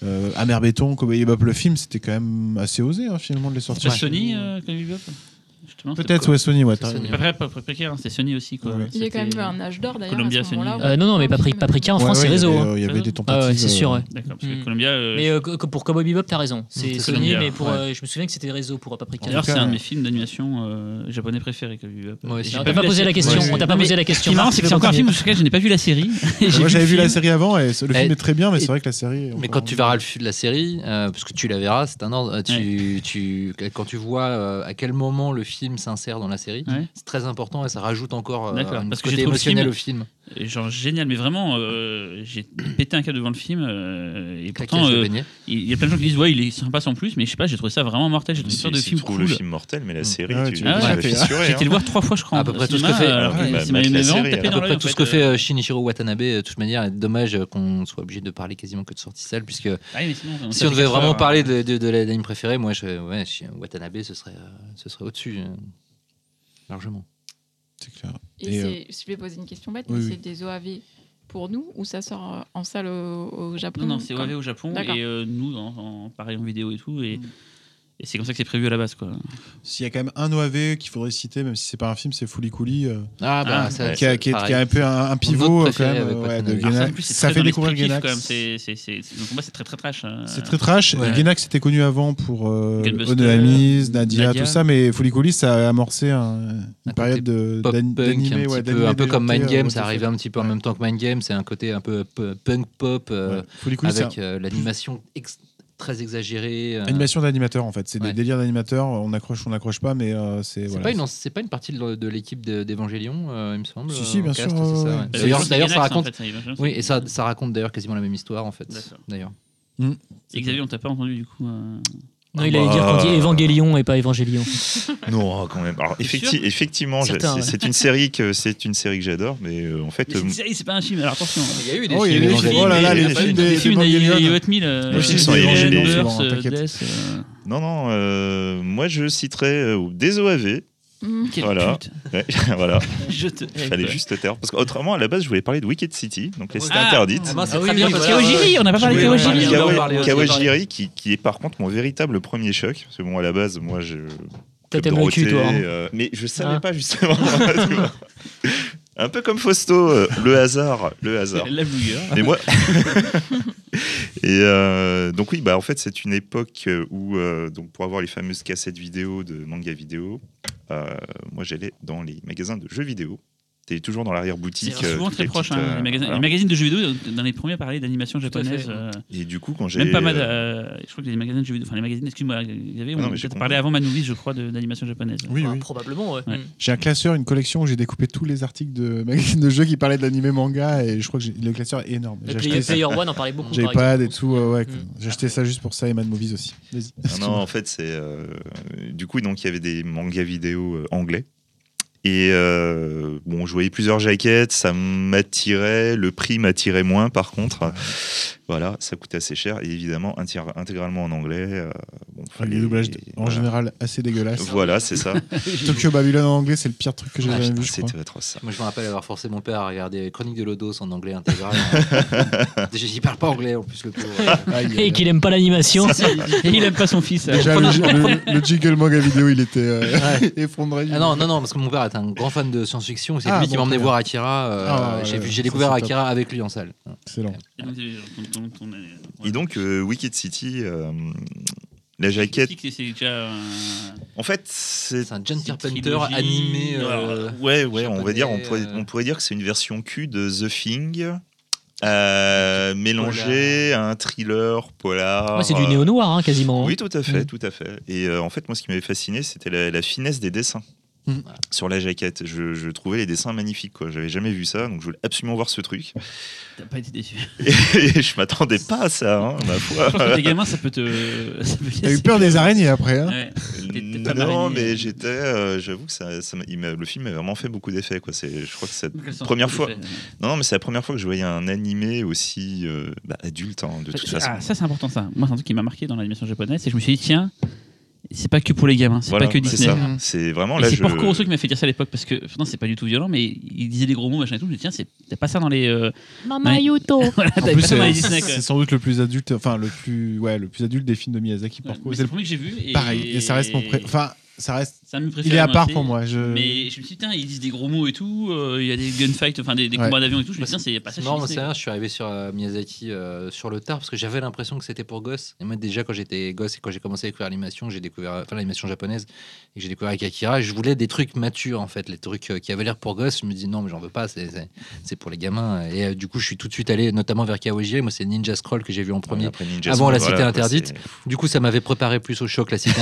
Speaker 2: Euh, Amer Béton, Cowboy Bebop, le film, c'était quand même assez osé, hein, finalement, de les
Speaker 5: c'est
Speaker 2: sortir.
Speaker 5: Sony euh, comme Bebop Justement, c'était
Speaker 2: Peut-être,
Speaker 5: quoi
Speaker 2: ouais, Sony, ouais.
Speaker 4: C'est
Speaker 2: t'as
Speaker 4: Sony.
Speaker 2: raison.
Speaker 5: Pas vrai, pas pas précaire, hein, c'est Sony aussi quoi.
Speaker 2: Ouais, ouais.
Speaker 1: Il y a quand même eu
Speaker 5: C'était- euh,
Speaker 1: un âge d'or d'ailleurs.
Speaker 5: Columbia,
Speaker 1: à ce moment-là,
Speaker 5: Sony.
Speaker 1: où-
Speaker 6: Euh, non, non, mais Papri- Paprika en
Speaker 2: Ouais,
Speaker 6: France,
Speaker 2: ouais,
Speaker 6: c'est
Speaker 2: il y
Speaker 6: réseau.
Speaker 2: avait-
Speaker 6: hein.
Speaker 2: Il y avait des tentatives.
Speaker 6: Ah ouais, c'est sûr, ouais.
Speaker 5: D'accord, parce que
Speaker 6: Hmm.
Speaker 5: Columbia. euh,
Speaker 6: Mais euh, que- que pour Cowboy Bebop, t'as
Speaker 2: Mm,
Speaker 6: raison. C'est
Speaker 5: C'est
Speaker 6: Sony,
Speaker 5: Columbia,
Speaker 6: mais pour,
Speaker 5: ouais.
Speaker 6: euh, je me souviens que c'était réseau pour Paprika.
Speaker 5: D'ailleurs,
Speaker 2: tout cas,
Speaker 5: c'est un de
Speaker 2: euh,
Speaker 5: mes films d'animation euh, japonais préférés que j'ai vu.
Speaker 4: Moi aussi.
Speaker 5: J'ai
Speaker 6: On t'a pas
Speaker 5: vu
Speaker 6: posé la
Speaker 5: série.
Speaker 6: question.
Speaker 2: Ouais,
Speaker 6: On t'a pas
Speaker 5: Non, mais
Speaker 6: posé la
Speaker 5: Ce qui
Speaker 6: question.
Speaker 5: est marrant,
Speaker 6: Marc,
Speaker 5: c'est que
Speaker 6: le
Speaker 5: c'est encore un
Speaker 6: premier.
Speaker 5: film sur lequel je n'ai pas vu la série. J'ai
Speaker 2: Moi, j'avais
Speaker 5: le
Speaker 2: vu la
Speaker 5: film.
Speaker 2: série avant et ce- le
Speaker 4: Et-
Speaker 2: film est très bien, mais
Speaker 4: et-
Speaker 2: c'est vrai que la série.
Speaker 4: Mais
Speaker 2: on-
Speaker 4: quand tu verras le fil de la série, euh, parce que tu la verras, c'est un ordre, euh, tu, tu, quand tu vois euh, à quel moment le film s'insère dans la série,
Speaker 5: Ouais.
Speaker 4: c'est très important et ça rajoute encore euh,
Speaker 5: D'accord,
Speaker 4: un
Speaker 5: parce que
Speaker 4: côté
Speaker 5: j'ai trouvé le
Speaker 4: émotionnel
Speaker 5: film-
Speaker 4: au film.
Speaker 5: Et Genre génial, mais vraiment, euh, j'ai pété un câble devant le film. euh, et
Speaker 4: Claquage
Speaker 5: pourtant,
Speaker 4: de
Speaker 5: euh,
Speaker 4: beignet.
Speaker 5: il y a plein de gens qui disent Ouais, il est sympa sans plus, mais je sais pas, j'ai trouvé ça vraiment mortel. J'ai trouvé
Speaker 7: Si
Speaker 5: ça de
Speaker 7: tu
Speaker 5: film
Speaker 7: trouves
Speaker 5: cool.
Speaker 7: le film mortel, mais la série,
Speaker 2: Ah ouais,
Speaker 7: tu,
Speaker 2: tu
Speaker 7: tu
Speaker 5: l'as
Speaker 7: l'as
Speaker 2: fait.
Speaker 7: fissurée.
Speaker 5: J'ai été
Speaker 7: hein.
Speaker 5: le voir trois fois, je crois.
Speaker 4: À
Speaker 5: en
Speaker 4: peu près tout ce
Speaker 5: cinéma,
Speaker 4: que fait-
Speaker 5: alors
Speaker 7: Ouais,
Speaker 5: que
Speaker 7: bah,
Speaker 5: ça m'avait
Speaker 7: Matt la
Speaker 5: vraiment
Speaker 7: série,
Speaker 5: tapé
Speaker 7: hein.
Speaker 5: dans
Speaker 4: à peu
Speaker 5: l'œil,
Speaker 4: près
Speaker 5: en
Speaker 4: tout ce
Speaker 5: fait,
Speaker 4: que
Speaker 5: euh.
Speaker 4: fait euh, Shinichiro Watanabe, euh, de toute manière, et dommage euh, qu'on soit obligé de parler quasiment que de sorties sales, puisque
Speaker 5: Ah oui, mais sinon,
Speaker 4: si
Speaker 5: fait
Speaker 4: on devait
Speaker 5: quatre
Speaker 4: vraiment
Speaker 5: heures,
Speaker 4: parler de, de, de l'anime préférée, moi, je, ouais, je- Watanabe, ce serait, euh, ce serait au-dessus, euh, largement.
Speaker 2: C'est clair.
Speaker 1: Et,
Speaker 2: Et,
Speaker 4: euh,
Speaker 1: c'est- je vais poser une question bête,
Speaker 2: oui,
Speaker 1: mais
Speaker 2: oui.
Speaker 1: c'est des OAV pour nous ou ça sort euh, en salle au, au Japon
Speaker 5: Non, non, c'est
Speaker 1: comme-
Speaker 5: OAV au Japon
Speaker 1: D'accord.
Speaker 5: et euh, nous, en, en- pareil en vidéo et tout. Et, Et c'est comme ça que c'est prévu à la base, quoi.
Speaker 2: S'il y a quand même un OAV qu'il faudrait citer, même si c'est pas un film, c'est Fouly Couli, euh,
Speaker 4: Ah, bah,
Speaker 5: Ah,
Speaker 4: ça,
Speaker 2: qui, a,
Speaker 4: c'est
Speaker 2: qui est-
Speaker 4: pareil.
Speaker 2: qui est un peu un, un
Speaker 4: Mon
Speaker 2: pivot
Speaker 4: autre
Speaker 2: euh, quand
Speaker 4: préféré
Speaker 2: même.
Speaker 4: avec
Speaker 2: euh,
Speaker 4: Patrick
Speaker 2: ouais, de
Speaker 4: Henry.
Speaker 2: Guénac.
Speaker 5: Ah, en plus, c'est
Speaker 2: ça
Speaker 5: très
Speaker 2: fait
Speaker 5: dans
Speaker 2: découvrir
Speaker 5: l'esprit kiff,
Speaker 2: Guénac.
Speaker 5: quand même. C'est c'est- c'est- c'est- donc, pour moi, c'est très très trash. hein.
Speaker 2: C'est très trash.
Speaker 4: Ouais.
Speaker 2: Guénac, c'était connu avant pour euh,
Speaker 5: Gunbuster,
Speaker 2: Oneamis, Nadia,
Speaker 5: Nadia.
Speaker 2: tout ça, mais Fouly Couli, ça a amorcé un- une
Speaker 4: côté
Speaker 2: période de-
Speaker 4: Pop
Speaker 2: d'an-
Speaker 4: punk, un
Speaker 2: d'animé.
Speaker 4: petit
Speaker 2: ouais,
Speaker 4: peu, un
Speaker 2: d'animé
Speaker 4: peu comme Mind
Speaker 2: déjanté, euh,
Speaker 4: Game,
Speaker 2: what
Speaker 4: ça
Speaker 2: the
Speaker 4: arrivait
Speaker 2: fuck.
Speaker 4: un petit peu en
Speaker 2: Ouais.
Speaker 4: même temps que Mind Game, c'est un côté un peu p- punk pop euh,
Speaker 2: Ouais. Fouly Couli, c'est
Speaker 4: avec euh, l'animation ex- très exagérée. euh.
Speaker 2: Animation d'animateur en fait, c'est des
Speaker 4: Ouais.
Speaker 2: délires d'animateur, on accroche, on n'accroche pas, mais euh, c'est.
Speaker 4: C'est
Speaker 2: voilà.
Speaker 4: pas une- c'est pas, une partie de, de l'équipe de- d'Evangelion, euh, il me semble.
Speaker 2: Si, si,
Speaker 4: euh,
Speaker 2: bien
Speaker 4: en cast,
Speaker 2: sûr,
Speaker 4: c'est ça,
Speaker 2: ouais,
Speaker 4: ouais.
Speaker 2: ouais.
Speaker 4: D'ailleurs,
Speaker 5: C'est
Speaker 4: d'ailleurs, ça
Speaker 5: Gainax, en
Speaker 4: raconte.
Speaker 5: fait, hein, Evangelist.
Speaker 4: Oui, et ça, ça raconte d'ailleurs quasiment la même histoire en fait.
Speaker 5: D'accord.
Speaker 4: D'ailleurs.
Speaker 5: Et Xavier, on t'a pas entendu du coup. euh,
Speaker 6: Non, il allait dire qu'on dit
Speaker 2: Bah.
Speaker 6: Évangélion et pas Évangélion.
Speaker 7: Non, quand même. Alors,
Speaker 5: T'es
Speaker 7: effecti-
Speaker 5: sûr
Speaker 7: effectivement, j'ai-
Speaker 6: Certain,
Speaker 7: c'est
Speaker 6: ouais.
Speaker 7: c'est une série que c'est une série que j'adore, mais euh, en fait,
Speaker 5: mais C'est
Speaker 7: euh,
Speaker 5: une série, c'est pas un film, alors attention.
Speaker 4: Il y a eu des
Speaker 2: Oh, il y a
Speaker 4: films
Speaker 2: eu des
Speaker 4: Evangelion.
Speaker 2: films, oh là là,
Speaker 7: les
Speaker 2: les
Speaker 7: films
Speaker 2: films
Speaker 7: des-
Speaker 2: des
Speaker 5: Les films, il y a eu
Speaker 2: Evangelion.
Speaker 5: 8000.
Speaker 7: Les films sont évangélisés,
Speaker 2: souvent, t'inquiète.
Speaker 7: non, non. euh, moi, je citerai euh, des OAV. Voilà.
Speaker 5: Voilà.
Speaker 7: Ouais, voilà.
Speaker 5: Je te.
Speaker 7: Fallait juste le taire. Parce qu'autrement, à la base, je voulais parler de Wicked City, donc les cités
Speaker 5: Ah.
Speaker 7: interdites.
Speaker 4: Ah, mince, c'est
Speaker 6: Ah oui,
Speaker 4: très bien
Speaker 6: oui,
Speaker 4: parce que-
Speaker 6: voilà, ouais.
Speaker 5: Kawajiri, on n'a pas parlé de
Speaker 4: Oui, on a
Speaker 5: Kawajiri.
Speaker 4: parlé- on a
Speaker 7: Kawa-
Speaker 4: parlé aussi.
Speaker 7: Kawajiri, qui, qui est par contre mon véritable premier choc. Parce que bon, à la base, moi, je. Club
Speaker 6: t'aimes le cul,
Speaker 7: Dorothée,
Speaker 6: toi, hein.
Speaker 7: euh, mais je savais
Speaker 6: Ah.
Speaker 7: pas, justement. tu vois. Un peu comme Fausto, euh, le hasard. Le hasard.
Speaker 5: La bouilleur.
Speaker 7: Mais moi. et euh, donc oui, bah en fait c'est une époque euh, où euh, donc pour avoir les fameuses cassettes vidéo de manga vidéo, euh, moi j'allais dans les magasins de jeux vidéo. T'es toujours dans euh, l'arrière
Speaker 5: C'est
Speaker 7: boutique.
Speaker 5: souvent très proche. hein, les, magasins, les magazines de jeux vidéo, dans les premiers, parlaient d'animation japonaise.
Speaker 6: fait.
Speaker 5: euh,
Speaker 7: Et du coup quand j'ai
Speaker 5: même pas mal. euh, je crois que les magazines de jeux vidéo. Enfin, les magazines, excuse-moi, Xavier,
Speaker 7: Ah non,
Speaker 5: on
Speaker 7: mais j'ai
Speaker 5: peut-être parlé
Speaker 7: compris.
Speaker 5: avant Manouvis, je crois, de- d'animation japonaise.
Speaker 2: Oui,
Speaker 4: hein.
Speaker 6: Ah,
Speaker 2: oui.
Speaker 6: Probablement, ouais.
Speaker 5: Ouais.
Speaker 2: J'ai un classeur, une collection où j'ai découpé tous les articles de magazines de jeux qui parlaient de l'anime manga et je crois que j'ai- le classeur est énorme. J'ai
Speaker 6: Le
Speaker 2: acheté
Speaker 6: Player,
Speaker 2: ça.
Speaker 6: Player One en parlait beaucoup. par
Speaker 2: J-Pad et
Speaker 6: exemple.
Speaker 2: tout, euh, ouais.
Speaker 6: Mm.
Speaker 2: J'ai acheté ça juste pour ça et Mad Movies aussi. Vas-y.
Speaker 7: Ah non, en fait, c'est. euh, du coup, donc, il y avait des mangas vidéo euh, anglais. Et euh, bon, je voyais plusieurs jaquettes, ça m'attirait, le prix m'attirait moins par contre. Voilà, ça coûtait assez cher. Et évidemment, inti- intégralement en anglais. euh, bon, fallait-
Speaker 2: Les doublages en
Speaker 7: voilà.
Speaker 2: général assez dégueulasses.
Speaker 7: Voilà, c'est ça.
Speaker 2: Tokyo Babylon en anglais, c'est le pire truc que j'ai
Speaker 7: Ah,
Speaker 2: jamais
Speaker 7: putain,
Speaker 2: vu, je crois.
Speaker 7: C'était atroce ça.
Speaker 4: Moi, je me rappelle avoir forcé mon père à regarder Chronique de Lodos en anglais intégral. Euh, Il parle pas anglais en plus le pauvre.
Speaker 2: Aïe, aïe,
Speaker 6: Et
Speaker 2: aïe.
Speaker 6: qu'il aime pas l'animation.
Speaker 7: bah,
Speaker 5: Et il aime pas son fils. euh.
Speaker 2: Déjà, le, le- le jingle manga vidéo, il était euh, effondré.
Speaker 4: Ah non, non, non, parce que mon père est un grand fan de science-fiction. C'est
Speaker 2: Ah,
Speaker 4: lui qui
Speaker 2: bon,
Speaker 4: m'a emmené
Speaker 2: très
Speaker 4: voir Akira. euh,
Speaker 2: Ah, ouais,
Speaker 4: j'ai vu-
Speaker 2: ouais,
Speaker 4: j'ai
Speaker 2: ça,
Speaker 4: découvert
Speaker 2: c'est top.
Speaker 4: Akira avec lui en salle.
Speaker 2: Excellent.
Speaker 5: Et donc, ton- ton- ton- euh, voilà.
Speaker 7: Et donc, euh, Wicked City, euh, la
Speaker 5: Je
Speaker 7: jaquette.
Speaker 5: dis que C'est déjà. euh,
Speaker 7: En fait, c'est.
Speaker 4: C'est un John Carpenter
Speaker 5: trilogie,
Speaker 4: animé. euh,
Speaker 5: alors,
Speaker 7: Ouais, ouais, on va
Speaker 4: japonais,
Speaker 7: dire, on pourrait,
Speaker 4: euh,
Speaker 7: on pourrait dire que c'est une version Q de The Thing, euh, mélangée à un thriller polar.
Speaker 6: Ouais, c'est du
Speaker 7: euh,
Speaker 6: néo-noir, hein, quasiment. hein.
Speaker 7: Oui, tout à fait,
Speaker 6: Mm.
Speaker 7: tout à fait. Et euh, en fait, moi, ce qui m'avait fasciné, c'était la, la finesse des dessins
Speaker 2: Mm.
Speaker 7: sur la jaquette. Je, je trouvais les dessins magnifiques, quoi. J'avais jamais vu ça, donc je voulais absolument voir ce truc.
Speaker 5: T'as pas été déçu.
Speaker 7: Et, je m'attendais pas à ça, hein, ma foi.
Speaker 5: Quand t'es gamin, ça peut te. ça peut te
Speaker 2: T'as eu
Speaker 5: laisser-
Speaker 2: peur des araignées après, hein
Speaker 5: Ouais. T'es- t'es pas
Speaker 7: non,
Speaker 5: marié.
Speaker 7: mais j'étais, euh, j'avoue que ça, ça m'a- il m'a- le film m'a vraiment fait beaucoup d'effets, quoi. C'est, je crois que c'est
Speaker 5: Quel sens
Speaker 7: Première
Speaker 5: tu
Speaker 7: fois.
Speaker 5: fais
Speaker 7: Non, non, mais c'est la première fois que je voyais un animé aussi euh, bah, adulte, hein, de toute
Speaker 5: Ah,
Speaker 7: façon.
Speaker 5: ça c'est important ça. Moi c'est un truc qui m'a marqué dans l'animation japonaise, c'est que je me suis dit tiens, c'est pas que pour les gamins, c'est
Speaker 7: Voilà,
Speaker 5: pas que Disney.
Speaker 7: ça.
Speaker 2: Mhm.
Speaker 7: C'est vraiment
Speaker 5: Et
Speaker 7: Oh, là.
Speaker 5: c'est
Speaker 7: je-
Speaker 5: Porco Rosso qui m'a fait dire ça à l'époque parce que putain, c'est pas du tout violent, mais il disait des gros mots machin et tout. Je me dis tiens, c'est t'as pas ça dans les. euh,
Speaker 6: Mama
Speaker 5: Ouais.
Speaker 6: Yuto.
Speaker 5: voilà,
Speaker 2: En
Speaker 5: t'avais
Speaker 2: plus,
Speaker 5: pas ça dans les
Speaker 2: c'est
Speaker 5: Disney.
Speaker 2: c'est sans doute le plus adulte, enfin le plus, ouais, le plus adulte des films de Miyazaki. Porco.
Speaker 5: C'est
Speaker 2: c'est
Speaker 5: le
Speaker 2: le-
Speaker 5: premier que j'ai vu. Et...
Speaker 2: pareil, et ça reste mon pré... Enfin, ça reste.
Speaker 5: ça me préfère.
Speaker 2: Il est à part pour moi. euh. Je...
Speaker 5: Mais je me suis dit tiens, ils disent des gros mots et tout. euh, Il y a des gunfights, enfin des, des
Speaker 2: Ouais.
Speaker 5: combats d'avion et tout. Je me dis tiens, c'est pas ça.
Speaker 4: C'est
Speaker 5: chez
Speaker 4: marrant, moi, c'est
Speaker 5: Disney.
Speaker 4: vrai, je suis arrivé sur euh, Miyazaki euh, sur le tard parce que j'avais l'impression que c'était pour gosses. Et moi, déjà, quand j'étais gosse et quand j'ai commencé à découvrir l'animation, j'ai découvert, enfin, l'animation japonaise, et que j'ai découvert avec Akira, je voulais des trucs matures, en fait, les trucs euh, qui avaient l'air pour gosses. Je me dis non, mais j'en veux pas, c'est- c'est c'est pour les gamins. Et euh, du coup, je suis tout de suite allé, notamment vers Kawajiri. Moi, c'est Ninja Scroll que j'ai vu en premier.
Speaker 7: Après Ninja
Speaker 4: Avant
Speaker 7: Scroll,
Speaker 4: la
Speaker 7: voilà,
Speaker 4: Cité
Speaker 7: quoi,
Speaker 4: Interdite.
Speaker 7: c'est-
Speaker 4: Du coup, ça m'avait préparé plus au choc, la cité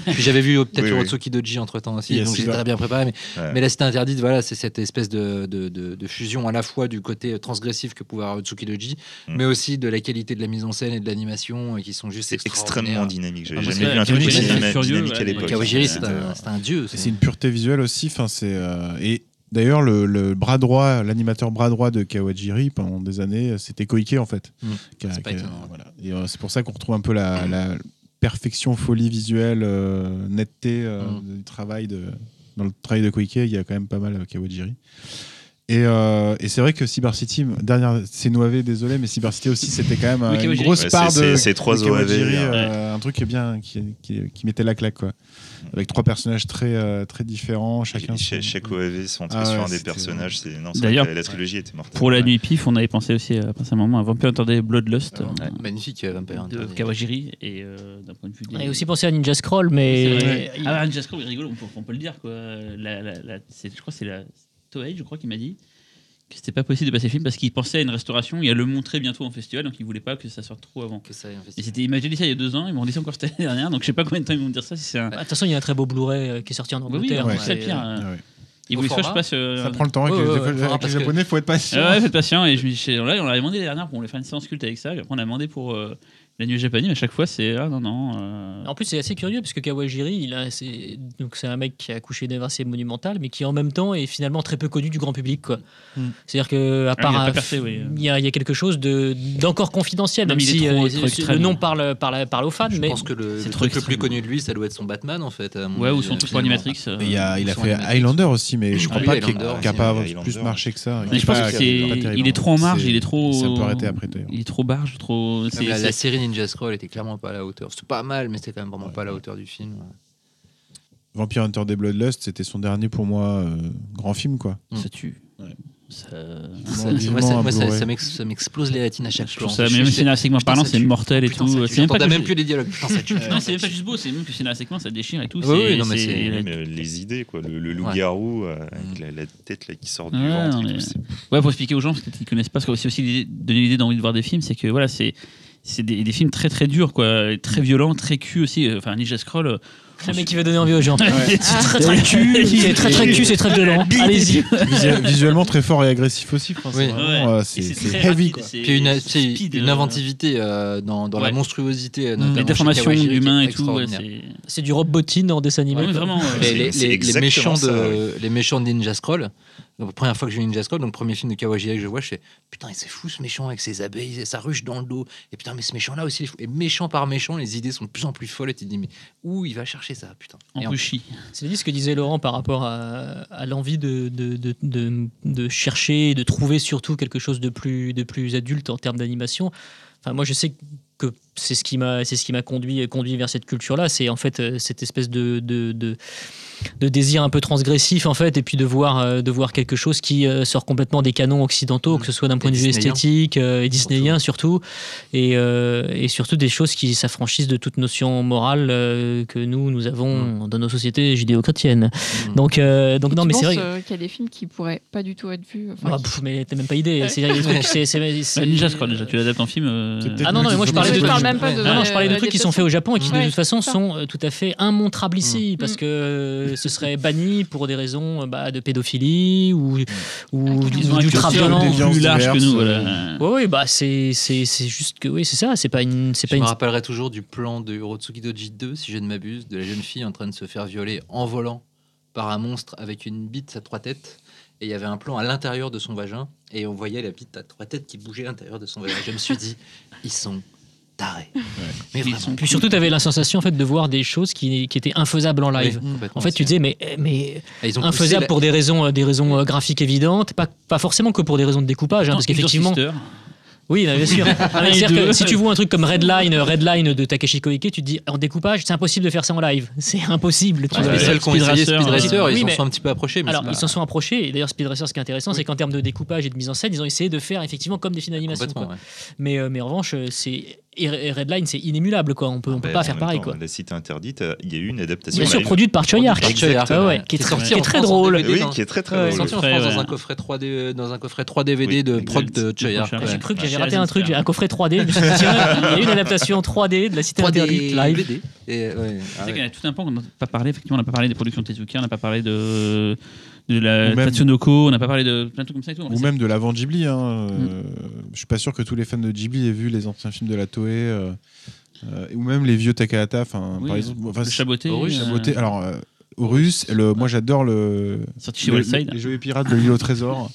Speaker 7: Oui.
Speaker 4: Puis j'avais vu euh, peut-être
Speaker 7: Oui, oui.
Speaker 4: le Rotsuki Doji entre temps aussi,
Speaker 2: Yes,
Speaker 4: donc
Speaker 2: c'est
Speaker 4: j'étais
Speaker 2: ça.
Speaker 4: très bien préparé. Mais,
Speaker 7: Ouais.
Speaker 4: mais la cité interdite, voilà, c'est cette espèce de, de, de- de fusion à la fois du côté transgressif que pouvait avoir Rotsuki Doji,
Speaker 7: Mm.
Speaker 4: mais aussi de la qualité de la mise en scène et de l'animation euh, qui sont juste
Speaker 7: C'est extrêmement dynamique. J'avais
Speaker 5: Ah, parce
Speaker 7: jamais
Speaker 5: que
Speaker 7: vu un truc aussi
Speaker 4: Kawajiri,
Speaker 7: dyna-
Speaker 5: c'est furieux,
Speaker 7: dynamique à
Speaker 5: ouais,
Speaker 7: l'époque.
Speaker 4: Kawajiri,
Speaker 5: Ouais.
Speaker 4: c'est un, c'est un dieu.
Speaker 2: C'est une pureté visuelle aussi. Enfin, c'est euh, et d'ailleurs le, le bras droit, l'animateur bras droit de Kawajiri pendant des années, c'était Koike en fait.
Speaker 4: Mm.
Speaker 2: Qui a-
Speaker 4: C'est pas
Speaker 2: qui a-
Speaker 4: étonnant.
Speaker 2: voilà. Et euh, c'est pour ça qu'on retrouve un peu la, la perfection, folie visuelle, euh, netteté euh,
Speaker 4: Mm.
Speaker 2: du travail de dans le travail de Koike, il y a quand même pas mal euh, Kawajiri. Et, euh, et c'est vrai que Cyber City, dernière, c'est Noavé, désolé, mais Cyber City aussi, c'était quand même euh,
Speaker 5: Oui,
Speaker 2: une
Speaker 5: Kawajiri.
Speaker 2: grosse
Speaker 7: Ouais,
Speaker 2: part
Speaker 7: c'est-
Speaker 2: de.
Speaker 7: c'est- c'est trois hein.
Speaker 2: de Kawajiri,
Speaker 7: Zoé,
Speaker 2: euh, Un truc qui est bien, qui, qui, qui mettait la claque, quoi. Avec trois personnages très, euh, très différents, chacun.
Speaker 7: Cha-
Speaker 2: son-
Speaker 7: Chaque OAV centré
Speaker 2: Ah ouais,
Speaker 7: sur un des
Speaker 2: c'était-
Speaker 7: personnages. c'est- non, c'est
Speaker 5: D'ailleurs,
Speaker 7: vrai que la, la trilogie était mortelle.
Speaker 5: Pour la
Speaker 7: Ouais.
Speaker 5: nuit pif, on avait pensé aussi à, à un moment à Vampire Hunter D Bloodlust
Speaker 2: Ah,
Speaker 5: euh,
Speaker 4: Magnifique, euh, Vampire
Speaker 5: de
Speaker 4: Hunter.
Speaker 5: Kawajiri et euh, d'un point de vue des...
Speaker 6: Et aussi penser à Ninja Scroll, mais.
Speaker 5: C'est vrai.
Speaker 6: il-
Speaker 5: Ah, Ninja Scroll est rigolo, on peut, on peut le dire. Quoi. La, la- la- c'est- je crois que c'est la Toei, je crois, qui m'a dit que c'était pas possible de passer le film parce qu'il pensait à une restauration et à le montrer bientôt en festival, donc il voulait pas que ça sorte trop avant.
Speaker 4: Que ça ait un
Speaker 5: Et
Speaker 4: festival.
Speaker 5: c'était, ils m'ont dit ça il y a deux ans, ils m'ont dit ça encore cette année dernière, donc je sais pas combien de temps ils vont me dire ça. Si c'est un...
Speaker 6: Bah, De toute façon, il y a un très beau Blu-ray euh, qui est sorti en
Speaker 5: oui, oui,
Speaker 6: Angleterre.
Speaker 2: ouais.
Speaker 5: c'est ça
Speaker 6: et,
Speaker 5: pire.
Speaker 6: euh,
Speaker 2: Ah
Speaker 5: euh,
Speaker 2: ouais.
Speaker 5: Ils
Speaker 4: Au
Speaker 5: voulaient soit que je
Speaker 4: format.
Speaker 5: passe. euh,
Speaker 2: Ça prend le temps hein, avec
Speaker 4: Ouais,
Speaker 2: les,
Speaker 4: ouais,
Speaker 2: avec
Speaker 4: ouais,
Speaker 2: les
Speaker 4: parce que-
Speaker 2: Japonais, faut être patient.
Speaker 5: Ah ouais, faites patient. Et je, me dis, là, on l'avait demandé la dernière pour on voulait faire une séance culte avec ça. Et après, on a demandé pour euh, la nuit au Japon, mais à chaque fois, c'est ah non, non. euh,
Speaker 6: En plus, c'est assez curieux parce que Kawajiri, il a, c'est, donc c'est un mec qui a couché d'œuvres assez monumentales, mais qui en même temps est finalement très peu connu du grand public. Quoi.
Speaker 2: Hmm.
Speaker 6: C'est-à-dire que à part,
Speaker 5: Mm. Ah, il a pas
Speaker 6: un-
Speaker 5: percé, oui.
Speaker 6: il y, a, il y a quelque chose de, d'encore confidentiel,
Speaker 5: Non,
Speaker 6: même
Speaker 5: mais il
Speaker 6: si
Speaker 5: est trop-
Speaker 6: euh,
Speaker 5: trop
Speaker 6: le-
Speaker 5: extrême.
Speaker 6: le nom parle, parle, parle aux fans.
Speaker 4: Je
Speaker 6: mais
Speaker 4: pense que le,
Speaker 5: c'est
Speaker 4: le
Speaker 5: trop
Speaker 4: truc le
Speaker 5: extrême.
Speaker 4: plus connu de lui, ça doit être son Batman en fait. à mon
Speaker 5: Ouais, ou
Speaker 4: avis,
Speaker 5: son
Speaker 4: euh,
Speaker 5: truc pour
Speaker 4: finalement.
Speaker 5: Animatrix. euh,
Speaker 2: Mais il, y a, il a
Speaker 4: Son
Speaker 2: fait
Speaker 4: Animatrix.
Speaker 2: Highlander aussi, mais je
Speaker 4: Ah
Speaker 2: crois
Speaker 4: oui,
Speaker 2: pas qu'il
Speaker 4: Highlander,
Speaker 2: n'a
Speaker 7: c'est
Speaker 2: pas
Speaker 7: Highlander.
Speaker 2: plus marché que ça.
Speaker 5: Mais je pense
Speaker 2: Pas-
Speaker 5: que c'est,
Speaker 2: pas terrible. hein.
Speaker 5: il est trop en marge,
Speaker 2: C'est-
Speaker 5: il est trop.
Speaker 2: Ça peut arrêter après, d'ailleurs.
Speaker 5: Il est trop barge, trop.
Speaker 4: Non,
Speaker 5: c'est-
Speaker 4: mais la,
Speaker 5: c'est-
Speaker 4: la série Ninja Scroll était clairement pas à la hauteur. C'était pas mal, mais c'était quand même vraiment pas à la hauteur du film.
Speaker 2: Vampire Hunter des Bloodlust, c'était son dernier pour moi euh, grand film, quoi.
Speaker 5: Ça tue.
Speaker 2: Mm. Ouais.
Speaker 5: Ça-
Speaker 4: Ça-
Speaker 2: vivement
Speaker 4: moi, ça,
Speaker 2: un
Speaker 4: moi, ça-
Speaker 2: Blu-ray.
Speaker 4: ça m'ex- ça m'explose les latines à chaque
Speaker 5: Ah, Je
Speaker 4: plan.
Speaker 5: trouve ça, même scénaristiquement
Speaker 4: putain,
Speaker 5: parlant,
Speaker 4: ça
Speaker 5: c'est
Speaker 4: tue. Ah,
Speaker 5: mortel et
Speaker 4: Putain,
Speaker 5: tout.
Speaker 4: ça tue.
Speaker 5: C'est même pas
Speaker 4: J'entendais
Speaker 5: que-
Speaker 4: même plus les dialogues. Putain, ça tue.
Speaker 5: Non, c'est même pas juste beau, c'est même que scénaristiquement ça déchire et tout.
Speaker 4: Oui,
Speaker 5: c'est- euh,
Speaker 4: oui, non, mais c'est-
Speaker 7: Oui,
Speaker 5: c'est-
Speaker 7: mais les idées, quoi. Le, le loup-garou euh, avec la, la tête là, qui sort du
Speaker 5: Ouais,
Speaker 7: ventre.
Speaker 5: non,
Speaker 7: et
Speaker 5: mais-
Speaker 7: tout, c'est-
Speaker 5: Ouais, pour expliquer aux gens, peut-être qu'ils connaissent pas, parce que c'est aussi l'idée- donner l'idée d'envie de voir des films, c'est que voilà, c'est c'est des, des films très très durs, quoi, et
Speaker 4: Mm.
Speaker 5: très violents, très cul aussi. Enfin, Ninja Scroll. euh,
Speaker 6: Le mec qui veut donner envie aux gens.
Speaker 5: c'est
Speaker 4: Ah.
Speaker 6: Très très cul, c'est très très cul, c'est très violent. Allez-y.
Speaker 2: Visu- visuellement très fort et agressif aussi. enfin, c'est
Speaker 4: Oui.
Speaker 2: vraiment, euh, c'est
Speaker 5: Et c'est
Speaker 2: c'est
Speaker 5: très
Speaker 2: heavy.
Speaker 5: rapide,
Speaker 2: Quoi.
Speaker 5: c'est-
Speaker 4: Puis une,
Speaker 5: c'est
Speaker 4: c'est
Speaker 5: speed,
Speaker 4: une
Speaker 5: euh,
Speaker 4: inventivité euh, dans, dans
Speaker 5: ouais.
Speaker 4: la monstruosité, euh,
Speaker 5: Les
Speaker 4: notamment
Speaker 5: déformations
Speaker 4: chez Kawajiri,
Speaker 5: d'humains
Speaker 4: qui
Speaker 5: et
Speaker 4: est
Speaker 5: tout. ouais,
Speaker 4: extraordinaire.
Speaker 5: c'est-
Speaker 6: C'est du Rob Bottin en dessin animé.
Speaker 5: Ouais, mais
Speaker 6: quoi.
Speaker 5: vraiment. euh,
Speaker 4: Les, les-
Speaker 7: c'est
Speaker 4: les- les
Speaker 7: exactement
Speaker 4: méchants de,
Speaker 7: ça, ouais.
Speaker 4: les méchants de Ninja Scroll. La première fois que j'ai vu Ninja Scroll, donc premier film de Kawajiri que je vois, je fais putain, c'est fou ce méchant avec ses abeilles, et sa ruche dans le dos. Et putain, mais ce méchant là aussi, il est fou. Et méchant par méchant, les idées sont de plus en plus folles. Et tu te dis, mais où il va chercher ça, putain
Speaker 5: En
Speaker 4: Et
Speaker 5: plus chi.
Speaker 6: C'est dit ce que disait Laurent par rapport à, à l'envie de, de, de, de, de chercher, de trouver surtout quelque chose de plus, de plus adulte en termes d'animation. Enfin, moi, je sais que c'est ce qui m'a, c'est ce qui m'a conduit, conduit vers cette culture-là. C'est en fait euh, cette espèce de, de, de, de désir un peu transgressif, en fait, et puis de voir, euh, de voir quelque chose qui euh, sort complètement des canons occidentaux, que ce soit d'un point de vue
Speaker 4: disneyen.
Speaker 6: esthétique euh, et disneyen surtout, et, euh, et surtout des choses qui s'affranchissent de toute notion morale euh, que nous, nous
Speaker 5: Mm.
Speaker 6: avons dans nos sociétés judéo-chrétiennes.
Speaker 4: Mm.
Speaker 6: Donc, euh, donc non,
Speaker 1: Tu
Speaker 6: mais c'est
Speaker 1: penses,
Speaker 6: vrai.
Speaker 1: euh, qu'il y a des films qui pourraient pas du tout être vus. enfin,
Speaker 6: Ah,
Speaker 1: qui-
Speaker 6: pff, mais t'as même pas idée. C'est- les trucs, c'est- c'est- c'est-
Speaker 5: Bah, Ninja Scroll, déjà, tu l'adaptes en film. euh,
Speaker 2: C'est peut-être
Speaker 6: Ah non, non, mais moi je parlais de
Speaker 1: Je parle
Speaker 6: trucs.
Speaker 1: même pas de.
Speaker 6: Non, non, je parlais de
Speaker 1: euh,
Speaker 6: trucs qui
Speaker 1: des
Speaker 6: sont faits au Japon et qui
Speaker 1: Ouais,
Speaker 6: de toute façon
Speaker 1: c'est ça.
Speaker 6: sont euh, tout à fait immontrables ici parce
Speaker 1: Mm.
Speaker 6: que euh, ce serait banni pour des raison euh, bah, de pédophilie ou, ou,
Speaker 5: Mm. Ils ont
Speaker 6: ou
Speaker 5: un
Speaker 6: d'ultra
Speaker 5: culture
Speaker 2: ultra-violent.
Speaker 6: violence.
Speaker 5: plus large que nous.
Speaker 2: Diverse, euh.
Speaker 5: voilà.
Speaker 6: Oui, oui, bah c'est c'est c'est juste que oui, c'est ça. C'est pas une, c'est
Speaker 4: Je
Speaker 6: pas une.
Speaker 4: me rappellerai toujours du plan de Urotsuki Doji 2, si je ne m'abuse, de la jeune fille en train de se faire violer en volant par un monstre avec une bite à trois têtes. Et il y avait un plan à l'intérieur de son vagin, et on voyait la bite à trois têtes qui bougeait à l'intérieur de son vagin. Je me suis dit, ils sont tarés. Mais
Speaker 5: Ils
Speaker 4: vraiment.
Speaker 5: sont-
Speaker 6: Puis surtout, t'avais la sensation en fait de voir des choses qui, qui étaient infaisables en live.
Speaker 4: Oui, complètement,
Speaker 6: En fait, tu disais
Speaker 4: c'est-
Speaker 6: mais eh, mais
Speaker 4: Et ils ont poussé
Speaker 6: infaisable
Speaker 4: la-
Speaker 6: pour des raisons euh, des raisons euh, graphiques évidentes, pas pas forcément que pour des raisons de découpage, hein, parce qu'effectivement.
Speaker 5: Sister.
Speaker 6: Oui, non, bien sûr. Non, mais
Speaker 5: et
Speaker 6: c'est-à-dire
Speaker 5: deux.
Speaker 6: que si tu vois un truc comme Redline, euh, Redline de Takashi Koike, tu te dis en découpage, c'est impossible de faire ça en live. C'est impossible. tu
Speaker 4: Ouais,
Speaker 6: vois.
Speaker 4: les seuls qui ont
Speaker 5: Speed
Speaker 4: essayé
Speaker 5: Racer,
Speaker 4: Speed Racer,
Speaker 6: euh,
Speaker 4: ils
Speaker 6: oui,
Speaker 4: s'en
Speaker 6: mais-
Speaker 4: sont un petit peu approchés. Mais
Speaker 6: Alors,
Speaker 4: c'est
Speaker 6: ils
Speaker 4: pas-
Speaker 6: s'en sont approchés. Et d'ailleurs, Speed Racer, ce qui est intéressant, c'est qu'en termes de découpage et de mise en scène, ils ont essayé de faire effectivement comme des films d'animation.
Speaker 4: complètement,
Speaker 6: quoi.
Speaker 4: ouais.
Speaker 6: Mais, euh, mais en revanche, euh, c'est et Re- et Redline, c'est inémulable. Quoi. On peut, on peut
Speaker 7: Bah,
Speaker 6: pas
Speaker 7: en
Speaker 6: faire
Speaker 7: même
Speaker 6: pareil.
Speaker 7: temps,
Speaker 6: quoi.
Speaker 7: La cité interdite, euh, il y a eu une adaptation.
Speaker 6: Bien sûr,
Speaker 7: live.
Speaker 6: produit par Choyark.
Speaker 4: Par Choyark,
Speaker 6: Ah ouais,
Speaker 4: ouais.
Speaker 6: qui est,
Speaker 4: Qui est
Speaker 6: très-
Speaker 4: sorti
Speaker 6: qui est
Speaker 4: en
Speaker 6: très
Speaker 4: France en
Speaker 6: drôle.
Speaker 4: DVD.
Speaker 7: Oui,
Speaker 4: dans-
Speaker 7: qui est très très
Speaker 6: Ouais,
Speaker 7: drôle.
Speaker 4: sorti en
Speaker 5: Ouais,
Speaker 4: France
Speaker 5: ouais.
Speaker 4: dans un coffret 3D euh, dans un coffret 3 DVD
Speaker 7: Oui,
Speaker 4: de prod
Speaker 7: exact.
Speaker 4: de Choyard.
Speaker 5: Ouais.
Speaker 6: J'ai cru que j'avais
Speaker 5: Ouais.
Speaker 6: raté un truc, j'ai un coffret 3D. je me suis dit, tiens, il y a une adaptation 3D de la cité
Speaker 4: 3D
Speaker 6: interdite live.
Speaker 4: DVD. Et, ouais, ah
Speaker 5: C'est
Speaker 4: ouais.
Speaker 5: qu'il y a tout un pan qu'on n'a pas parlé. Effectivement, on n'a pas parlé des productions de Tezuka, on n'a pas parlé de, de la
Speaker 2: Ou même-
Speaker 5: Tatsunoko, on n'a pas parlé de plein de trucs comme ça et tout. En fait,
Speaker 2: Ou même de l'avant Ghibli. Hein.
Speaker 5: Mm.
Speaker 2: euh, Je suis pas sûr que tous les fans de Ghibli aient vu les anciens films de la Toei. euh, euh, ou même les vieux Takahata. Enfin,
Speaker 5: c'est- oui,
Speaker 2: par exemple, enfin,
Speaker 5: le chaboté.
Speaker 2: Horus,
Speaker 5: euh,
Speaker 2: Chaboté. Alors, euh, Horus, le, moi j'adore le,
Speaker 5: sorti chez
Speaker 2: le-
Speaker 5: Wellside.
Speaker 2: les joyeux pirates de l'île au trésor.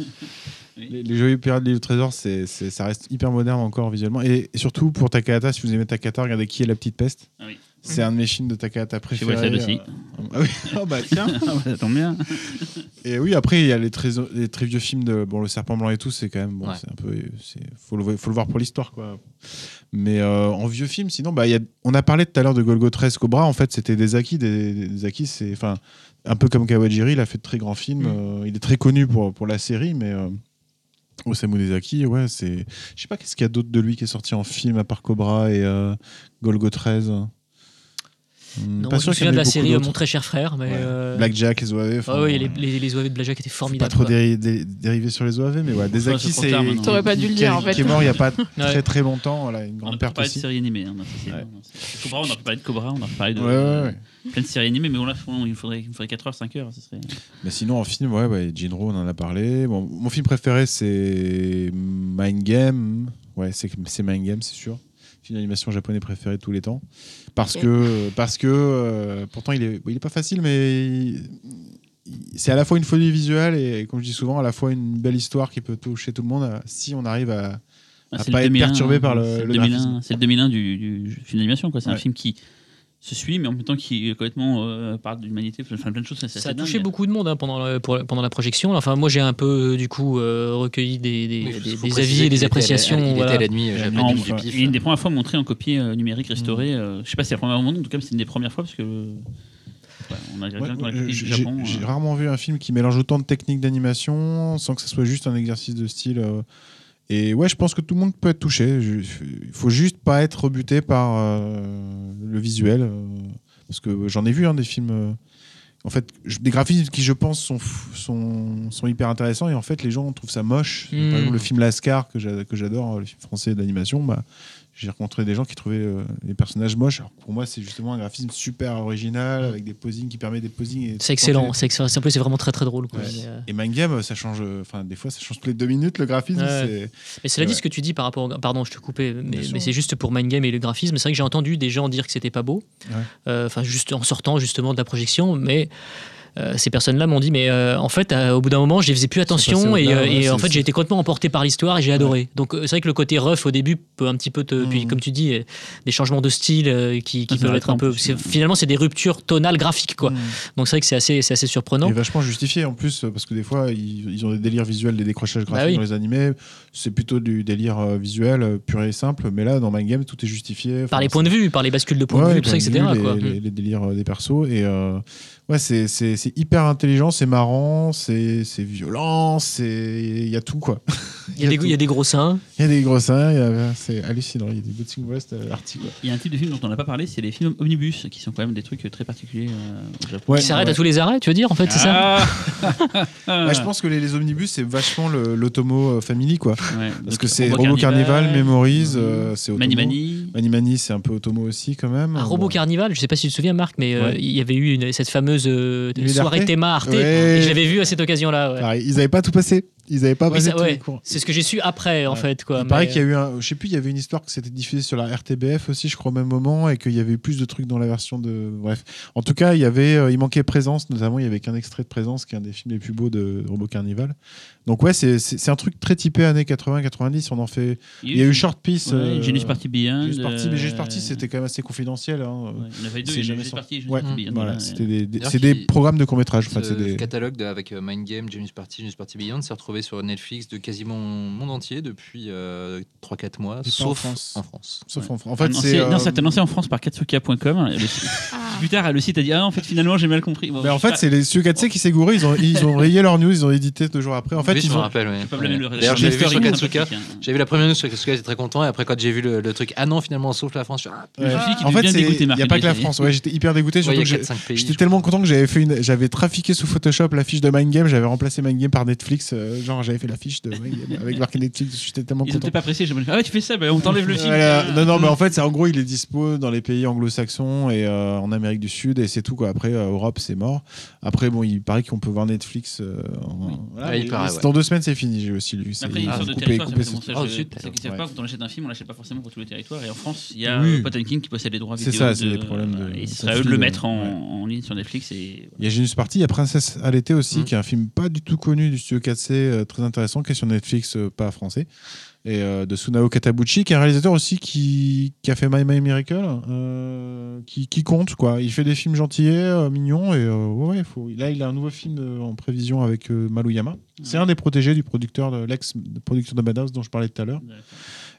Speaker 2: Les, les joyeux pirates de l'île au trésor, c'est, c'est- ça reste hyper moderne encore visuellement. Et, et surtout pour Takahata, si vous aimez Takahata, regardez qui est la petite peste.
Speaker 5: Ah oui.
Speaker 2: C'est un de mes films de Takahata
Speaker 5: Chez
Speaker 2: préférés.
Speaker 5: Wellside aussi.
Speaker 2: euh, Ah oui, oh bah tiens.
Speaker 5: Ah ouais, ça tombe bien.
Speaker 2: Et, Et oui, après, il y a les très, les très vieux films de bon, Le Serpent Blanc et tout, c'est quand même. Bon,
Speaker 4: Ouais.
Speaker 2: c'est un peu. c'est- Faut le, faut le voir pour l'histoire, quoi. Mais euh, en vieux film, sinon, bah, il y a- on a parlé tout à l'heure de Golgotres Cobra. En fait, c'était des acquis. Des, des acquis, c'est. Enfin, un peu comme Kawajiri, il a fait de très grands films.
Speaker 6: Mm.
Speaker 2: euh, il est très connu pour, pour la série, mais. Euh, Osamu Dezaki, ouais, c'est. Je sais pas qu'est-ce qu'il y a d'autre de lui qui est sorti en film à part Cobra et euh, Golgo 13. Hum,
Speaker 6: Non,
Speaker 2: pas
Speaker 6: je
Speaker 2: sûr
Speaker 6: me
Speaker 2: qu'il y
Speaker 6: souviens
Speaker 2: en ait
Speaker 6: de la
Speaker 2: beaucoup
Speaker 6: série euh,
Speaker 2: d'autres.
Speaker 6: Mon très cher frère. Mais
Speaker 2: Ouais.
Speaker 6: euh,
Speaker 2: Blackjack, les OAV.
Speaker 6: ah
Speaker 2: enfin,
Speaker 6: oui,
Speaker 2: ouais.
Speaker 6: les, les, les OAV de Blackjack étaient
Speaker 2: Faut
Speaker 6: formidables.
Speaker 2: pas trop
Speaker 6: quoi.
Speaker 2: déri- dé- dériver sur les OAV, mais ouais, des
Speaker 5: Ouais,
Speaker 2: acquis,
Speaker 5: c'est trop
Speaker 2: c'est.
Speaker 5: tard maintenant.
Speaker 1: T'aurais pas dû le
Speaker 2: qui-
Speaker 1: dire, en
Speaker 2: qui-
Speaker 1: fait.
Speaker 2: Qui est mort il n'y a pas très
Speaker 6: Ouais.
Speaker 2: très longtemps, voilà, une
Speaker 5: On
Speaker 2: grande
Speaker 5: n'a pas
Speaker 2: perte
Speaker 5: parlé de
Speaker 2: aussi.
Speaker 5: séries animées. hein, non, ça, c'est-
Speaker 2: Ouais.
Speaker 5: non, c'est- Cobra, on a parlé de Cobra, on a parlé de
Speaker 2: Ouais, ouais,
Speaker 5: euh,
Speaker 2: ouais.
Speaker 5: plein de séries animées, mais bon, là, faut- il faudrait, il faudrait 4 heures, 5 heures. Ce serait...
Speaker 2: Mais sinon, en film, ouais, ouais, Jinro, on en a parlé. Bon, mon film préféré, c'est Mind Game. Ouais, c'est c'est Mind Game, c'est sûr. Film d'animation japonais préféré de tous les temps. Parce que, parce que euh, pourtant, il est, il est pas facile, mais il- il- c'est à la fois une folie visuelle et, comme je dis souvent, à la fois une belle histoire qui peut toucher tout le monde euh, si on arrive à,
Speaker 5: Ah,
Speaker 2: À
Speaker 5: c'est
Speaker 2: pas
Speaker 5: le
Speaker 2: être
Speaker 5: 2001,
Speaker 2: perturbé par le-
Speaker 5: c'est
Speaker 2: le
Speaker 5: 2001,
Speaker 2: graphisme.
Speaker 5: C'est le 2001 du, du film d'animation. quoi. C'est un
Speaker 2: Ouais.
Speaker 5: film qui se suit, mais en même temps qui euh, complètement euh, parle d'humanité, enfin plein de choses. c'est assez
Speaker 6: Ça a
Speaker 5: dingue.
Speaker 6: touché beaucoup de monde hein, pendant, la, pour- pendant la projection. Enfin, moi, j'ai un peu, euh, du coup, euh, recueilli des, des-
Speaker 4: Oui, faut-
Speaker 6: des-
Speaker 4: faut
Speaker 6: des
Speaker 4: préciser
Speaker 6: avis et
Speaker 4: qu'il
Speaker 6: des
Speaker 4: était à la-
Speaker 6: appréciations.
Speaker 4: Il était
Speaker 6: voilà.
Speaker 4: à la nuit,
Speaker 2: Ouais,
Speaker 4: j'avais
Speaker 5: Non,
Speaker 2: mais
Speaker 4: du
Speaker 2: enfin,
Speaker 4: pif.
Speaker 5: Et une des premières fois montrée en copie euh, numérique restaurée.
Speaker 2: Mm.
Speaker 5: euh, je sais pas si c'est la première au monde, en tout cas, mais c'est une des premières fois parce que euh, ouais, on a
Speaker 2: Ouais,
Speaker 5: quelqu'un qui a
Speaker 2: euh,
Speaker 5: copie du
Speaker 2: j'ai-
Speaker 5: Japon.
Speaker 2: J'ai
Speaker 5: euh,
Speaker 2: rarement vu un film qui mélange autant de techniques d'animation sans que ce soit juste un exercice de style. euh, Et ouais, je pense que tout le monde peut être touché. Je- Il faut juste pas être rebuté par euh, le visuel. euh, parce que j'en ai vu hein, des films. euh, en fait, je- des graphismes qui, je pense, sont, fou- sont, sont hyper intéressants. Et en fait, les gens trouvent ça moche.
Speaker 6: Mhm.
Speaker 2: Par exemple, le film Lascar, que j'a- que j'adore, le film français d'animation, bah, j'ai rencontré des gens qui trouvaient euh, les personnages moches. Alors que pour moi, c'est justement un graphisme super original avec des posings qui permet des posings. et-
Speaker 6: C'est excellent. C'est excellent. En plus, c'est vraiment très, très drôle. quoi.
Speaker 2: Ouais.
Speaker 6: Mais, euh,
Speaker 2: Et Mind Game, ça change. euh, Enfin, des fois, ça change toutes les deux minutes le graphisme.
Speaker 6: Ouais. Mais cela dit,
Speaker 2: Ouais.
Speaker 6: ce que tu dis par rapport. au- Pardon, je te coupais, mais,
Speaker 2: sûr.
Speaker 6: mais c'est juste pour Mind Game et le graphisme. C'est vrai que j'ai entendu des gens dire que c'était pas beau,
Speaker 2: Ouais.
Speaker 6: Euh, enfin, juste en sortant justement de la projection, mais. euh, ces personnes-là m'ont dit, mais euh, en fait, euh, au bout d'un moment, je faisais plus attention
Speaker 2: passés
Speaker 6: et,
Speaker 2: au-delà,
Speaker 6: euh,
Speaker 2: ouais,
Speaker 6: et en
Speaker 2: c'est-
Speaker 6: fait, j'ai
Speaker 2: c'est-
Speaker 6: été complètement emporté par l'histoire et j'ai adoré. Donc, euh, c'est vrai que le côté rough au début peut un petit peu te. Puis,
Speaker 2: Mhm.
Speaker 6: comme tu dis, euh, des changements de style euh, qui, qui
Speaker 5: Ah, ça
Speaker 6: peuvent être un
Speaker 5: dépend,
Speaker 6: peu.
Speaker 5: parce
Speaker 6: c'est-
Speaker 5: que-
Speaker 6: Finalement, c'est des ruptures tonales graphiques,
Speaker 2: Mm.
Speaker 6: quoi. Donc, c'est vrai que c'est assez, c'est assez surprenant.
Speaker 2: Et Hmm. vachement justifié en plus, parce que des fois, ils, ils ont des délires visuels, des décrochages graphiques
Speaker 6: Bah oui.
Speaker 2: dans les animés. C'est plutôt du délire euh, visuel euh, pur et simple. Mais là, dans Mind Game, tout est justifié.
Speaker 6: Par
Speaker 2: Enfin,
Speaker 6: les points de vue, par les bascules de points
Speaker 2: Ouais,
Speaker 6: de vue,
Speaker 2: les
Speaker 6: tout ça,
Speaker 2: points de
Speaker 6: etc.
Speaker 2: vue,
Speaker 6: quoi. Mm. Hmm.
Speaker 2: Les, les- les délires euh, des persos. Et euh, ouais, c'est- c'est c'est hyper intelligent, c'est marrant, c'est c'est violent, c'est- il y a tout quoi.
Speaker 6: Il y a des- il y a des gros seins.
Speaker 2: Il y a des gros seins, il y a- c'est hallucinant. Il y a des euh, bouts de West articles.
Speaker 5: Il y a un type de film dont on n'a pas parlé, c'est les films omnibus, qui sont quand même des trucs très particuliers euh, au Japon.
Speaker 2: Ouais,
Speaker 6: qui s'arrête à tous les arrêts, tu veux dire, en fait, c'est ça
Speaker 5: Ah
Speaker 2: Ouais, je pense que les, les omnibus, c'est vachement le- l'Otomo euh, Family, quoi.
Speaker 5: Ouais,
Speaker 2: Parce
Speaker 5: donc,
Speaker 2: que c'est
Speaker 5: Robot
Speaker 2: Robo Carnival, Memories, euh,
Speaker 5: euh,
Speaker 2: c'est Otomo.
Speaker 5: Mani Mani.
Speaker 2: Mani Mani, c'est un peu Otomo aussi, quand même.
Speaker 6: Un robot Ah, carnival, je sais pas si tu te souviens, Marc, mais euh,
Speaker 2: Ouais.
Speaker 6: il y avait eu une- cette fameuse euh,
Speaker 2: Nuit
Speaker 6: soirée
Speaker 2: d'Arte
Speaker 6: Théma Arte,
Speaker 2: Ouais. Ah,
Speaker 6: et je l'avais vu à cette occasion-là. ouais.
Speaker 2: Pareil, ils n'avaient pas tout passé. Ils n'avaient pas
Speaker 6: Oui,
Speaker 2: passé
Speaker 6: ça-
Speaker 2: tous
Speaker 6: ouais.
Speaker 2: les cours.
Speaker 6: C'est ce que j'ai su après, en
Speaker 2: bah, Ouais.
Speaker 6: fait. Quoi,
Speaker 2: il paraît
Speaker 6: mais,
Speaker 2: qu'il y a eu un. Je sais plus, il y avait une histoire qui s'était diffusée sur la RTBF aussi, je crois, au même moment, et qu'il y avait eu plus de trucs dans la version de. Bref. En tout cas, il, y avait, euh, il manquait présence, notamment, il y avait qu'un extrait de présence, qui est un des films les plus beaux de Robo Carnival. Donc, ouais, c'est- c'est c'est un truc très typé années 80-90. On en fait. Il y a eu Short Piece. euh,
Speaker 5: Ouais, Genius Party Beyond.
Speaker 2: Juste parti, mais juste
Speaker 5: euh,
Speaker 2: parti, c'était quand même assez confidentiel. hein.
Speaker 5: ouais, Il y en avait deux,
Speaker 2: C'est
Speaker 5: il y avait
Speaker 2: jamais
Speaker 5: Genius
Speaker 2: sorti.
Speaker 5: Party et Genius
Speaker 2: Ouais,
Speaker 5: Party Beyond,
Speaker 2: voilà,
Speaker 5: ouais.
Speaker 2: c'était des, des-
Speaker 4: D'ailleurs,
Speaker 2: c'est des
Speaker 4: qui-
Speaker 2: programmes de court métrage.
Speaker 4: Ce
Speaker 2: c'est des...
Speaker 4: catalogue de- avec euh, Mind Game, James Party, James Party Beyond s'est retrouvé sur Netflix de quasiment monde entier depuis euh, 3-4 mois,
Speaker 2: pas en
Speaker 4: sauf
Speaker 2: France.
Speaker 4: en France.
Speaker 2: Sauf
Speaker 5: Ouais.
Speaker 2: en, en fait,
Speaker 5: Annoncé-
Speaker 2: c'est. euh,
Speaker 5: Non, ça a été annoncé en France par Katsuka.com. hein, Le-
Speaker 1: Ah.
Speaker 5: Plus tard, le site a dit Ah, en fait, finalement, j'ai mal compris. Bon,
Speaker 2: mais Ben, en
Speaker 5: je sais
Speaker 2: fait, c'est les ceux 4C qui s'est gouré. Ils ont, ils ont rayé leur news, ils ont édité deux jours après. En fait,
Speaker 4: Oui, je
Speaker 2: ils
Speaker 4: me
Speaker 2: ont.
Speaker 4: rappelle, ouais.
Speaker 5: pas- je peux pas blâmer le
Speaker 4: D'ailleurs, j'ai vu sur
Speaker 5: Story,
Speaker 4: Katsuka.
Speaker 5: sympathique, hein.
Speaker 4: J'ai vu la première news sur Katsuka, j'étais très content. Et après, quand j'ai vu le, le truc, ah non, finalement, sauf la France, je suis ah,
Speaker 5: Je me suis dit qu'il
Speaker 2: En
Speaker 5: était
Speaker 2: fait,
Speaker 5: bien dégoûté,
Speaker 2: il
Speaker 5: Marc
Speaker 2: n'y a pas que la
Speaker 5: Légers.
Speaker 2: France. Ouais, j'étais hyper dégoûté.
Speaker 4: ouais,
Speaker 2: Surtout
Speaker 4: il
Speaker 2: que
Speaker 4: y a
Speaker 2: j'ai-
Speaker 4: 4-5 pays.
Speaker 2: j'étais
Speaker 4: je
Speaker 2: tellement content que j'avais fait une, j'avais trafiqué sous Photoshop la fiche de Mind Game. J'avais remplacé Mind Game par Netflix. euh, genre, j'avais fait la fiche de Mind Game avec marqué Netflix. J'étais tellement
Speaker 5: Ils ont
Speaker 2: content.
Speaker 5: peut-être pas apprécié. j'ai- Ah ouais, tu fais ça, bah, on t'enlève le film.
Speaker 2: Voilà.
Speaker 5: Ah.
Speaker 2: Non, non, mais en fait, c'est en gros, il est dispo dans les pays anglo-saxons et euh, en Amérique du Sud, et c'est tout. Quoi. Après, euh, Europe, c'est mort. Après, bon, il paraît qu'on peut voir Netflix. euh, en-
Speaker 4: Ouais,
Speaker 2: voilà,
Speaker 4: Ah, il
Speaker 2: mais-
Speaker 4: paraît,
Speaker 2: mais
Speaker 4: ouais.
Speaker 2: Dans deux semaines, c'est fini, j'ai aussi lu.
Speaker 5: Après, il y a une
Speaker 2: ils
Speaker 5: sorte
Speaker 2: ont
Speaker 5: de
Speaker 2: coupé-
Speaker 5: territoire.
Speaker 2: coupé
Speaker 5: c'est
Speaker 2: ce-
Speaker 5: bon, ça,
Speaker 4: Ah,
Speaker 5: je-
Speaker 4: zut,
Speaker 5: ceux qui savent
Speaker 2: ouais.
Speaker 5: pas, quand on achète un film, on l'achète pas forcément pour tous les territoires. Et en France, il y a
Speaker 2: Oui.
Speaker 5: euh, Potemkin qui possède les droits
Speaker 2: C'est
Speaker 5: vidéo.
Speaker 2: ça,
Speaker 5: de-
Speaker 2: c'est les problèmes de-
Speaker 5: Et ce
Speaker 2: de
Speaker 5: sera à eux de
Speaker 2: conflit
Speaker 5: le
Speaker 2: de-
Speaker 5: mettre en,
Speaker 2: ouais.
Speaker 5: en ligne sur Netflix. Et...
Speaker 2: Il y a Genius Party, il y a Princesse à l'été aussi,
Speaker 4: Mhm.
Speaker 2: qui est un film pas du tout connu du studio 4C, euh, très intéressant, qui est sur Netflix, euh, pas français, et euh, de Sunao Katabuchi, qui est un réalisateur aussi qui, qui a fait My My Miracle, euh, qui, qui compte, quoi. Il fait des films gentillets, euh, mignons, et euh, ouais, ouais, faut... là, il a un nouveau film euh, en prévision avec euh, Maluyama. C'est un des protégés du producteur, de- l'ex-producteur de Madhouse dont je parlais tout à l'heure.
Speaker 5: D'accord.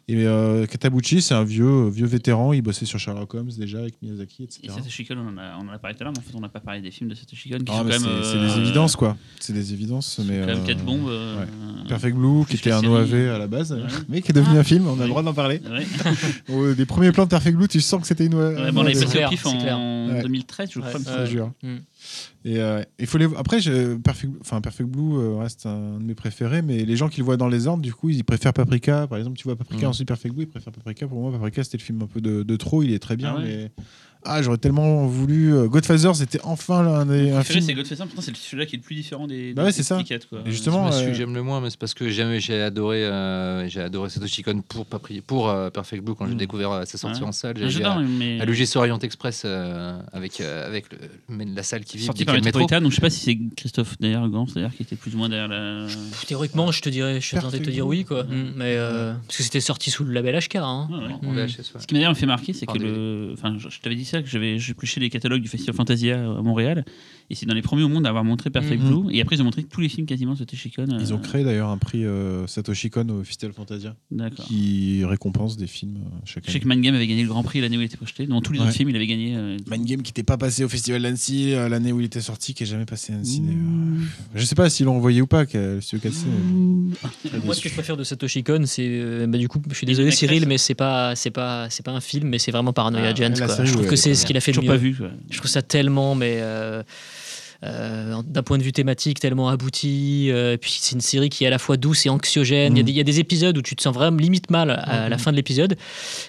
Speaker 2: Et euh, Katabuchi, c'est un vieux, vieux vétéran, il bossait sur Sherlock Holmes déjà avec Miyazaki, etc.
Speaker 5: Et Satoshi Kon, on en a, on en a parlé tout à l'heure, mais en fait, on n'a pas parlé des films de Satoshi Kon qui
Speaker 2: Ah,
Speaker 5: sont
Speaker 2: mais
Speaker 5: quand même.
Speaker 2: c'est c'est
Speaker 5: euh,
Speaker 2: des évidences quoi. C'est des évidences.
Speaker 5: qui sont
Speaker 2: Mais
Speaker 5: quand même
Speaker 2: euh,
Speaker 5: 4 bombes.
Speaker 2: ouais.
Speaker 5: euh,
Speaker 2: Perfect Blue, qui
Speaker 5: Plus
Speaker 2: était
Speaker 5: la
Speaker 2: un
Speaker 5: série.
Speaker 2: OAV à la base,
Speaker 5: Ouais.
Speaker 2: mais qui est devenu
Speaker 1: Ah.
Speaker 2: un film. On a
Speaker 5: Oui.
Speaker 2: le droit d'en parler.
Speaker 5: ouais.
Speaker 2: Au- Des premiers plans de Perfect Blue, tu sens que c'était une OAV.
Speaker 5: Ouais, bon, on l'avait
Speaker 6: c'est
Speaker 5: passé
Speaker 6: clair,
Speaker 5: au pif
Speaker 6: c'est clair.
Speaker 5: en
Speaker 2: Ouais.
Speaker 5: 2013, je crois.
Speaker 6: Ouais,
Speaker 5: il me
Speaker 2: Je te
Speaker 5: semble.
Speaker 2: jure.
Speaker 6: Mm.
Speaker 2: Et euh, il faut les... Après, je- Perfect... Enfin, Perfect Blue euh, reste un de mes préférés, mais les gens qui le voient dans les ordres, du coup, ils préfèrent Paprika. Par exemple, tu vois Paprika,
Speaker 4: Mm.
Speaker 2: ensuite Perfect Blue, ils préfèrent Paprika. Pour moi, Paprika, c'était le film un peu de, de trop. Il est très bien,
Speaker 5: Ah ouais.
Speaker 2: mais. Ah, j'aurais tellement voulu. euh, Godfather, c'était enfin un, des-
Speaker 5: Mon
Speaker 2: un
Speaker 5: préféré,
Speaker 2: film.
Speaker 5: c'est Godfather, pourtant c'est celui-là qui est le plus différent des.
Speaker 2: Bah
Speaker 5: des
Speaker 2: ouais, c'est ça.
Speaker 5: Pussycat, quoi.
Speaker 2: Et justement,
Speaker 4: C'est pas celui
Speaker 2: euh,
Speaker 4: que j'aime le moins, mais c'est parce que j'aime- j'ai adoré, euh, j'ai adoré Satoshi Kon pour, Papri- pour euh, Perfect Blue quand j'ai
Speaker 5: Mm.
Speaker 4: découvert euh, sa sortie
Speaker 5: Ouais.
Speaker 4: en salle.
Speaker 5: Non,
Speaker 4: J'ai Ah,
Speaker 5: J'adore, mais.
Speaker 4: à l'UGC Orient Express euh, avec, euh, avec le- le- la salle qui vit
Speaker 5: Sorti
Speaker 4: qui
Speaker 5: par
Speaker 4: est le métro.
Speaker 5: Metropolitan, donc je sais pas si c'est Christophe derrière Gans, d'ailleurs, qui était plus ou moins derrière la.
Speaker 6: Pff, euh, Théoriquement, je te dirais, je suis tenté de te dire oui, quoi. Mm, Mais euh, parce que c'était sorti sous le label HK. hein.
Speaker 5: Ouais, ouais.
Speaker 4: En
Speaker 2: Hmm.
Speaker 6: Mm.
Speaker 4: VHS, ouais.
Speaker 5: Ce qui m'a d'ailleurs fait marquer, c'est que
Speaker 4: Pardon.
Speaker 5: le. Enfin, je, je t'avais dit ça, que j'avais j'épluchais les catalogues du Festival Fantasia à Montréal, et c'est dans les premiers au monde à avoir montré Perfect
Speaker 2: Mhm.
Speaker 5: Blue, et après ils ont montré tous les films quasiment de Toshikon.
Speaker 2: Ils ont créé d'ailleurs un prix euh, Satoshi Kon au Festival Fantasia
Speaker 5: D'accord.
Speaker 2: qui récompense des films euh, chaque
Speaker 5: Je sais
Speaker 2: année.
Speaker 5: que Man Game avait gagné le Grand Prix l'année où il était projeté. Dans tous les
Speaker 2: Ouais.
Speaker 5: autres films, il avait gagné. euh,
Speaker 2: Man Game qui n'était pas passé au Festival d'Annecy euh, l'année où il était sorti, qui est jamais passé à Annecy. d'ailleurs.
Speaker 5: Mmh.
Speaker 2: Hmm. Je sais pas s'ils l'ont envoyé ou pas, que, euh, le studio 4C. mais-
Speaker 6: Mmh. Moi, ce que je préfère de Satoshi Kon, c'est. euh, bah, du coup, je suis désolé,
Speaker 5: une actrice.
Speaker 6: Cyril, mais c'est pas, c'est pas, c'est pas un film, mais c'est vraiment Paranoia
Speaker 5: Ah,
Speaker 6: Agent.
Speaker 2: la
Speaker 6: quoi.
Speaker 2: série,
Speaker 6: je trouve
Speaker 2: ouais,
Speaker 6: que
Speaker 2: ouais.
Speaker 6: c'est ce qu'il a fait de
Speaker 5: Toujours
Speaker 6: mieux.
Speaker 5: pas vu. quoi.
Speaker 6: Je trouve ça tellement, mais euh, euh, d'un point de vue thématique, tellement abouti. euh, et puis c'est une série qui est à la fois douce et anxiogène. Il y a
Speaker 2: Mhm.
Speaker 6: des- il y, a des épisodes où tu te sens vraiment limite mal à la fin de l'épisode.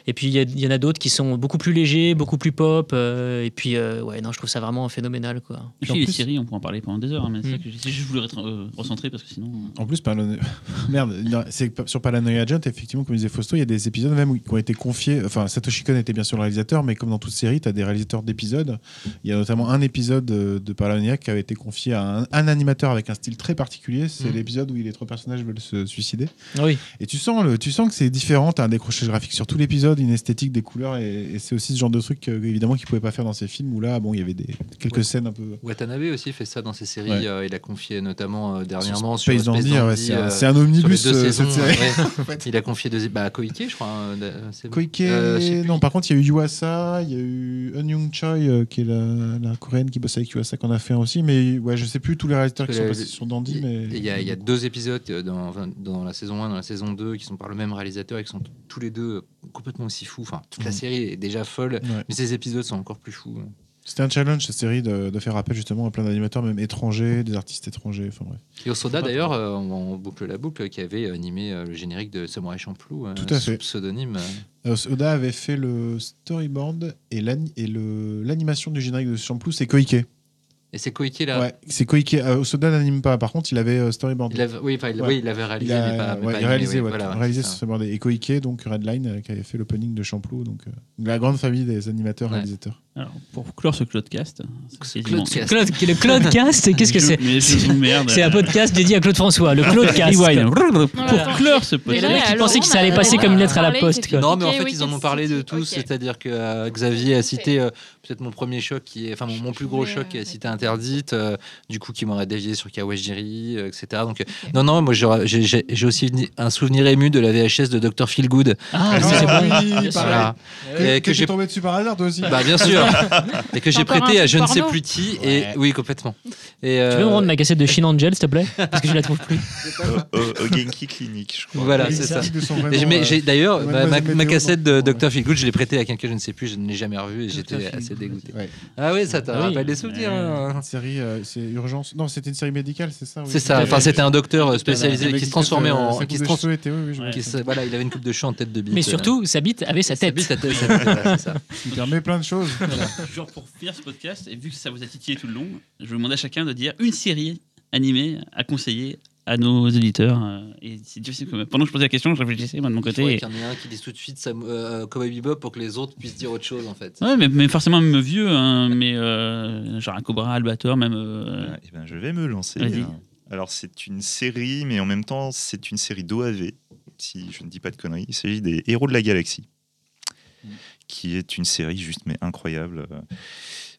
Speaker 6: Et puis il y, a- il y en a d'autres qui sont beaucoup plus légers, beaucoup plus pop. euh, et puis euh, ouais, non, je trouve ça vraiment phénoménal, quoi.
Speaker 5: Et
Speaker 2: En
Speaker 5: puis les
Speaker 2: plus-
Speaker 5: séries, on pourra en parler pendant des heures, hein, mais
Speaker 6: Mm.
Speaker 5: c'est ça que j'ai- je voulais retra- euh, recentrer parce que sinon. euh,
Speaker 2: En plus, Parano- merde, non, c'est que sur Paranoia Agent, effectivement, comme disait Fausto, il y a des épisodes même où- qui ont été confiés. Enfin, Satoshi Kon était bien sûr le réalisateur, mais comme dans toute série, tu as des réalisateurs d'épisodes. Il y a notamment un épisode euh, de Paranoia qui avait été confié à un, un animateur avec un style très particulier. C'est
Speaker 6: Mhm.
Speaker 2: l'épisode où les trois personnages veulent se suicider.
Speaker 6: Oui.
Speaker 2: Et tu sens, le, tu sens que c'est différent. T'as un décrochage graphique sur tout l'épisode, une esthétique, des couleurs, et, et c'est aussi ce genre de truc euh, évidemment qu'ils pouvaient pas faire dans ces films où là, bon, il y avait des quelques
Speaker 4: Ouais.
Speaker 2: scènes un peu.
Speaker 4: Watanabe aussi fait ça dans ses séries.
Speaker 2: Ouais.
Speaker 4: euh, il a confié notamment euh,
Speaker 2: sur
Speaker 4: dernièrement sur
Speaker 2: Space
Speaker 4: Space
Speaker 2: Dandy, ouais,
Speaker 4: Dandy,
Speaker 2: c'est un,
Speaker 4: euh,
Speaker 2: c'est un
Speaker 4: sur les
Speaker 2: omnibus
Speaker 4: deux
Speaker 2: euh,
Speaker 4: saisons,
Speaker 2: cette série.
Speaker 4: ouais. Il a confié deux. Bah, Koike, je crois. hein, de- euh, c'est-
Speaker 2: Koike,
Speaker 4: Euh, je sais plus.
Speaker 2: non, par contre, il y a eu Yuasa, il y a eu Eun Young Choi, euh, qui est la, la coréenne qui bosse avec Yuasa, qu'on a fait un aussi, mais ouais, je sais plus tous les réalisateurs qui
Speaker 4: Parce
Speaker 2: sont
Speaker 4: que la-
Speaker 2: passés sur Dandy,
Speaker 4: Il
Speaker 2: mais.
Speaker 4: il Euh, y, a, il y a deux épisodes euh, dans, enfin, dans la saison 1, dans la saison 2, qui sont par le même réalisateur et qui sont tous les deux euh, complètement aussi fous. Enfin, toute la
Speaker 2: Mhm.
Speaker 4: série est déjà folle,
Speaker 2: Ouais.
Speaker 4: mais ces épisodes sont encore plus fous. hein.
Speaker 2: C'était un challenge cette série de, de faire appel justement à plein d'animateurs, même étrangers, des artistes étrangers, enfin bref.
Speaker 4: Et Osoda, d'ailleurs, euh, on, on boucle la boucle, qui avait animé euh, le générique de Samurai Champloo euh,
Speaker 2: Tout à
Speaker 4: sous
Speaker 2: fait.
Speaker 4: pseudonyme. euh,
Speaker 2: Euh, Oda avait fait le storyboard et l'ani- et le- l'animation du générique de Champloo, c'est Koike.
Speaker 4: Et c'est Koike là.
Speaker 2: Ouais, c'est Koike. Euh, Soda n'anime pas, par contre, il avait euh, storyboardé.
Speaker 4: Il l'avait- oui, enfin, il,
Speaker 2: Ouais.
Speaker 4: oui, il l'avait réalisé,
Speaker 2: Il a-
Speaker 4: mais pas, mais pas
Speaker 2: ouais, il a
Speaker 4: animé,
Speaker 2: réalisé,
Speaker 4: oui,
Speaker 2: ouais,
Speaker 4: voilà,
Speaker 2: réalisé
Speaker 4: c'est ça.
Speaker 2: sur Storyboard. Et Koike, donc Redline, euh, qui avait fait l'opening de Champloo, donc euh, la grande famille des animateurs
Speaker 4: Ouais.
Speaker 2: réalisateurs.
Speaker 5: Alors, pour clore ce Claudecast, c'est quasiment-
Speaker 4: Claudecast.
Speaker 6: Claude, le Claudecast, qu'est-ce que
Speaker 5: Je-
Speaker 6: c'est
Speaker 5: mais je vous merde.
Speaker 6: C'est un podcast dédié à Claude François, le Claudecast.
Speaker 5: Rewind. Pour
Speaker 1: Voilà.
Speaker 5: clore ce
Speaker 1: Et
Speaker 6: Et
Speaker 1: là,
Speaker 5: podcast.
Speaker 6: le mec qui
Speaker 1: alors,
Speaker 6: pensait que
Speaker 1: on
Speaker 6: ça allait
Speaker 1: a-
Speaker 6: passer
Speaker 1: on
Speaker 6: comme
Speaker 1: a
Speaker 6: une lettre à la
Speaker 1: parlé,
Speaker 6: poste,
Speaker 1: effectivement.
Speaker 6: quoi.
Speaker 4: Non, mais en
Speaker 1: Ok,
Speaker 4: fait,
Speaker 1: oui,
Speaker 4: ils en
Speaker 1: qu'est-ce
Speaker 4: ont
Speaker 1: que
Speaker 4: parlé
Speaker 1: c'est
Speaker 4: de tous.
Speaker 1: Ok.
Speaker 4: C'est-à-dire que euh, Xavier a cité euh, peut-être mon premier choc, qui est, enfin mon, mon plus gros
Speaker 1: voulais,
Speaker 4: choc, qui
Speaker 1: euh,
Speaker 4: est Cité Interdite, euh, du coup qui m'aurait dévié sur Kawajiri, euh, etc. Donc, euh, non, non, moi j'aurais- j'ai- j'ai j'ai aussi une- un souvenir ému de la VHS de Dr. Feelgood.
Speaker 6: Ah,
Speaker 2: Ah,
Speaker 6: mais c'est
Speaker 2: oui,
Speaker 6: bon.
Speaker 2: pareil.
Speaker 6: sûr.
Speaker 4: Voilà.
Speaker 5: Eh
Speaker 2: Que,
Speaker 4: Et
Speaker 2: que
Speaker 4: que
Speaker 2: j'ai
Speaker 4: j'ai-
Speaker 2: tombé dessus par hasard, toi aussi.
Speaker 4: Bah, bien sûr. Et que j'ai
Speaker 1: Encore
Speaker 4: prêté
Speaker 1: un
Speaker 4: à je ne sais
Speaker 1: porno.
Speaker 4: plus qui.
Speaker 2: Ouais.
Speaker 4: Et oui, complètement.
Speaker 6: Tu
Speaker 4: Et,
Speaker 6: peux me
Speaker 4: euh,
Speaker 6: rendre ma cassette de Shin Angel, s'il te plaît Parce que je la trouve plus.
Speaker 7: Au, au- au Genki Clinique, je crois.
Speaker 4: Voilà,
Speaker 2: Les
Speaker 4: c'est ça.
Speaker 2: articles sont vraiment,
Speaker 4: Et je- mais
Speaker 2: euh,
Speaker 4: j'ai- d'ailleurs, ma,
Speaker 2: Mademoiselle
Speaker 4: ma-
Speaker 2: Météo,
Speaker 4: ma cassette de
Speaker 2: non.
Speaker 4: Dr. Feelgood, je l'ai prêtée à quelqu'un, je ne sais plus, je ne l'ai jamais revu et j'étais
Speaker 5: Feelgood.
Speaker 4: assez dégoûté.
Speaker 2: Ouais.
Speaker 4: Ah oui, ça te
Speaker 6: Ah oui.
Speaker 4: rappelle des souvenirs.
Speaker 5: Ouais.
Speaker 4: hein.
Speaker 2: une série, euh, c'est urgence. Non, c'était une série médicale, c'est ça oui.
Speaker 4: C'est ça, enfin c'était un docteur euh,
Speaker 2: Le
Speaker 4: spécialisé
Speaker 2: mec
Speaker 4: qui se transformait
Speaker 2: coupait, euh,
Speaker 4: en.
Speaker 2: sa
Speaker 4: Qui
Speaker 2: coupe
Speaker 4: se
Speaker 2: de
Speaker 4: trans-
Speaker 2: cheveux était- oui, oui, je-
Speaker 5: Ouais.
Speaker 4: qui se- voilà, il avait une coupe de cheveux en tête de bite. euh,
Speaker 6: Mais surtout, sa bite avait sa
Speaker 4: sa
Speaker 6: tête.
Speaker 4: bite, sa tête, sa tête, voilà, c'est ça.
Speaker 2: Il permet plein de choses.
Speaker 5: Genre pour finir ce podcast, et vu que ça vous a titillé tout le long, je vais demander à chacun de dire une série animée à conseiller à nos éditeurs. euh, et c'est difficile quand même. Pendant que je posais la question, je réfléchissais moi, de mon
Speaker 4: Il
Speaker 5: côté.
Speaker 4: faudrait
Speaker 5: et-
Speaker 4: qu'il y en ait un qui dise tout de suite Sam- euh, Cowboy Bebop pour que les autres puissent dire autre chose en fait.
Speaker 5: Ouais, mais, mais forcément même vieux, hein, mais euh, genre un Cobra, Albator, même. euh,
Speaker 7: Eh ben, je vais me lancer. hein.
Speaker 5: Vas-y.
Speaker 7: Alors, c'est une série, mais en même temps, c'est une série d'OAV, si je ne dis pas de conneries. Il s'agit des Héros de la Galaxie, qui est une série juste, mais incroyable.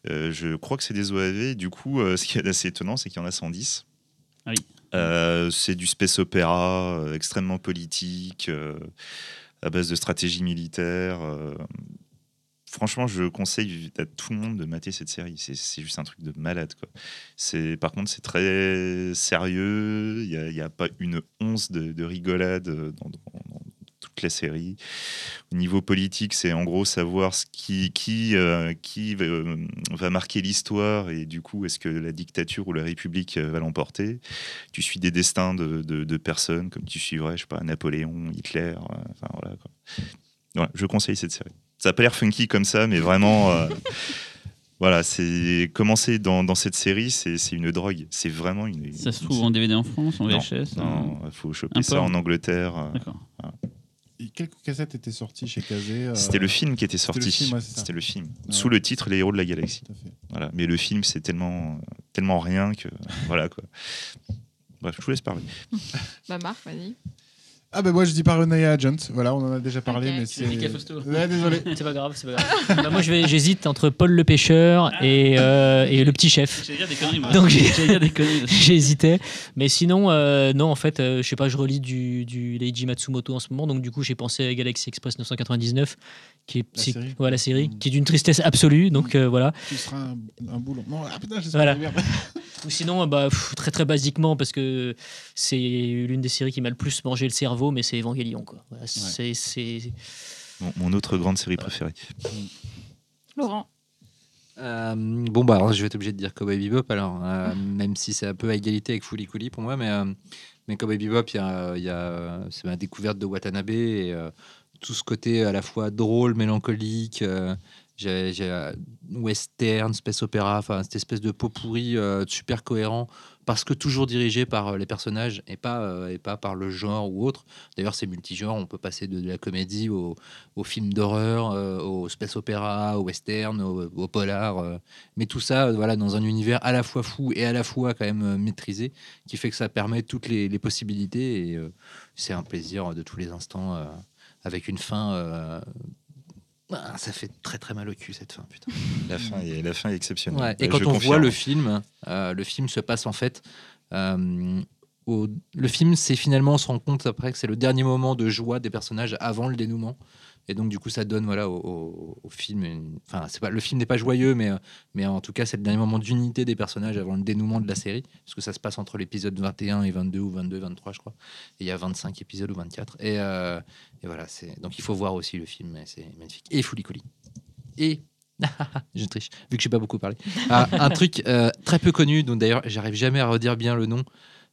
Speaker 7: Euh, je crois que c'est des OAV. Du coup, euh, ce qui est assez étonnant, c'est qu'il y en a 110.
Speaker 5: Ah oui.
Speaker 7: Euh, c'est du space opéra, euh, extrêmement politique, euh, à base de stratégie militaire. euh. franchement, je conseille à tout le monde de mater cette série. C'est- C'est juste un truc de malade, quoi. C'est par contre c'est très sérieux. Il n'y a, pas une once de, de rigolade euh, dans, dans- dans toute la série. Au niveau politique, c'est en gros savoir ce qui qui euh, qui va, euh, va marquer l'histoire et du coup est-ce que la dictature ou la République euh, va l'emporter. Tu suis des destins de, de- de personnes comme tu suivrais je sais pas Napoléon, Hitler. euh, enfin voilà quoi. Voilà, je conseille cette série. Ça a pas l'air funky comme ça, mais vraiment. euh, Voilà, c'est commencer dans, dans cette série, c'est c'est une drogue. C'est vraiment une.
Speaker 5: Ça se trouve en DVD en France, en
Speaker 7: Non,
Speaker 5: VHS. euh,
Speaker 7: Non, il faut choper
Speaker 5: Un
Speaker 7: ça
Speaker 5: port.
Speaker 7: en Angleterre. euh.
Speaker 5: D'accord.
Speaker 2: Et quelques cassettes étaient sorties chez Kazé. euh,
Speaker 7: C'était le film qui était sorti.
Speaker 2: film, ouais, c'est ça.
Speaker 7: C'était le film.
Speaker 2: Ouais.
Speaker 7: Sous le titre Les héros de la galaxie.
Speaker 2: tout à fait.
Speaker 7: Voilà. Mais le film, c'est tellement, euh, tellement rien que. voilà quoi. Bref, je vous laisse parler.
Speaker 1: Bah, Marc, vas-y.
Speaker 2: Ah ben moi je dis Paranoia Agent, voilà on en a déjà parlé
Speaker 1: Ok.
Speaker 2: mais
Speaker 5: Tu
Speaker 2: c'est...
Speaker 5: l'as dit qu'à Fausto.
Speaker 2: Ouais, désolé.
Speaker 6: C'est pas grave, c'est pas grave. Bah, moi, je vais- j'hésite entre Paul le pêcheur et, euh, et le petit chef.
Speaker 5: J'allais dire des conneries, moi.
Speaker 6: Donc, j'ai-
Speaker 5: J'allais dire des conneries.
Speaker 6: J'hésitais, mais sinon, euh, non, en fait, euh, je sais pas, je relis du, du Leiji Matsumoto en ce moment, donc du coup, j'ai pensé à Galaxy Express 999, qui est
Speaker 2: La
Speaker 6: c'est-
Speaker 2: série.
Speaker 6: ouais, la série,
Speaker 2: Mm.
Speaker 6: qui est d'une tristesse absolue, donc euh, voilà.
Speaker 2: Tu seras un, un boulon. Non, ah putain, je sais
Speaker 6: Voilà.
Speaker 2: pas, merde.
Speaker 6: Ou sinon, euh, bah, pff, très très basiquement, parce que c'est l'une des séries qui m'a le plus mangé le cerveau, mais c'est Evangelion, quoi. Voilà, c'est- c'est-
Speaker 7: Mon, mon autre grande série préférée.
Speaker 1: Laurent.
Speaker 4: Euh, bon, bah, alors, je vais être obligé de dire Cowboy Bebop, alors, euh, même si c'est un peu à égalité avec Fooly Cooly pour moi, mais, euh, mais Cowboy Bebop, il y a, il y a, euh, c'est ma découverte de Watanabe et euh, tout ce côté à la fois drôle, mélancolique, euh, j'ai, j'ai, euh, western, space opéra, enfin, cette espèce de pot pourri euh, super cohérent, parce que toujours dirigé par euh, les personnages et pas, euh, et pas par le genre ou autre. D'ailleurs, c'est multigenre, on peut passer de, de la comédie au, au film d'horreur, euh, au space opéra, au western, au, au polar, euh, mais tout ça euh, voilà, dans un univers à la fois fou et à la fois quand même euh, maîtrisé, qui fait que ça permet toutes les, les possibilités et euh, c'est un plaisir de tous les instants euh, avec une fin. euh, ah, ça fait très très mal au cul cette fin, putain.
Speaker 7: La fin est, la fin est exceptionnelle.
Speaker 4: Ouais, Et
Speaker 7: Euh,
Speaker 4: quand
Speaker 7: je
Speaker 4: on
Speaker 7: confirme.
Speaker 4: voit le film, euh, le film se passe en fait. euh, au- le film, c'est finalement, on se rend compte après que c'est le dernier moment de joie des personnages avant le dénouement. Et donc, du coup, ça donne voilà, au, au- au film. une- Enfin, c'est pas, le film n'est pas joyeux, mais, euh, mais en tout cas, c'est le dernier moment d'unité des personnages avant le dénouement de la série. Parce que ça se passe entre l'épisode 21 et 22, ou 22, 23, je crois. Et il y a 25 épisodes ou 24. Et, euh, et voilà, c'est, donc il faut voir aussi le film, mais c'est magnifique. Et Fouli Couli. Et. je triche, vu que je n'ai pas beaucoup parlé. Ah, un truc euh, très peu connu, dont d'ailleurs j'arrive jamais à redire bien le nom.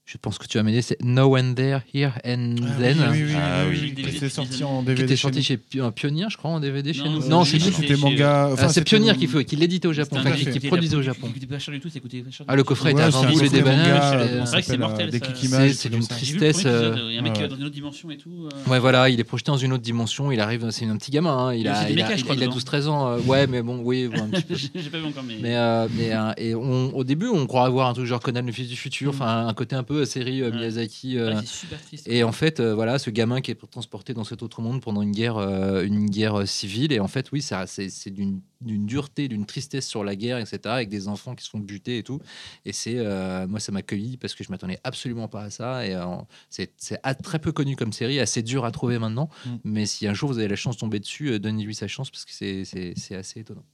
Speaker 4: Je pense que tu vas m'aider, c'est No One There, Here and Then.
Speaker 2: Ah oui, oui, oui,
Speaker 7: Ah oui,
Speaker 2: oui, oui,
Speaker 5: le
Speaker 2: oui,
Speaker 5: DVD
Speaker 2: C'est
Speaker 5: chez
Speaker 2: sorti
Speaker 5: nous.
Speaker 2: en
Speaker 4: Qui
Speaker 2: DVD.
Speaker 4: était
Speaker 2: chez
Speaker 4: sorti
Speaker 2: nous.
Speaker 4: chez Pi- un Pionnier, je crois, en DVD chez
Speaker 5: Non,
Speaker 4: nous.
Speaker 5: c'est-
Speaker 4: Non, c'est
Speaker 5: chez-
Speaker 4: nous.
Speaker 2: C'était manga.
Speaker 4: Ah, c'est Pionnier qui,
Speaker 2: fait
Speaker 4: fait- qui l'édite au Japon,
Speaker 5: C'est un
Speaker 4: enfin,
Speaker 5: truc
Speaker 4: qui,
Speaker 2: fait.
Speaker 4: qui
Speaker 5: était
Speaker 4: produisait au
Speaker 5: là-
Speaker 4: Japon.
Speaker 5: qui coûtait pas cher du tout, ça coûtait pas cher.
Speaker 4: Ah, le coffret était
Speaker 2: Ouais,
Speaker 4: à
Speaker 2: c'est un
Speaker 4: 20 boules et des
Speaker 2: coffret manga,
Speaker 4: bananes.
Speaker 2: euh,
Speaker 4: euh,
Speaker 5: C'est vrai que c'est
Speaker 2: s'appelle,
Speaker 5: mortel,
Speaker 2: euh, Des
Speaker 5: ça.
Speaker 2: Kikimas,
Speaker 4: C'est- c'est
Speaker 2: des trucs
Speaker 4: d'une
Speaker 2: comme ça.
Speaker 5: J'ai vu le premier
Speaker 4: tristesse, euh,
Speaker 5: épisode, Il y a un mec
Speaker 2: ouais.
Speaker 5: euh, dans une autre dimension et tout. euh.
Speaker 4: Ouais, voilà, il est projeté dans une autre dimension. Il arrive, c'est un petit gamin. hein,
Speaker 5: Il y
Speaker 4: il,
Speaker 5: a aussi
Speaker 4: a,
Speaker 5: des
Speaker 4: il a-
Speaker 5: mechas, je
Speaker 4: il
Speaker 5: crois,
Speaker 4: a
Speaker 5: dedans.
Speaker 4: 12-13 ans. euh, ouais, mais bon, oui, bon, un petit peu.
Speaker 5: J'ai pas vu encore, mais.
Speaker 4: Mais, euh, mais, euh, et on- au début, on croit avoir un truc genre Conan le fils du futur, enfin un côté un peu euh, série euh,
Speaker 5: Ouais.
Speaker 4: Miyazaki.
Speaker 5: Ah,
Speaker 4: euh,
Speaker 5: c'est super triste.
Speaker 4: et en fait, euh, voilà, ce gamin qui est transporté dans cet autre monde pendant une guerre, euh, une guerre euh, civile. Et en fait, oui, ça, c'est c'est d'une d'une dureté, d'une tristesse sur la guerre, etc. Avec des enfants qui se font buter et tout. Et c'est, euh, moi, ça m'a cueilli parce que je m'attendais absolument pas à ça. Et euh, c'est c'est à- très peu connu comme série, assez dur à trouver maintenant.
Speaker 2: Mm.
Speaker 4: Mais si un jour vous avez la chance de tomber dessus, euh, donnez-lui sa chance parce que c'est- c'est c'est assez étonnant.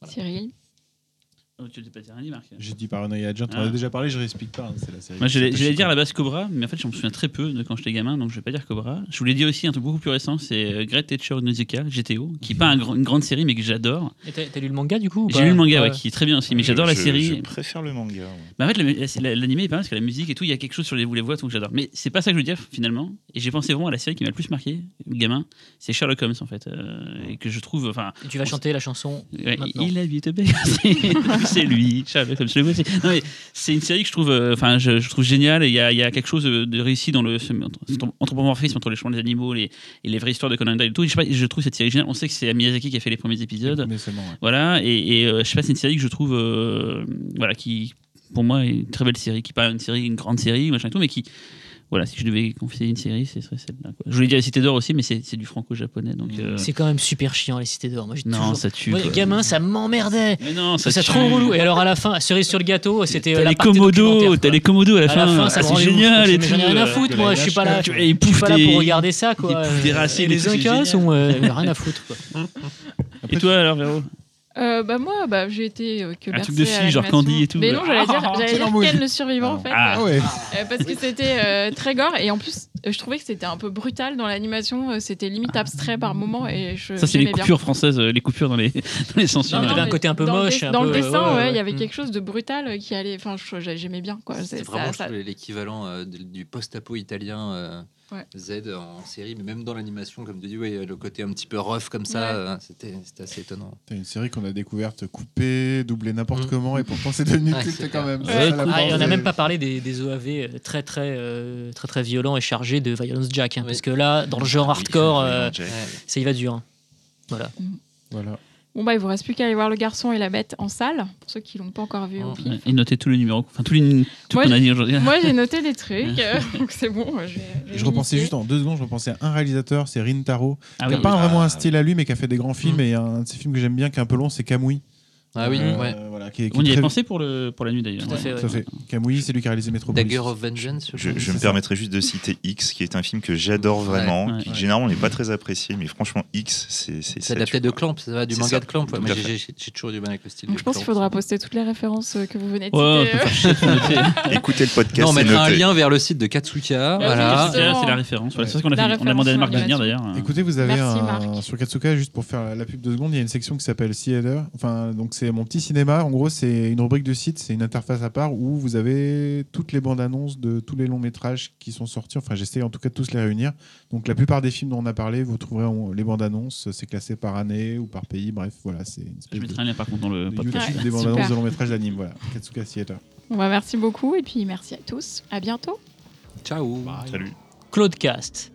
Speaker 4: Voilà.
Speaker 1: Cyril.
Speaker 5: Oh, tu t'es pas terminé, Marc.
Speaker 2: J'ai dit Paranoia Agent, on en
Speaker 5: Ah.
Speaker 2: a déjà parlé, je réexplique pas, hein, c'est la série.
Speaker 5: Moi, j'allais
Speaker 2: Satoshi
Speaker 5: j'allais dire à la
Speaker 2: Kon.
Speaker 5: base Cobra, mais en fait, je me souviens très peu de quand j'étais gamin, donc je vais pas dire Cobra. Je voulais dire aussi un truc beaucoup plus récent, c'est euh, Great Teacher Nausicaa, GTO, qui est pas un grand- une grande série, mais que j'adore.
Speaker 6: Et t'as t'as lu le manga du coup ou
Speaker 5: J'ai
Speaker 6: pas
Speaker 5: lu le manga, ouais,
Speaker 6: Ouais.
Speaker 5: qui est très bien aussi, mais
Speaker 7: Je-
Speaker 5: j'adore la
Speaker 7: je- Je
Speaker 5: série.
Speaker 7: préfère le manga. ouais.
Speaker 5: Mais en fait, la- la- l'animé est pas mal parce que la musique et tout, il y a quelque chose sur les, les voix, tout que j'adore. Mais c'est pas ça que je veux dire finalement. Et j'ai pensé vraiment à la série qui m'a le plus marqué, gamin, c'est Sherlock Holmes en fait, euh, et que je trouve, enfin,
Speaker 6: Tu vas chanter la chanson
Speaker 5: ouais,
Speaker 6: Maintenant.
Speaker 5: il habite Bercy. c'est lui, Charles, comme je le voici. Non, mais c'est une série que je trouve, euh, enfin, je, je trouve géniale. et Il y a, il y a quelque chose de de réussi dans le ce- cet anthropomorphisme entre les chants des animaux les- et les vraies histoires de Conan Doyle et tout. Et je, sais pas, je trouve cette série géniale. On sait que c'est Miyazaki qui a fait les premiers épisodes.
Speaker 2: Mais c'est bon, ouais.
Speaker 5: Voilà, et, et, euh, je sais pas, c'est une série que je trouve, euh, voilà, qui pour moi est une très belle série, qui pas une série, une grande série, machin et tout, mais qui, voilà, si je devais confier une série, ce serait celle-là. quoi. Je voulais dire La Cité d'Or aussi, mais c'est c'est du franco-japonais, donc. euh,
Speaker 6: C'est quand même super chiant, les cités d'or. Moi, j'ai
Speaker 5: non,
Speaker 6: toujours.
Speaker 5: ça tue.
Speaker 6: Moi,
Speaker 5: quoi.
Speaker 6: gamin, ça m'emmerdait.
Speaker 5: Mais non, ça
Speaker 6: C'est
Speaker 5: tue.
Speaker 6: trop relou. Et alors, à la fin, cerise sur le gâteau, c'était. euh,
Speaker 5: T'as
Speaker 6: la
Speaker 5: les
Speaker 6: partie
Speaker 5: commodos,
Speaker 6: documentaire,
Speaker 5: t'as
Speaker 6: quoi.
Speaker 5: les commodos à la
Speaker 6: À la
Speaker 5: fin.
Speaker 6: fin,
Speaker 5: ah,
Speaker 6: ça me
Speaker 5: c'est
Speaker 6: rend ouf,
Speaker 5: génial
Speaker 6: quoi.
Speaker 5: et
Speaker 6: Je
Speaker 5: tout.
Speaker 6: me dis, J'en ai rien à
Speaker 5: euh,
Speaker 6: foutre, moi. Je suis pas là.
Speaker 5: tu-
Speaker 6: Je
Speaker 5: et ils
Speaker 6: suis
Speaker 5: bouffent
Speaker 6: pas là
Speaker 5: des-
Speaker 6: pour regarder ça, quoi.
Speaker 5: bouffent des racines
Speaker 6: Et
Speaker 5: et
Speaker 6: les
Speaker 5: tout, c'est
Speaker 6: Incas
Speaker 5: génial.
Speaker 6: sont. euh, Rien à foutre, quoi.
Speaker 5: Et toi alors, Véro
Speaker 1: Euh, bah moi, bah, j'ai été euh, que
Speaker 5: Un truc
Speaker 1: bercée
Speaker 5: de
Speaker 1: à
Speaker 5: fille, genre
Speaker 1: l'animation.
Speaker 5: Candy et tout. euh.
Speaker 1: Mais non, j'allais
Speaker 6: Ah,
Speaker 1: dire, j'allais
Speaker 2: C'est
Speaker 1: dire
Speaker 2: l'embauche.
Speaker 1: Ken le survivant, en fait.
Speaker 5: Ah.
Speaker 2: ouais.
Speaker 1: Euh, parce que c'était euh, très gore et en plus euh, je trouvais que c'était un peu brutal dans l'animation euh, c'était limite abstrait par moment et je
Speaker 5: Ah. Ça, c'est les
Speaker 1: j'aimais bien.
Speaker 5: coupures françaises, euh, les coupures dans les, dans les censures.
Speaker 6: Non,
Speaker 1: Non,
Speaker 6: Il y avait
Speaker 1: mais
Speaker 6: un côté un peu
Speaker 1: dans le
Speaker 6: moche,
Speaker 1: dess-
Speaker 6: un
Speaker 1: dans
Speaker 6: peu-
Speaker 1: le dessin
Speaker 6: ouais,
Speaker 1: ouais,
Speaker 6: ouais, Mm.
Speaker 1: il y avait
Speaker 6: ouais.
Speaker 1: quelque chose de brutal euh, qui allait enfin je- j'aimais bien quoi
Speaker 4: C'est
Speaker 1: C'est-
Speaker 4: vraiment
Speaker 1: ça-
Speaker 4: je
Speaker 1: ça-
Speaker 4: trouve, l'équivalent euh, de- du post-apo italien euh,
Speaker 1: Ouais.
Speaker 4: Z en série, mais même dans l'animation, comme tu dis, ouais, le côté un petit peu rough comme ça,
Speaker 1: Ouais.
Speaker 4: euh, c'était c'était assez étonnant.
Speaker 8: T'as une série qu'on a découverte coupée, doublée n'importe
Speaker 4: Mm.
Speaker 8: comment, et pourtant c'est devenu
Speaker 4: Ouais, c'est
Speaker 8: culte quand
Speaker 4: clair.
Speaker 8: même.
Speaker 1: Ouais,
Speaker 8: C'est ça, la
Speaker 1: cool.
Speaker 6: Ah, et
Speaker 8: force
Speaker 6: on n'a
Speaker 8: des-
Speaker 6: même pas parlé des, des OAV euh, très très euh, très très violents et chargés de Violence Jack, hein,
Speaker 4: Oui.
Speaker 6: parce que là, dans le genre hardcore, euh,
Speaker 7: Jack.
Speaker 4: Ouais.
Speaker 6: ça y va dur. hein. Voilà.
Speaker 8: Voilà.
Speaker 1: bon bah il vous reste plus qu'à aller voir le garçon et la bête en salle pour ceux qui l'ont pas encore vu au
Speaker 4: Oh.
Speaker 1: pif.
Speaker 5: Ouais, Et noter tous les numéros, enfin tous les tout
Speaker 1: Moi,
Speaker 5: qu'on a dit aujourd'hui.
Speaker 1: moi j'ai noté des trucs euh, donc c'est bon euh, je, vais- vais
Speaker 2: Je repensais
Speaker 1: m'initier.
Speaker 2: juste en deux secondes, je repensais à un réalisateur, c'est Rintaro,
Speaker 5: Ah
Speaker 2: qui
Speaker 5: oui,
Speaker 2: n'a pas
Speaker 4: oui.
Speaker 2: vraiment
Speaker 4: Ah,
Speaker 2: un
Speaker 4: oui.
Speaker 2: style à lui, mais qui a fait des grands films. Et un de ses films que j'aime bien, qui est un peu long, c'est Kamui.
Speaker 4: Ah oui,
Speaker 2: Euh,
Speaker 4: ouais.
Speaker 2: voilà, qui est- qui
Speaker 5: on
Speaker 2: est
Speaker 5: y
Speaker 2: très-
Speaker 5: avait pensé pour, le, pour la nuit d'ailleurs.
Speaker 6: Tout à fait, ouais.
Speaker 2: Tout à fait. Kamui, c'est lui qui a réalisé Metropolis.
Speaker 4: Dagger
Speaker 5: hein.
Speaker 4: of Vengeance.
Speaker 7: Je,
Speaker 4: crois.
Speaker 7: je
Speaker 2: C'est
Speaker 7: me
Speaker 2: ça.
Speaker 7: permettrai juste de citer X, qui est un film que j'adore vraiment,
Speaker 5: Ouais, ouais,
Speaker 7: qui
Speaker 2: ouais.
Speaker 7: généralement n'est pas très apprécié, mais franchement, X, c'est. c'est-
Speaker 4: C'est
Speaker 7: ça
Speaker 4: adapté
Speaker 7: tue,
Speaker 4: de
Speaker 7: quoi.
Speaker 4: Clamp, ça va du
Speaker 7: C'est
Speaker 4: manga
Speaker 7: ça,
Speaker 4: de Clamp. ouais,
Speaker 7: tout
Speaker 4: mais
Speaker 7: à
Speaker 4: j'ai-
Speaker 7: fait.
Speaker 4: j'ai j'ai toujours du mal avec le style.
Speaker 1: donc
Speaker 4: de
Speaker 1: je pense qu'il
Speaker 4: Clamp.
Speaker 1: faudra poster toutes les références euh, que vous venez de
Speaker 5: Ouais, on peut
Speaker 1: citer euh.
Speaker 5: faire chier, faut noter.
Speaker 7: Écoutez le
Speaker 4: Non,
Speaker 7: podcast,
Speaker 4: on
Speaker 7: c'est
Speaker 4: mettra un
Speaker 7: noté.
Speaker 4: lien vers le site de Katsuka.
Speaker 1: oui,
Speaker 4: voilà.
Speaker 5: C'est la-
Speaker 1: justement.
Speaker 5: c'est la référence. voilà,
Speaker 2: Ouais.
Speaker 5: C'est ce qu'on a
Speaker 1: La
Speaker 5: fait. On a demandé à Marc de venir
Speaker 1: référence
Speaker 5: d'ailleurs.
Speaker 2: Écoutez, vous avez
Speaker 1: Merci,
Speaker 2: un-
Speaker 1: Marc.
Speaker 2: sur Katsuka, juste pour faire la, la pub de secondes, il y a une section qui s'appelle CLR. Enfin, donc c'est mon petit cinéma. En gros, c'est une rubrique de site, c'est une interface à part où vous avez toutes les bandes annonces de tous les longs métrages qui sont sortis. Enfin, j'essaie en tout cas de tous les réunir. Donc la plupart des films dont on a parlé, vous trouverez en- les bandes annonces. C'est classé par année ou par pays. Bref, voilà, c'est une
Speaker 5: Je
Speaker 2: espèce de,
Speaker 5: mettrai un lien par contre dans le
Speaker 2: de
Speaker 5: podcast.
Speaker 2: YouTube
Speaker 1: Ouais,
Speaker 2: des bandes
Speaker 1: super.
Speaker 2: annonces de longs métrages d'anime. Voilà, Katsuka CLR.
Speaker 1: Bon, bah, merci beaucoup et puis merci à tous à bientôt
Speaker 4: Ciao.
Speaker 7: Salut.
Speaker 6: Claude Cast.